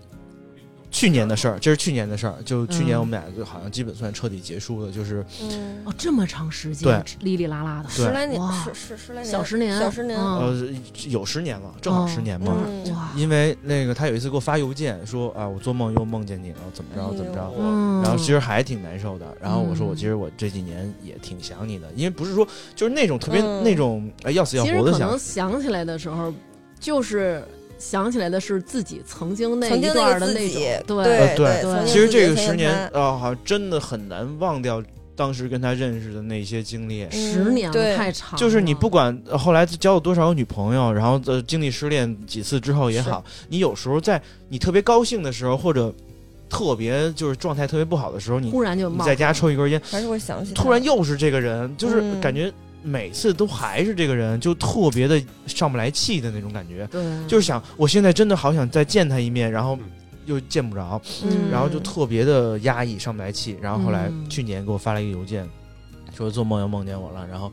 S4: 去年的事儿，这是去年的事儿，就去年
S2: 嗯
S4: 我们俩就好像基本算彻底结束了，就是
S3: 嗯，
S2: 哦，这么长时间，哩哩啦啦的，
S3: 十来年
S2: 哇，
S3: 十十十来年，
S2: 小十年，
S3: 小十年
S2: 嗯
S4: 呃有十年了，正好十年嘛，
S3: 嗯
S2: 哇，
S4: 因为那个他有一次给我发邮件说啊，我做梦又梦见你了，怎么
S3: 哎
S4: 着
S3: 呦
S4: 怎么着。
S2: 嗯，
S4: 然后其实还挺难受的，然后我说
S2: 嗯
S4: 我其实我这几年也挺想你的，因为不是说就是那种特别
S3: 嗯
S4: 那种哎要死要
S2: 其实
S4: 活的
S2: 可
S4: 想
S2: 能，想起来的时候，就是想起来的是自己曾经那
S3: 曾
S2: 一
S3: 经
S2: 段的
S3: 自
S2: 那种
S3: 己，，
S2: 对，
S3: 对
S4: 呃
S2: 对
S4: 对
S3: 曾经
S4: 其实
S3: 自己
S4: 这
S3: 曾
S4: 个
S3: 经
S4: 十年
S3: 他
S4: 啊，好像真的很难忘掉当时跟他认识的那些经历。
S2: 十年
S3: 嗯对
S2: 了，太长了，
S4: 就是你不管呃后来交了多少个女朋友，然后呃经历失恋几次之后也
S3: 是
S4: 好，你有时候在你特别高兴的时候，或者特别就是状态特别不好的时候，你
S2: 忽然就
S4: 你
S2: 冒
S4: 在家抽一根烟，
S3: 还是会想起他
S4: 突然又是这个人，就是
S3: 嗯
S4: 感觉每次都还是这个人，就特别的上不来气的那种感觉。
S2: 对，
S4: 就是想，我现在真的好想再见他一面，然后
S1: 嗯
S4: 又见不着，
S2: 嗯
S4: 然后就特别的压抑，上不来气。然后后来
S2: 嗯
S4: 去年给我发了一个邮件，说做梦又梦见我了，然后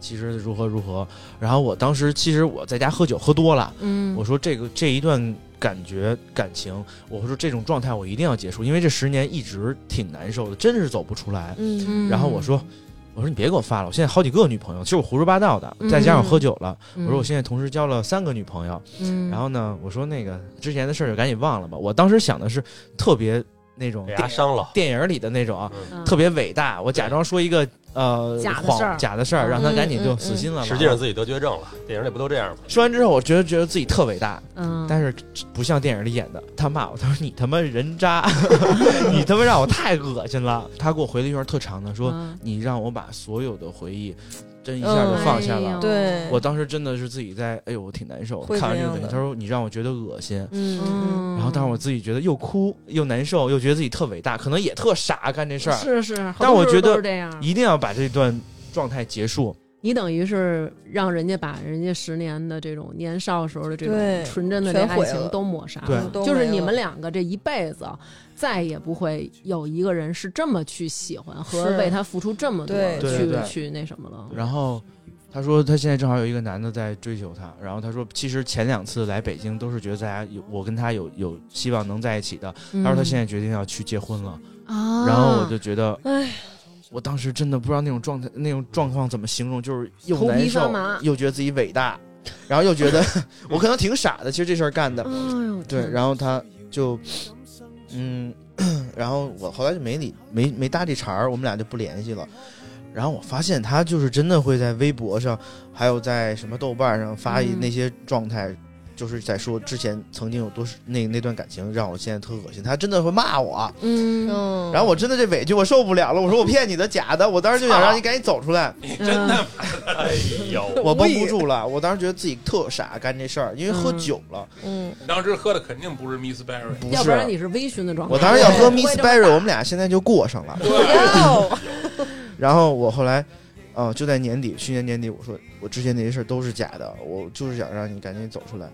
S4: 其实如何如何。然后我当时其实我在家喝酒喝多了，
S2: 嗯，
S4: 我说这个这一段感觉感情，我说这种状态我一定要结束，因为这十年一直挺难受的，真是走不出来。
S3: 嗯
S2: 嗯
S4: 然后我说。我说你别给我发了，我现在好几个女朋友，其实我胡说八道的，再加上喝酒了。
S2: 嗯，
S4: 我说我现在同时交了三个女朋友，
S2: 嗯，
S4: 然后呢，我说那个之前的事儿就赶紧忘了吧。我当时想的是特别那种
S1: 给
S4: 电
S1: 牙伤了，
S4: 电影里的那种啊，
S2: 嗯
S4: 特别伟大，我假装说一个呃
S2: 假的
S4: 谎
S2: 事儿
S4: 假的事儿，让他
S3: 嗯
S4: 赶紧
S3: 嗯
S4: 就
S3: 嗯
S4: 死
S3: 嗯
S4: 心了嘛。
S1: 实际上自己得绝症了。电影里不都这样吗？
S4: 说完之后，我觉得觉得自己特伟大，
S2: 嗯，
S4: 但是不像电影里演的。他骂我，他说你他妈人渣， *laughs* 你他妈让我太恶心了。他给我回了一段特长的，说
S2: 嗯
S4: 你让我把所有的回忆真一下就放下
S2: 哎
S4: 了
S2: 呦。
S3: 对，
S4: 我当时真的是自己在，哎呦，我挺难受的。
S3: 会这
S4: 看完这个
S3: 样
S4: 东西，
S3: 的
S4: 他说你让我觉得恶心，
S3: 嗯，
S2: 嗯，
S4: 然后但是我自己觉得又哭又难受，又觉得自己特伟大，可能也特傻干这事儿，
S2: 是啊是，好
S4: 但
S2: 多
S4: 我
S2: 事
S4: 觉
S2: 儿都
S4: 得
S2: 是这样，
S4: 一定要把这段状态结束。
S2: 你等于是让人家把人家十年的这种年少时候的这种
S3: 对
S2: 纯真的这
S3: 全
S2: 爱
S3: 毁
S2: 情
S3: 了
S2: 都抹杀
S4: 对
S2: 了，
S3: 都
S2: 就是
S3: 没了
S2: 你们两个这一辈子再也不会有一个人是这么去喜欢和
S3: 是
S2: 为他付出这么多
S3: 对
S4: 对对
S2: 去
S4: 对
S2: 去那什么了。
S4: 然后他说他现在正好有一个男的在追求他，然后他说其实前两次来北京都是觉得大家有我跟他有有希望能在一起的，他
S2: 嗯
S4: 说他现在决定要去结婚了，
S2: 在啊，
S4: 然后我就觉得
S3: 哎，
S4: 我当时真的不知道那种状态那种状况怎么形容，就是又
S2: 头皮
S4: 难
S2: 发
S4: 受
S2: 麻
S4: 又觉得自己伟大，然后又
S2: *laughs*
S4: 觉得我可能挺傻的，其实这事儿干的，
S2: 哎呦，
S4: 对，然后他就，嗯，然后我后来就没理没没搭这茬儿，我们俩就不联系了。然后我发现他就是真的会在微博上，还有在什么豆瓣上发一
S2: 嗯
S4: 那些状态，就是在说之前曾经有多那那段感情让我现在特恶心，他真的会骂我。
S2: 嗯，
S3: 嗯，
S4: 然后我真的这委屈我受不了了，我说我骗你的，假的，我当时就想让你赶紧走出来，
S2: 嗯
S5: 你 *laughs* 真的
S1: 哎呦，
S4: 我绷不住了，我当时觉得自己特傻干这事儿，因为喝
S2: 嗯
S4: 酒了，
S3: 嗯，
S5: 你当时喝的肯定不是 Miss Berry，
S4: 不
S2: 要不然
S4: 是，
S2: 你是微醺的状态。
S4: 我当时要喝
S2: 不会
S4: Miss
S2: 这么
S4: Berry，我们俩现在就过上了。
S3: 哦，
S4: 然后我后来，呃，就在年底，去年年底，我说我之前那些事儿都是假的，我就是想让你赶紧走出来。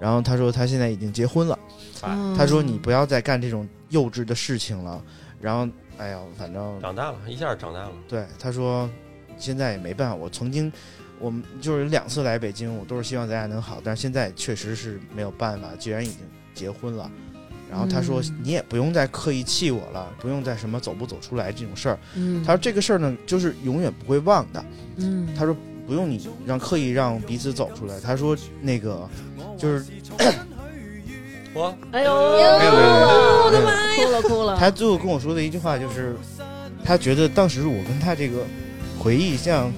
S4: 然后他说他现在已经结婚了，
S2: 嗯
S4: 他说你不要再干这种幼稚的事情了。然后，哎呀，反正
S1: 长大了，一下长大了。
S4: 对他说现在也没办法，我曾经。我们就是两次来北京，我都是希望咱俩能好，但是现在确实是没有办法，既然已经结婚了，然后他说、
S2: 嗯
S4: 你也不用再刻意气我了，不用再什么走不走出来这种事儿。
S2: 嗯，
S4: 他说这个事儿呢，就是永远不会忘的，
S2: 嗯，
S4: 他说不用你让刻意让彼此走出来。他说那个就是
S1: 我
S2: 哎呦，
S3: 没有没有没有
S2: 哦我的妈呀，哭了哭了，
S4: 他最后跟我说的一句话就是，他觉得当时我跟他这个回忆像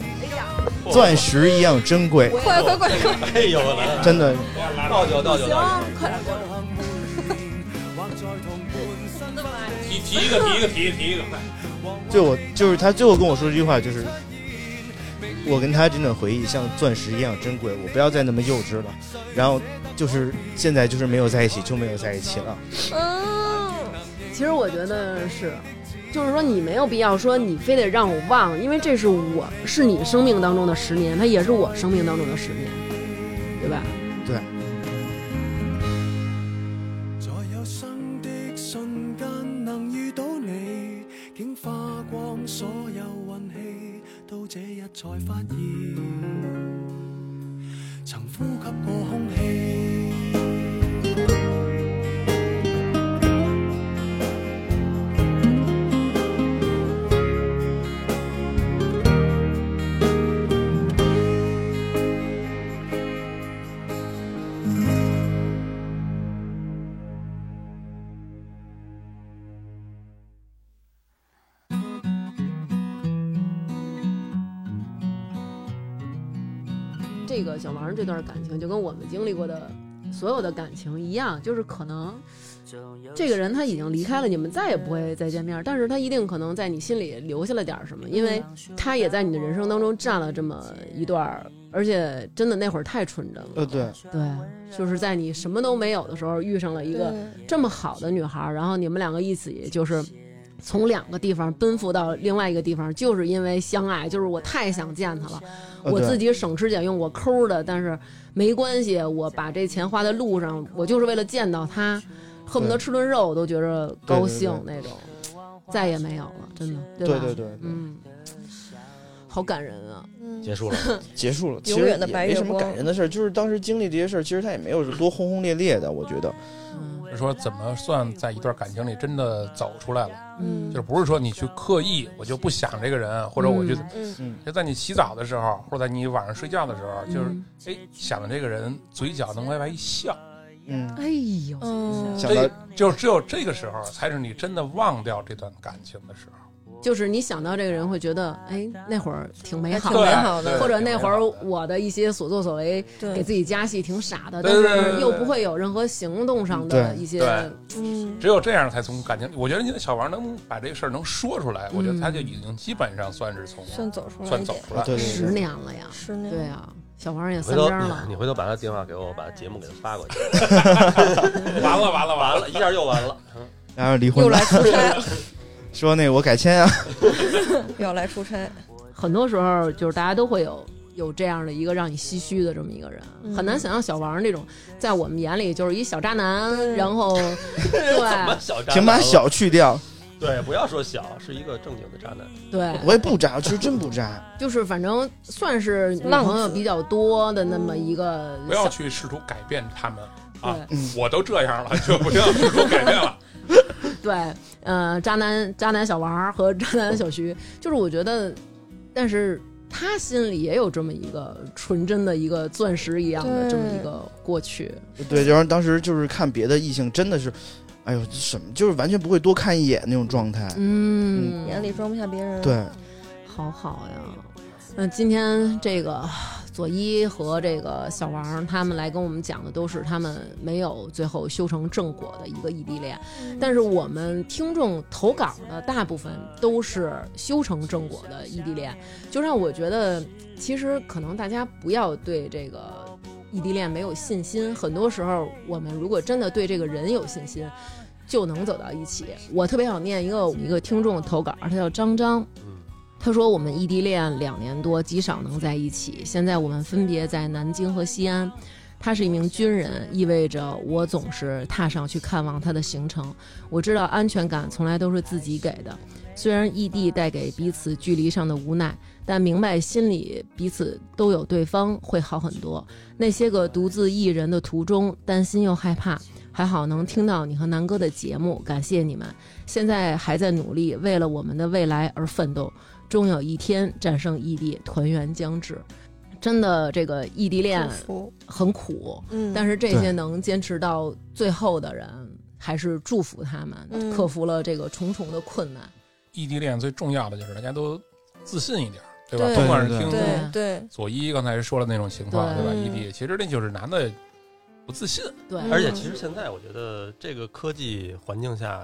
S4: 钻石一样珍贵，
S3: 快快 *laughs* 快快，
S1: 哎呦，我来
S4: 真的。
S1: 倒酒倒酒倒酒，
S5: 提提一个提一个提一个提一个，快
S4: 就我就是他最后跟我说这句话就是，我跟他真的回忆像钻石一样珍贵，我不要再那么幼稚了。然后就是现在就是没有在一起就没有在一起了。
S3: 嗯，
S2: 其实我觉得是，就是说你没有必要说你非得让我忘，因为这是我是你生命当中的十年，它也是我生命当中的十年，对吧？
S4: 对，
S8: 在有生的瞬间能遇到你，竟花光所有运氣，到這日才發現，曾呼吸過空氣。
S2: 这个小王这段感情就跟我们经历过的所有的感情一样，就是可能这个人他已经离开了，你们再也不会再见面，但是他一定可能在你心里留下了点儿什么，因为他也在你的人生当中占了这么一段儿，而且真的那会儿太纯真了。
S4: 呃，对，
S2: 对，就是在你什么都没有的时候遇上了一个这么好的女孩儿，然后你们两个一起就是从两个地方奔赴到另外一个地方，就是因为相爱，就是我太想见她了，
S4: 呃
S2: 我
S4: 对
S2: 自己省吃俭用，我抠的，但是没关系，我把这钱花在路上，我就是为了见到她，恨不得
S4: 对
S2: 吃顿肉都觉着高兴
S4: 对
S2: 那种，再也没有了，真的，
S4: 对
S2: 吧？
S4: 对对，对
S2: 嗯，好感人啊，
S3: 嗯
S1: 结 *laughs* 束了。
S4: 结束了，其
S3: 永
S4: 实
S3: 远的
S4: 也
S3: 白
S4: 没
S3: 月
S4: 什么
S3: 光
S4: 感人的事儿，就是当时经历这些事儿，其实他也没有多轰轰烈烈的，我觉得，
S2: 嗯
S5: 说怎么算在一段感情里真的走出来了？
S2: 嗯
S5: 就是不是说你去刻意，我就不想这个人，或者我就
S2: 嗯
S3: 嗯
S4: 嗯，
S5: 就在你洗澡的时候，或者在你晚上睡觉的时候，就是
S2: 嗯
S5: 哎想着这个人，嘴角能歪歪一笑，
S4: 嗯，
S2: 哎呦，
S3: 嗯
S4: 想
S5: 这
S4: 到啊
S5: 就只有这个时候才是你真的忘掉这段感情的时候。
S2: 就是你想到这个人会觉得，哎，那会儿挺美好
S3: 挺美
S2: 的，
S3: 好的
S5: 对
S2: 或者那会儿
S5: 挺美好的
S2: 我的一些所作所为给
S3: 对，
S2: 自己加戏挺傻的，但
S5: 对对对
S2: 是
S5: 对
S2: 又不会有任何行动上的
S4: 对
S2: 一些，
S5: 对
S3: 嗯
S5: 只有这样才从感情，我觉得你的小王能把这个事儿能说出来，我觉得他就已经基本上算是从
S3: 嗯算走出来
S5: 算
S3: 一
S5: 走
S3: 点，
S5: 出来。
S4: 对
S2: 十年了呀，
S3: 十年
S2: 对啊，小王也
S1: 回
S2: 三
S1: 头
S2: 张了
S1: 你，回头把他电话给我，我把节目给他发 *laughs*
S4: *laughs*
S1: 过去。
S5: 完了完了
S1: 完
S5: 完
S1: 了，
S5: 了，
S1: 一下又完了。
S4: 然后离
S3: 又
S4: 婚了
S3: 来，出差，
S4: 说那个我改签啊，
S3: 又要来出差，
S2: 很多时候就是大家都会有有这样的一个让你唏嘘的这么一个人，
S3: 嗯
S2: 很难想象小王这种在我们眼里就是一小渣男，
S3: 对
S2: 然后
S1: 怎
S3: 啊
S1: 么
S2: 对
S1: 小渣男了？
S4: 请把小去掉，
S1: 对，不要说小，是一个正经的渣男。
S2: 对，
S4: 我也不渣，我其实真不渣，
S2: 就是反正算是女
S3: 浪
S2: 朋友
S3: 子
S2: 比较多的那么一个
S5: 不要去试图改变他们啊！
S2: 对
S5: 我都这样了，就不要试图改变了。 *laughs*
S2: 对，呃，渣男渣男小王儿和 *laughs* 渣男小徐，就是我觉得，但是他心里也有这么一个纯真的一个钻石一样的
S3: 对
S2: 这么一个过去，
S4: 对，然后当时就是看别的异性，真的是，哎呦，这什么就是完全不会多看一眼那种状态，
S2: 嗯，
S3: 眼里装不下别人，，
S4: 对，
S2: 好好呀。那今天这个左一和这个小王儿他们来跟我们讲的都是他们没有最后修成正果的一个异地恋，但是我们听众投稿的大部分都是修成正果的异地恋，就让我觉得，其实可能大家不要对这个异地恋没有信心。很多时候，我们如果真的对这个人有信心，就能走到一起。我特别想念一个一个听众投稿，他叫张张，
S1: 嗯，
S2: 他说：“我们异地恋两年多，极少能在一起。现在我们分别在南京和西安。他是一名军人，意味着我总是踏上去看望他的行程。我知道安全感从来都是自己给的，虽然异地带给彼此距离上的无奈，但明白心里彼此都有对方会好很多。那些个独自一人的途中，担心又害怕。”还好能听到你和南哥的节目，感谢你们！现在还在努力，为了我们的未来而奋斗。终有一天战胜异地，团圆将至。真的，这个异地恋
S3: 祝福，
S2: 很苦，
S3: 嗯，
S2: 但
S3: 是
S2: 是这些能坚持到最后的人，还是祝福他们
S3: 嗯
S2: 克服了这个重重的困难。
S5: 异地恋最重要的就是大家都自信一点，对吧？
S3: 对
S5: 甭管是
S4: 对
S5: 听
S3: 对对，
S5: 左一刚才说了那种情况，
S2: 对
S5: 对吧？
S3: 嗯
S5: 异地其实那就是男的不自信，
S2: 对，
S3: 嗯
S1: 而且其实现在我觉得这个科技环境下，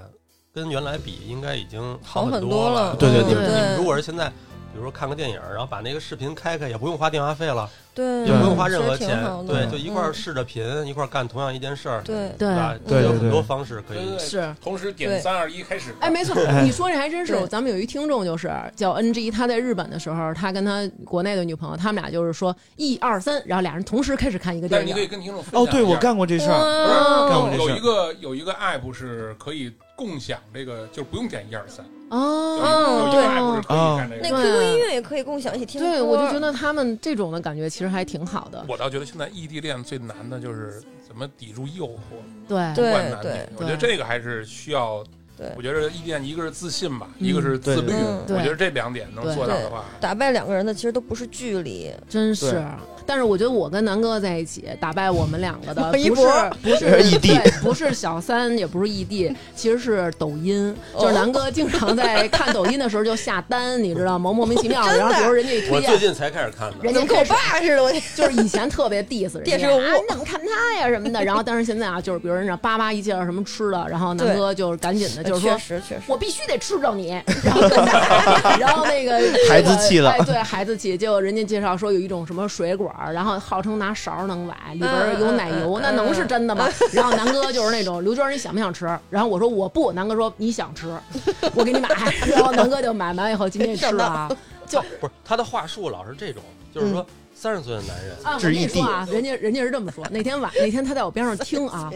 S1: 跟原来比应该已经
S3: 好
S1: 很
S3: 很多
S1: 了。
S3: 了，
S4: 对对
S3: 嗯
S4: 对
S1: 你们如果是现在，比如说看个电影，然后把那个视频开开，也不用花电话费了，
S3: 对，
S1: 也不用花
S3: 嗯其实
S1: 任何
S3: 挺
S1: 钱
S3: 好，的
S1: 对，
S3: 嗯
S1: 就一块儿试着频，一块儿干同样一件事儿，
S3: 对，
S2: 对
S1: 吧？
S3: 对
S1: 有
S4: 对
S1: 很多
S4: 对
S1: 方式可以。
S2: 是。
S5: 同时点
S3: 对
S5: 三二一开始。
S2: 哎，没错，你说这还真是。
S3: 对
S2: 咱们有一听众就是叫 NG，他在日本的时候，他跟他国内的女朋友，他们俩就是说一二三，然后俩人同时开始看一个
S5: 但
S2: 电
S5: 是你
S2: 影
S5: 可。以跟听众分享
S4: 哦，
S5: 一下
S4: 对我干过这事儿，干过
S3: 哇
S4: 这
S5: 有
S4: 事
S5: 一
S4: 儿，
S5: 个有一个 app 是可以共享这个，就是不用点一二三，有
S2: 哦，
S5: 一个有一个
S3: 对
S5: app 是可以干这
S3: 那
S4: 哦
S5: 个。
S3: QQ 音乐也可以共享一起听歌，
S2: 对，我就觉得他们这种的感觉其实还挺好的。
S5: 我倒觉得现在异地恋最难的就是怎么抵住诱惑，
S2: 对
S5: 不
S3: 对
S5: 管男
S3: 对
S5: 女，我觉得这个还是需要。
S3: 对
S5: 我觉得异地恋一个是自信吧，
S2: 嗯
S5: 一个是自律，
S4: 对
S3: 嗯
S2: 对
S5: 我觉得这两点能做到的话，
S3: 打败两个人的其实都不是距离，
S2: 真是
S4: 对。
S2: 但是我觉得我跟南哥在一起，打败我们两个
S5: *laughs*
S2: 的不
S3: 一
S2: 是
S3: 博
S2: 不是
S4: 是异地
S2: *laughs* 对不是小三，也不是异地，其实是抖音。
S3: 哦
S2: 就是南哥经常在看抖音的时候就下单，你知道吗？莫名其
S3: *laughs*
S2: 妙，然后比如人家一
S1: 我
S2: 推
S1: 最
S2: 荐，
S1: 近才开始看的，
S2: 人家
S3: 怎么跟
S2: 开
S3: 我
S2: 始
S3: 爸似的？我 *laughs*
S2: 就是以前特别 diss 人家，
S3: 电视购物
S2: 啊你怎么看他呀什么的。然后但是现在啊，就是比如人家叭叭一介绍什么吃的，然后南哥就是赶紧的，就是说
S3: 呃确实确实，
S2: 我必须得吃着你，然后然后那个
S4: *laughs* 孩子气了
S2: 哎，对孩子气，结果人家介绍说有一种什么水果馆儿，然后号称拿勺儿能崴，里边儿
S3: 嗯
S2: 有
S3: 嗯
S2: 奶油，
S3: 嗯
S2: 那能是真的
S3: *laughs*
S2: 吗？然后南哥就是那种刘娟儿，你想不想吃？然后我说我不，南哥说你想
S3: *laughs*
S2: 吃，我给你买。然后南哥就买，买完以后今天吃了啊。
S1: 不是他的话术老是这种，就是
S3: 嗯
S1: 说三十岁的男人，
S2: 啊，我
S4: 致
S2: 跟你
S4: 意地
S2: 说啊，人家人家是这么说。那天晚那天他在我边上听
S3: *laughs*
S2: 啊，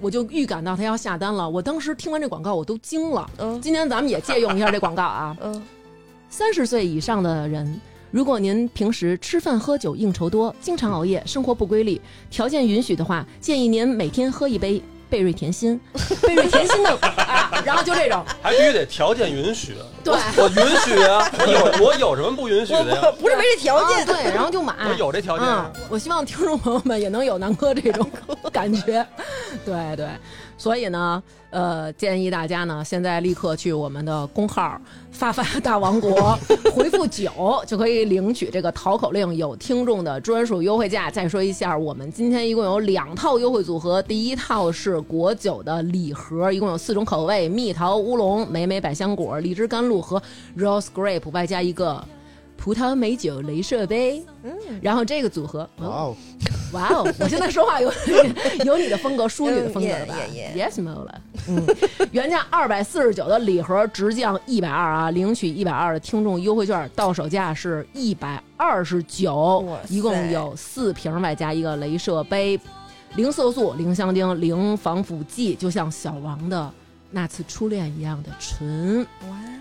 S2: 我就预感到他要下单了。我当时听完这广告，我都惊了。
S3: 嗯，
S2: 今天咱们也借用一下这广告啊
S1: *laughs*
S3: 嗯，
S2: 三十岁以上的人。如果您平时吃饭喝酒应酬多，经常熬夜，生活不规律，条件允许的话，建议您每天喝一杯贝瑞
S1: *laughs*
S2: 甜心。贝瑞甜心的啊，然后就这种，
S1: 还必须得条件允许。
S2: 对，
S1: 我 *laughs* 允许
S2: *laughs*
S1: 啊，我有我有什么不允许的呀？
S3: 不是没这条
S2: 啊
S3: 件，
S2: 对，然后就买。
S1: 我有这条件啊。
S2: 嗯，我希望听众朋友们也能有南哥这种感觉，对对，所以呢，呃，建议大家呢，现在立刻去我们的公号“发发大王国” *laughs* 回复九，就可以领取这个淘口令有听众的专属优惠价。再说一下，我们今天一共有两套优惠组合，第一套是果酒的礼盒，一共有四种口味：蜜桃乌龙、莓莓百香果、荔枝甘露和 rose grape，外加一个。葡萄美酒镭射杯，然后这个组合，
S4: 哇
S2: 哦
S4: 哦，
S2: 哇
S3: *laughs*
S2: 哦，我现在说话有 *laughs* 有你的风格，淑女的风格了吧
S3: 嗯也也
S2: ？Yes, Mola。嗯，原价二百四十九的礼盒直降一百二啊，领取一百二的听众优惠券，到手价是一百二十九
S3: 哇，塞
S2: 一共有四瓶，外加一个镭射杯，零色素、零香精、零防腐剂，就像小王的那次初恋一样的纯。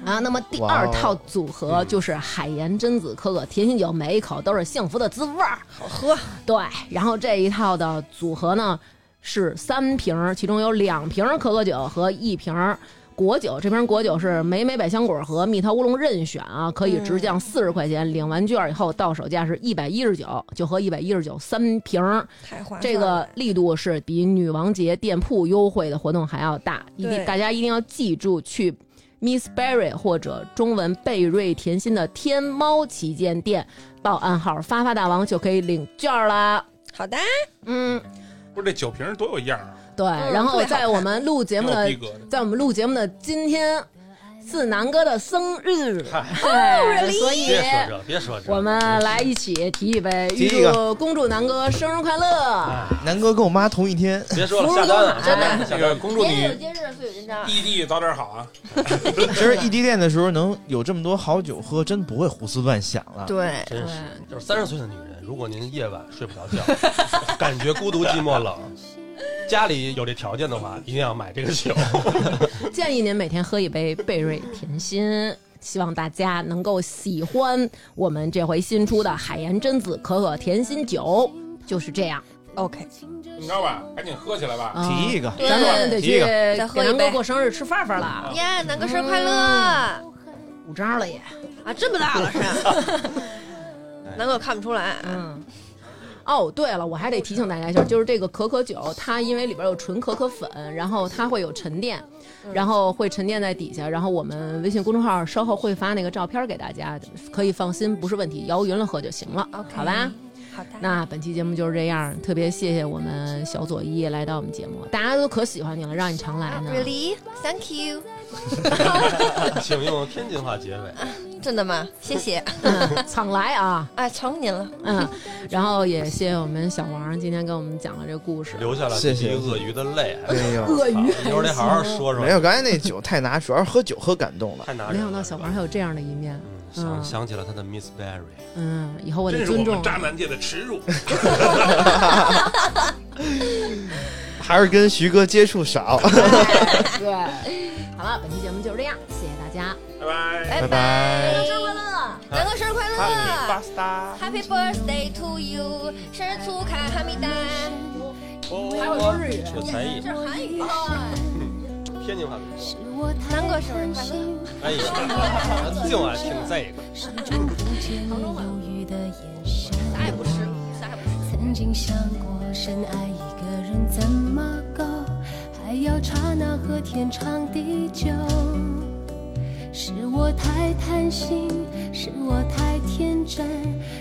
S2: 啊，那么第二套组合就是海盐榛子可可甜心酒，每一口都是幸福的滋味儿，好
S3: 喝。
S2: 对，然后这一套的组合呢是三瓶儿，其中有两瓶儿可可酒和一瓶儿果酒。这瓶果酒是莓莓百香果和蜜桃乌龙任选啊，可以直
S3: 嗯
S2: 降四十块钱，领完券以后到手价是一百一十九，就喝一百一十九三瓶儿。
S3: 太划算了，
S2: 这个力度是比女王节店铺优惠的活动还要大，一定
S3: 对
S2: 大家一定要记住去 Miss Berry 或者中文贝瑞甜心的天猫旗舰店报暗号“发发大王”就可以领券啦。
S3: 好的，
S2: 嗯，
S5: 不是这酒瓶多有样儿啊，
S2: 对。
S3: 嗯
S2: 然后
S3: 特别好
S2: 在
S3: 看
S2: 我们录节目
S5: 挺有
S2: 的
S5: 逼格的。
S2: 在我们录节目的今天是南哥的生日，
S1: 嗨，
S3: 哦
S2: 对，所以
S1: 别说这，别说这。
S2: 我们来一起提一杯，
S4: 提
S2: 预
S4: 一个啊
S2: 祝公主南哥生日快乐！
S4: 南哥跟我妈同一天，
S1: 别说了，下单了，下
S2: 真的
S1: 单了
S5: 这
S1: 下
S5: 个
S1: 单了。
S5: 公主
S2: 哎
S3: 年有
S5: 你
S3: 今日，岁有今朝。
S5: 异地早点好啊！
S4: 其实异地恋的时候能有这么多好酒喝，真不会胡思乱想了。
S3: 对，
S1: 真是，就是三十岁的女人，如果您夜晚睡不着觉，感觉 *laughs* 孤独寂寞冷，家里有这条件的话，一定要买这个酒。 *laughs*
S2: 建议您每天喝一杯贝瑞甜心。希望大家能够喜欢我们这回新出的海盐榛子可可甜心酒，就是这样。
S3: OK，
S5: 你知道吧？赶紧喝起来吧！
S2: 啊
S4: 提一个，
S2: 咱们得
S4: 提
S2: 去
S4: 一个，啊
S2: 给
S3: 再喝一
S2: 南哥
S3: 杯
S2: 过生日吃饭饭了，
S3: 耶，南哥生日快乐啊！
S2: 五张了也。
S3: 这么大了 *laughs* 是？南哥看不出来，啊
S2: 嗯。哦，对了，我还得提醒大家一下，就是这个可可酒，它因为里边有纯可可粉，然后它会有沉淀，然后会沉淀在底下，然后我们微信公众号稍后会发那个照片给大家，可以放心，不是问题，摇匀了喝就行了
S3: OK
S2: 好吧？
S3: 好的，
S2: 那本期节目就是这样，特别谢谢我们小左一来到我们节目，大家都可喜欢你了，让你常来呢。
S3: Really，Thank you，
S1: 请用天津话结尾。
S3: 真的吗？谢谢，
S2: 嗯，常来啊，
S3: 哎，成您了，
S2: 嗯，然后也谢谢我们小王今天给我们讲了这故事。
S1: 留下了
S4: 谢
S1: 第
S4: 谢
S1: 一鳄鱼的泪。啊
S4: 哎呦，
S2: 鳄鱼
S1: 一会儿得好好说说
S4: 没。有，刚才那酒太拿，主要是喝酒喝感动了。
S1: 太难。
S2: 没想到小王还有这样的一面，
S1: 嗯想想起了他的 Miss Berry。
S2: 嗯，以后我得
S5: 真是
S2: 尊
S5: 我
S2: 重
S5: 们。渣男界的耻辱。
S4: 还是跟徐哥接触少。
S2: 对，好了，本期节目就是这样，谢谢大家。
S5: 拜拜。
S3: 拜
S4: 拜
S3: 南哥生日快乐，南哥生日快乐，Happy birthday to you，生日粗卡哈密达，
S2: 哦还会说日语，
S1: 有才艺
S3: 这，是韩语，
S2: 啊
S1: *laughs* 天津话怎么说？
S3: 南哥生日快乐。
S1: 哎啊呀，净爱听这个。
S7: 始终不见你犹豫的眼神。
S3: 啥也不吃，啥也不吃。
S7: 曾经想过，深爱一个人怎么够？还要刹那和天长地久？是我太贪心，是我太天真，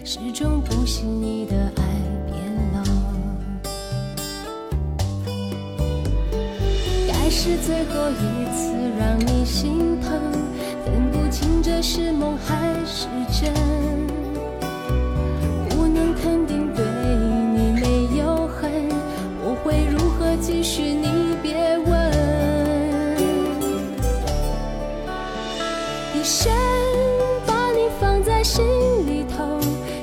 S7: 始终不信你的爱变冷。该是最后一次让你心疼，分不清这是梦还是真。不能靠肯定对你没有恨，我会如何继续你别问。一生把你放在心里头，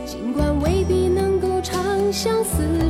S7: 尽管未必能够长相厮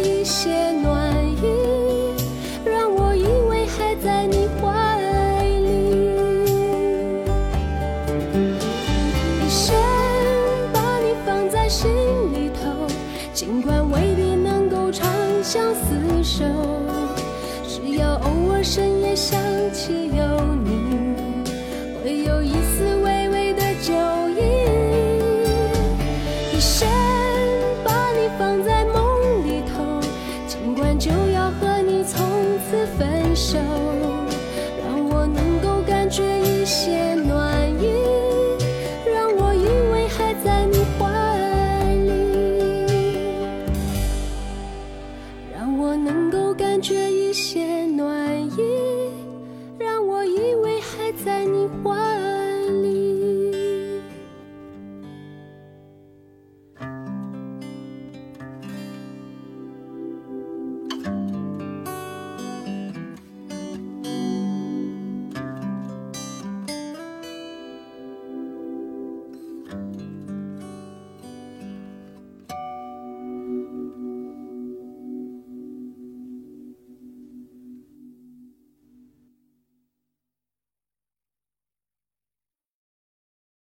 S7: 一些暖意，让我以为还在你怀里。一生把你放在心里头，尽管未必能够长相厮守，只要偶尔深夜想起有你，会有一丝微微的酒意。一生把你放在梦里头，尽管就要和你从此分手，让我能够感觉一些暖意，让我以为还在你怀里，让我能够感觉一些暖意，让我以为还在你怀里。
S8: 一